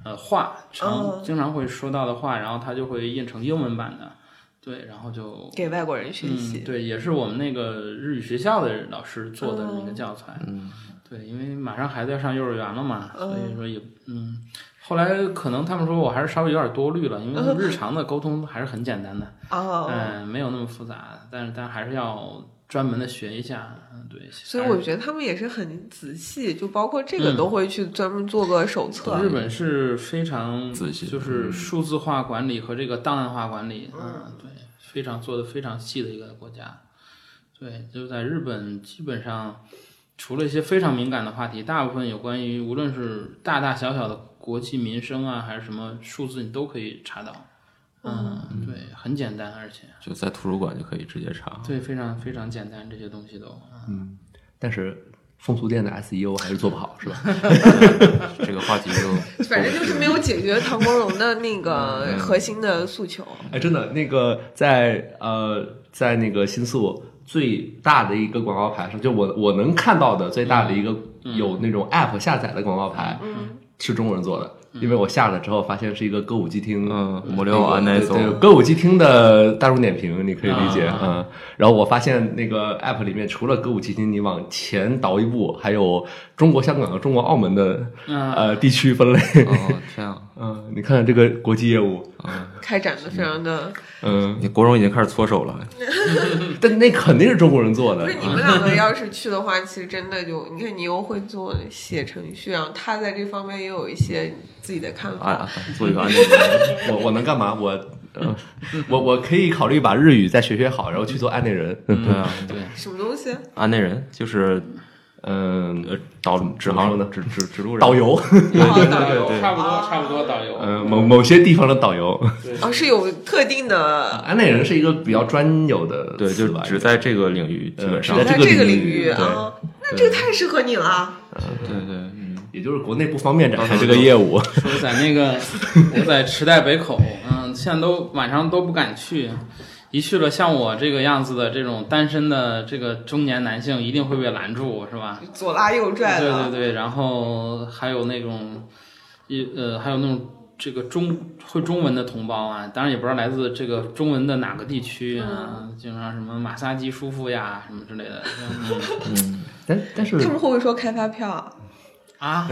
[SPEAKER 4] 呃话，常
[SPEAKER 1] 嗯
[SPEAKER 4] 经常会说到的话，然后他就会印成英文版的，对，然后就
[SPEAKER 1] 给外国人学
[SPEAKER 4] 嗯，
[SPEAKER 1] 习。
[SPEAKER 4] 对，也是我们那个日语学校的老师做的这
[SPEAKER 1] 哦
[SPEAKER 4] 么一个教材，
[SPEAKER 2] 嗯，
[SPEAKER 4] 对，因为马上孩子要上幼儿园了嘛，
[SPEAKER 1] 嗯
[SPEAKER 4] 所以说也嗯。后来可能他们说我还是稍微有点多虑了，因为他们日常的沟通还是很简单的，
[SPEAKER 1] 哦，
[SPEAKER 4] 嗯，没有那么复杂，但是但还是要专门的学一下，嗯对。
[SPEAKER 1] 所以
[SPEAKER 4] 还是
[SPEAKER 1] 我觉得他们也是很仔细，就包括这个
[SPEAKER 4] 嗯
[SPEAKER 1] 都会去专门做个手册。
[SPEAKER 4] 日本是非常
[SPEAKER 2] 仔细
[SPEAKER 4] 就是数字化管理和这个档案化管理，嗯，对，非常做的非常细的一个国家。对，就在日本，基本上除了一些非常敏感的话题，大部分有关于无论是大大小小的国计民生啊，还是什么数字，你都可以查到。嗯，对，很简单，而且
[SPEAKER 2] 就在图书馆就可以直接查。
[SPEAKER 4] 对，非常非常简单，这些东西都。嗯
[SPEAKER 3] 但是风俗店的 SEO 还是做不好，是吧？
[SPEAKER 2] 这个话题就
[SPEAKER 1] 反正就是没有解决唐国荣的那个核心的诉求。
[SPEAKER 3] 哎，真的，那个在呃，在那个新宿最大的一个广告牌上，就我我能看到的最大的一个
[SPEAKER 1] 嗯
[SPEAKER 3] 有那种 app 下载的广告牌，是中国人做的，
[SPEAKER 1] 嗯
[SPEAKER 3] 因为我下了之后发现是一个歌舞伎町，
[SPEAKER 2] 嗯，
[SPEAKER 3] 那
[SPEAKER 2] 摩
[SPEAKER 3] 个。
[SPEAKER 2] 留瓦那
[SPEAKER 3] 对对
[SPEAKER 2] 种，
[SPEAKER 3] 歌舞伎町的大众点评，你可以理解
[SPEAKER 4] 啊
[SPEAKER 3] 嗯。然后我发现那个 app 里面，除了歌舞伎町，你往前倒一步，还有中国香港和中国澳门的
[SPEAKER 4] 嗯
[SPEAKER 3] 呃地区分类。
[SPEAKER 2] 哦天啊！
[SPEAKER 3] 嗯，你看这个国际业务，
[SPEAKER 1] 开展的非常的，
[SPEAKER 3] 嗯，
[SPEAKER 2] 你国荣已经开始搓手了，
[SPEAKER 3] 但那肯定是中国人做的。
[SPEAKER 1] 嗯
[SPEAKER 3] 嗯
[SPEAKER 1] 不
[SPEAKER 2] 嗯
[SPEAKER 1] 是你们两个要是去的话，其实真的就你看你又会做写程序，然后他在这方面也有一些自己的看法。
[SPEAKER 2] 啊，做一个安 内
[SPEAKER 3] 我我能干嘛？我呃，我我可以考虑把日语再学学好，然后去做案内人。
[SPEAKER 2] 人，对啊，
[SPEAKER 4] 对，
[SPEAKER 1] 什么东西？
[SPEAKER 2] 安内人就是
[SPEAKER 3] 嗯，
[SPEAKER 2] 呃导指
[SPEAKER 3] 怎么说呢
[SPEAKER 2] 航指指指路人
[SPEAKER 3] 导，游，
[SPEAKER 1] 哦
[SPEAKER 4] 导游
[SPEAKER 2] 对
[SPEAKER 4] 差不多，差不多导游。
[SPEAKER 3] 嗯，某某些地方的导游，
[SPEAKER 1] 哦，是有特定的，
[SPEAKER 3] 案内人是一个比较专有的
[SPEAKER 2] 对，就
[SPEAKER 3] 词吧
[SPEAKER 2] 只在这个领域基本上
[SPEAKER 3] 呃
[SPEAKER 1] 在
[SPEAKER 3] 只，
[SPEAKER 1] 这
[SPEAKER 3] 这
[SPEAKER 1] 个
[SPEAKER 3] 个
[SPEAKER 1] 领
[SPEAKER 3] 领
[SPEAKER 1] 域
[SPEAKER 3] 域
[SPEAKER 1] 啊，那这个太适合你了。
[SPEAKER 2] 对对，嗯，
[SPEAKER 3] 也就是国内不方便展开这个业务。
[SPEAKER 4] 说在那个我在池袋北口，嗯，现在都晚上都不敢去，一去了像我这个样子的这种单身的这个中年男性一定会被拦住，是吧？
[SPEAKER 1] 左拉右拽
[SPEAKER 4] 对
[SPEAKER 1] 的，
[SPEAKER 4] 对对，然后还有那种一呃，还有那种这个中会中文的同胞啊，当然也不知道来自这个中文的哪个地区啊，经常什么马萨基叔父呀什么之类的，嗯
[SPEAKER 3] 但但是
[SPEAKER 1] 他们会不会说开发票？
[SPEAKER 4] 啊，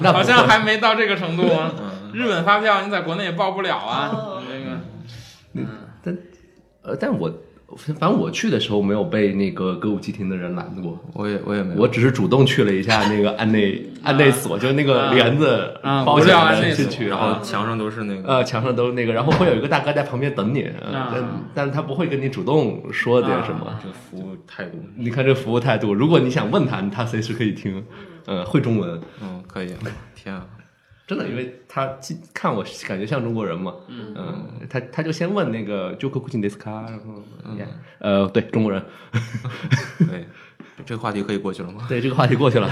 [SPEAKER 3] 那
[SPEAKER 4] 好
[SPEAKER 3] 不
[SPEAKER 4] 像还没到这个程度啊。日本发票你在国内也报不了啊
[SPEAKER 1] 哦，
[SPEAKER 4] 这个。
[SPEAKER 3] 呃，但我反正我去的时候没有被那个歌舞伎町的人拦过。
[SPEAKER 2] 我也我也没有，
[SPEAKER 3] 我只是主动去了一下那个案内案内所，就是那个帘子
[SPEAKER 4] 啊
[SPEAKER 3] 包
[SPEAKER 4] 无
[SPEAKER 3] 起
[SPEAKER 4] 料案内
[SPEAKER 3] 来
[SPEAKER 4] 所
[SPEAKER 3] 进去，
[SPEAKER 2] 然后墙上都是那个
[SPEAKER 3] 呃，墙上都是那个，然后会有一个大哥在旁边等你，呃
[SPEAKER 4] 啊
[SPEAKER 3] 但但是他不会跟你主动说点什么。
[SPEAKER 4] 啊
[SPEAKER 2] 这个服务态度，
[SPEAKER 3] 你看这服务态度，如果你想问他，他随时可以听，呃，会中文，
[SPEAKER 2] 嗯，可以，天啊，
[SPEAKER 3] 真的，因为他既看我感觉像中国人嘛，嗯，他他就先问那个 “Joku Kuchin d e s k a 然后、Yeah，呃，对中国人，
[SPEAKER 2] 对，这个话题可以过去了吗？
[SPEAKER 3] 对这个话题过去了，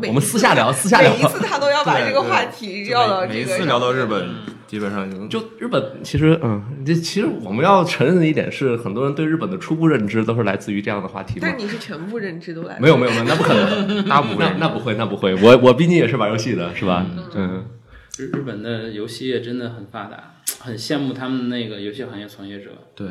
[SPEAKER 1] 每
[SPEAKER 3] 我们私下聊，私下聊
[SPEAKER 1] 每。一次他都要把这个话题
[SPEAKER 2] 对
[SPEAKER 1] 绕到
[SPEAKER 2] 每
[SPEAKER 1] 这
[SPEAKER 2] 一
[SPEAKER 1] 个嗯
[SPEAKER 2] 次
[SPEAKER 1] 上
[SPEAKER 2] 聊到日本，基本上就
[SPEAKER 3] 就日本，其实，嗯，这其实我们要承认的一点是，很多人对日本的初步认知都是来自于这样的话题嘛
[SPEAKER 1] 但。你是全部认知都来
[SPEAKER 3] 没有没有没有，那不可能，
[SPEAKER 2] 大部
[SPEAKER 3] 那
[SPEAKER 2] 分
[SPEAKER 3] 那不会那不会，我我毕竟也是玩游戏的，是吧？嗯，
[SPEAKER 4] 日日本的游戏业真的很发达，很羡慕他们那个游戏行业从业者。
[SPEAKER 2] 对，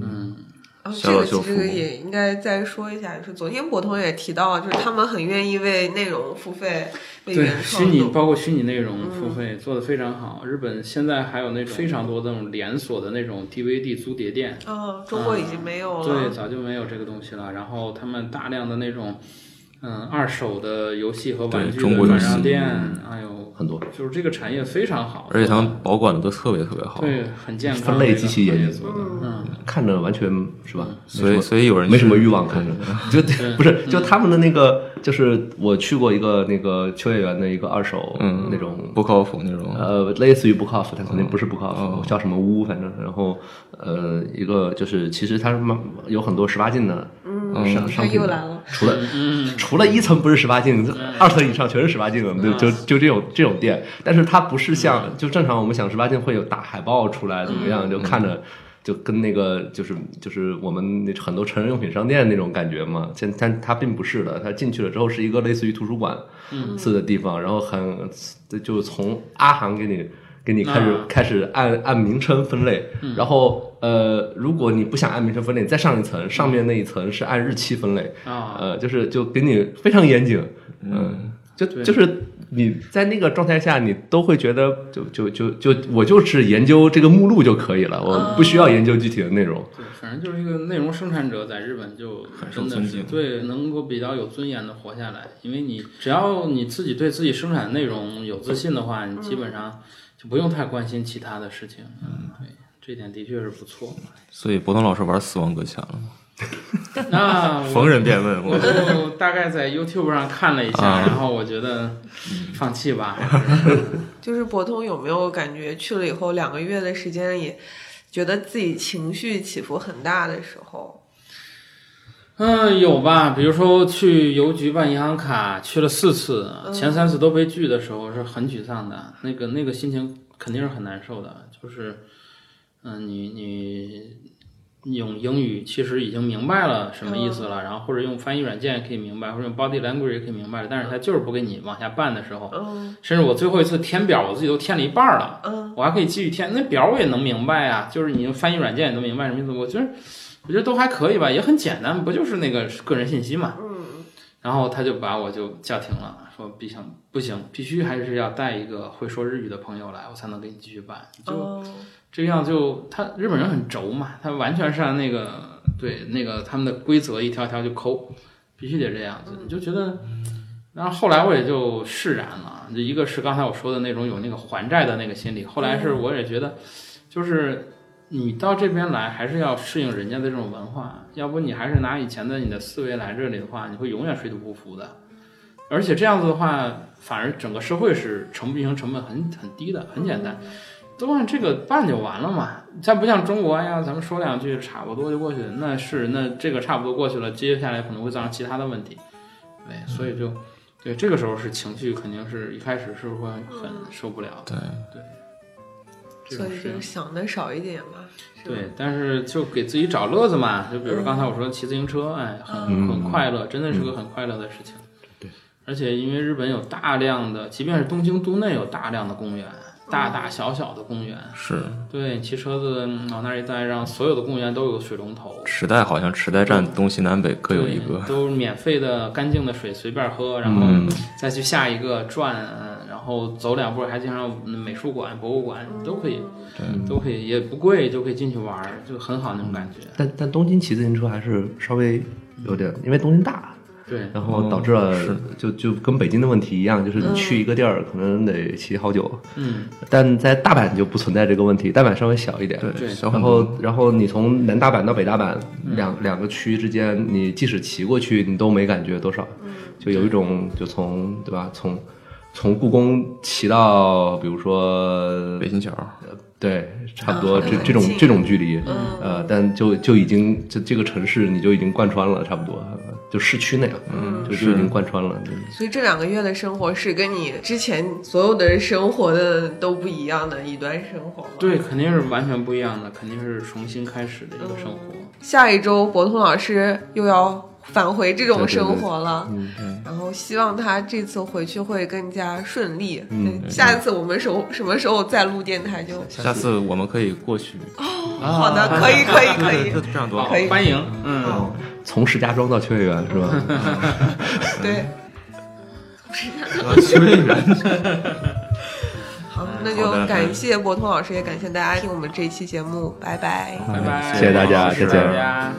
[SPEAKER 4] 嗯，
[SPEAKER 1] 然后
[SPEAKER 2] 小
[SPEAKER 1] 哦这个
[SPEAKER 2] 岛秀
[SPEAKER 1] 其
[SPEAKER 2] 夫
[SPEAKER 1] 实也应该再说一下，就是昨天博通也提到了，就是他们很愿意为内容付费，为
[SPEAKER 4] 对，
[SPEAKER 1] 原
[SPEAKER 4] 虚
[SPEAKER 1] 创
[SPEAKER 4] 拟
[SPEAKER 1] 作。嗯
[SPEAKER 4] 包括虚拟内容付费做的非常好。日本现在还有那种非常多的那种连锁的那种 DVD 租碟店，
[SPEAKER 1] 嗯，中国已经没有
[SPEAKER 4] 对，
[SPEAKER 1] 了。
[SPEAKER 4] 早就没有这个东西了。然后他们大量的那种，嗯，二手的游戏和玩
[SPEAKER 2] 对
[SPEAKER 4] 具
[SPEAKER 2] 中
[SPEAKER 4] 的
[SPEAKER 2] 国
[SPEAKER 4] 转
[SPEAKER 2] 游戏嗯
[SPEAKER 4] 让店，哎呦，
[SPEAKER 3] 很多
[SPEAKER 4] 就是这个产业非常好，
[SPEAKER 2] 而且他们保管的都特别特别好，
[SPEAKER 4] 对很健康，
[SPEAKER 3] 分类机器也
[SPEAKER 4] 也做的，嗯，
[SPEAKER 3] 看着完全是吧？
[SPEAKER 2] 所以所以嗯有人
[SPEAKER 3] 没什么
[SPEAKER 2] 去
[SPEAKER 3] 欲望看着， 就不是就他们的那个，就是我去过一个那个秋叶原的一个二手
[SPEAKER 2] 嗯
[SPEAKER 3] 那种
[SPEAKER 2] 不靠谱那种，
[SPEAKER 3] 呃，类似于 Book Off，它肯定不是 Book Off，、叫
[SPEAKER 2] 哦
[SPEAKER 3] 什么屋，反正，然后呃，一个就是其实它是蛮有很多十八禁的
[SPEAKER 4] 嗯
[SPEAKER 3] 商
[SPEAKER 1] 他
[SPEAKER 3] 商品
[SPEAKER 1] 嗯又
[SPEAKER 3] 的，
[SPEAKER 1] 来了，
[SPEAKER 3] 除了、除了一层不是十八禁，二层以上全是十八禁的，对，就就这种这种店，但是它不是像、就正常我们想十八禁会有打海报出来怎么样，就看着。就跟那个就是就是我们那很多成人用品商店那种感觉嘛，现但它并不是的，它进去了之后是一个类似于图书馆似的地方，然后很就从阿航给你给你开始、
[SPEAKER 4] 啊
[SPEAKER 3] 开始按按名称分类，然后呃，如果你不想按名称分类，你再上一层，上面那一层是按日期分类，
[SPEAKER 4] 啊
[SPEAKER 3] 呃，就是就给你非常严谨，嗯，就
[SPEAKER 4] 对
[SPEAKER 3] 就是你在那个状态下，你都会觉得就就就就我就是研究这个目录就可以了，我不需要研究具体的内容，
[SPEAKER 4] 对，反正就是一个内容生产者在日本就
[SPEAKER 2] 很受
[SPEAKER 4] 真的
[SPEAKER 2] 尊
[SPEAKER 4] 是
[SPEAKER 2] 敬
[SPEAKER 4] 对能够比较有尊严的活下来，因为你只要你自己对自己生产内容有自信的话，你基本上就不用太关心其他的事情。嗯，对，这点的确是不错。
[SPEAKER 2] 所以博东老师玩死亡搁浅了，
[SPEAKER 4] 那我
[SPEAKER 2] 逢人便问
[SPEAKER 4] 我
[SPEAKER 2] 我。
[SPEAKER 4] 就大概在 YouTube 上看了一下，
[SPEAKER 2] 啊
[SPEAKER 4] 然后我觉得放弃吧，还是
[SPEAKER 1] 就是博通有没有感觉去了以后两个月的时间里，觉得自己情绪起伏很大的时候？
[SPEAKER 4] 嗯，有吧？比如说去邮局办银行卡，去了四次，前三次都被拒的时候是很沮丧的，那个那个心情肯定是很难受的。就是，嗯，你你你用英语其实已经明白了什么意思了，然后或者用翻译软件也可以明白，或者用 body language 也可以明白了，但是它就是不给你往下办的时候，
[SPEAKER 1] 嗯
[SPEAKER 4] 甚至我最后一次填表，我自己都填了一半儿了，
[SPEAKER 1] 嗯，
[SPEAKER 4] 我还可以继续填，那表我也能明白啊，就是你用翻译软件也能明白什么意思，我觉得我觉得都还可以吧，也很简单，不就是那个个人信息嘛，
[SPEAKER 1] 嗯，
[SPEAKER 4] 然后他就把我就叫停了，说必想不行，必须还是要带一个会说日语的朋友来，我才能给你继续办，就
[SPEAKER 1] 哦，
[SPEAKER 4] 这样就他日本人很轴嘛，他完全是按那个对那个他们的规则一条条就抠，必须得这样子，你就觉得。然后后来我也就释然了，就一个是刚才我说的那种有那个还债的那个心理，后来是我也觉得，就是你到这边来还是要适应人家的这种文化，要不你还是拿以前的你的思维来这里的话，你会永远水土不服的。而且这样子的话，反而整个社会是成运行成本很很低的，很简单。都按这个办就完了嘛。咱不像中国哎呀，咱们说两句差不多就过去，那是那这个差不多过去了，接下来可能会造成其他的问题。对，所以就对这个时候是情绪肯定是一开始是会很受不了的。对这
[SPEAKER 1] 所
[SPEAKER 4] 种
[SPEAKER 1] 以
[SPEAKER 4] 事
[SPEAKER 1] 就是想的少一点嘛。是吧
[SPEAKER 4] 对，但是就给自己找乐子嘛，就比如说刚才我说骑自行车，哎，很
[SPEAKER 2] 嗯
[SPEAKER 4] 很快乐，真的是个很快乐的事情。
[SPEAKER 3] 对，
[SPEAKER 4] 而且因为日本有大量的，即便是东京都内有大量的公园，大大小小的公园，
[SPEAKER 2] 是
[SPEAKER 4] 对，骑车子嗯往那儿一待，让所有的公园都有水龙头，
[SPEAKER 2] 池袋好像池袋站东西南北各有一个嗯
[SPEAKER 4] 对，都是免费的干净的水，随便喝，然后再去下一个转，嗯然后走两步还经常有嗯美术馆、博物馆
[SPEAKER 1] 嗯
[SPEAKER 4] 都可以，都可以，也不贵，就可以进去玩儿，就很好那种感觉。
[SPEAKER 3] 但但东京骑自行车还是稍微有点，因为东京大，
[SPEAKER 4] 对，
[SPEAKER 3] 然后导致了
[SPEAKER 2] 嗯是
[SPEAKER 3] 就就跟北京的问题一样，就是你去一个地儿可能得骑好久，
[SPEAKER 4] 嗯，
[SPEAKER 3] 但在大阪就不存在这个问题，大阪稍微小一点，对
[SPEAKER 4] 对
[SPEAKER 2] 小
[SPEAKER 3] 然
[SPEAKER 2] 很多。嗯
[SPEAKER 3] 后，然后你从南大阪到北大阪两、两个区之间，
[SPEAKER 2] 嗯
[SPEAKER 3] 你即使骑过去，你都没感觉多少，就有一种就从对吧，从从故宫骑到，比如说
[SPEAKER 2] 北新桥，
[SPEAKER 3] 对，差不多
[SPEAKER 1] 啊
[SPEAKER 3] 这
[SPEAKER 1] 很
[SPEAKER 3] 这种
[SPEAKER 1] 近
[SPEAKER 3] 这种距离，
[SPEAKER 1] 嗯
[SPEAKER 3] 呃，但就就已经这这个城市你就已经贯穿了，差不多呃就市区那样，嗯，就就是已经贯穿了。对
[SPEAKER 1] 所以这两个月的生活是跟你之前所有的生活的都不一样的一段生活吗？
[SPEAKER 4] 对，肯定是完全不一样的，肯定是重新开始的一个生活。
[SPEAKER 1] 下一周博通老师又要返回这种
[SPEAKER 3] 对对对
[SPEAKER 1] 生活了。
[SPEAKER 3] 嗯
[SPEAKER 1] 然后希望他这次回去会更加顺利。
[SPEAKER 3] 嗯
[SPEAKER 1] 对下一次我们什么什么时候再录电台就
[SPEAKER 2] 下次我们可以过去。
[SPEAKER 3] 啊
[SPEAKER 1] 好的，可以可以可以，
[SPEAKER 2] 这样多
[SPEAKER 4] 好
[SPEAKER 2] 好
[SPEAKER 1] 可以，
[SPEAKER 4] 欢迎，嗯，
[SPEAKER 3] 从石家庄到秋叶原是吧？
[SPEAKER 1] 对，
[SPEAKER 2] 秋叶原，
[SPEAKER 1] 好，那就
[SPEAKER 2] 好的
[SPEAKER 1] 感谢博通老师，也感谢大家听我们这一期节目，拜拜。
[SPEAKER 4] 拜拜，
[SPEAKER 3] 谢谢大家
[SPEAKER 2] 谢谢
[SPEAKER 4] 大家。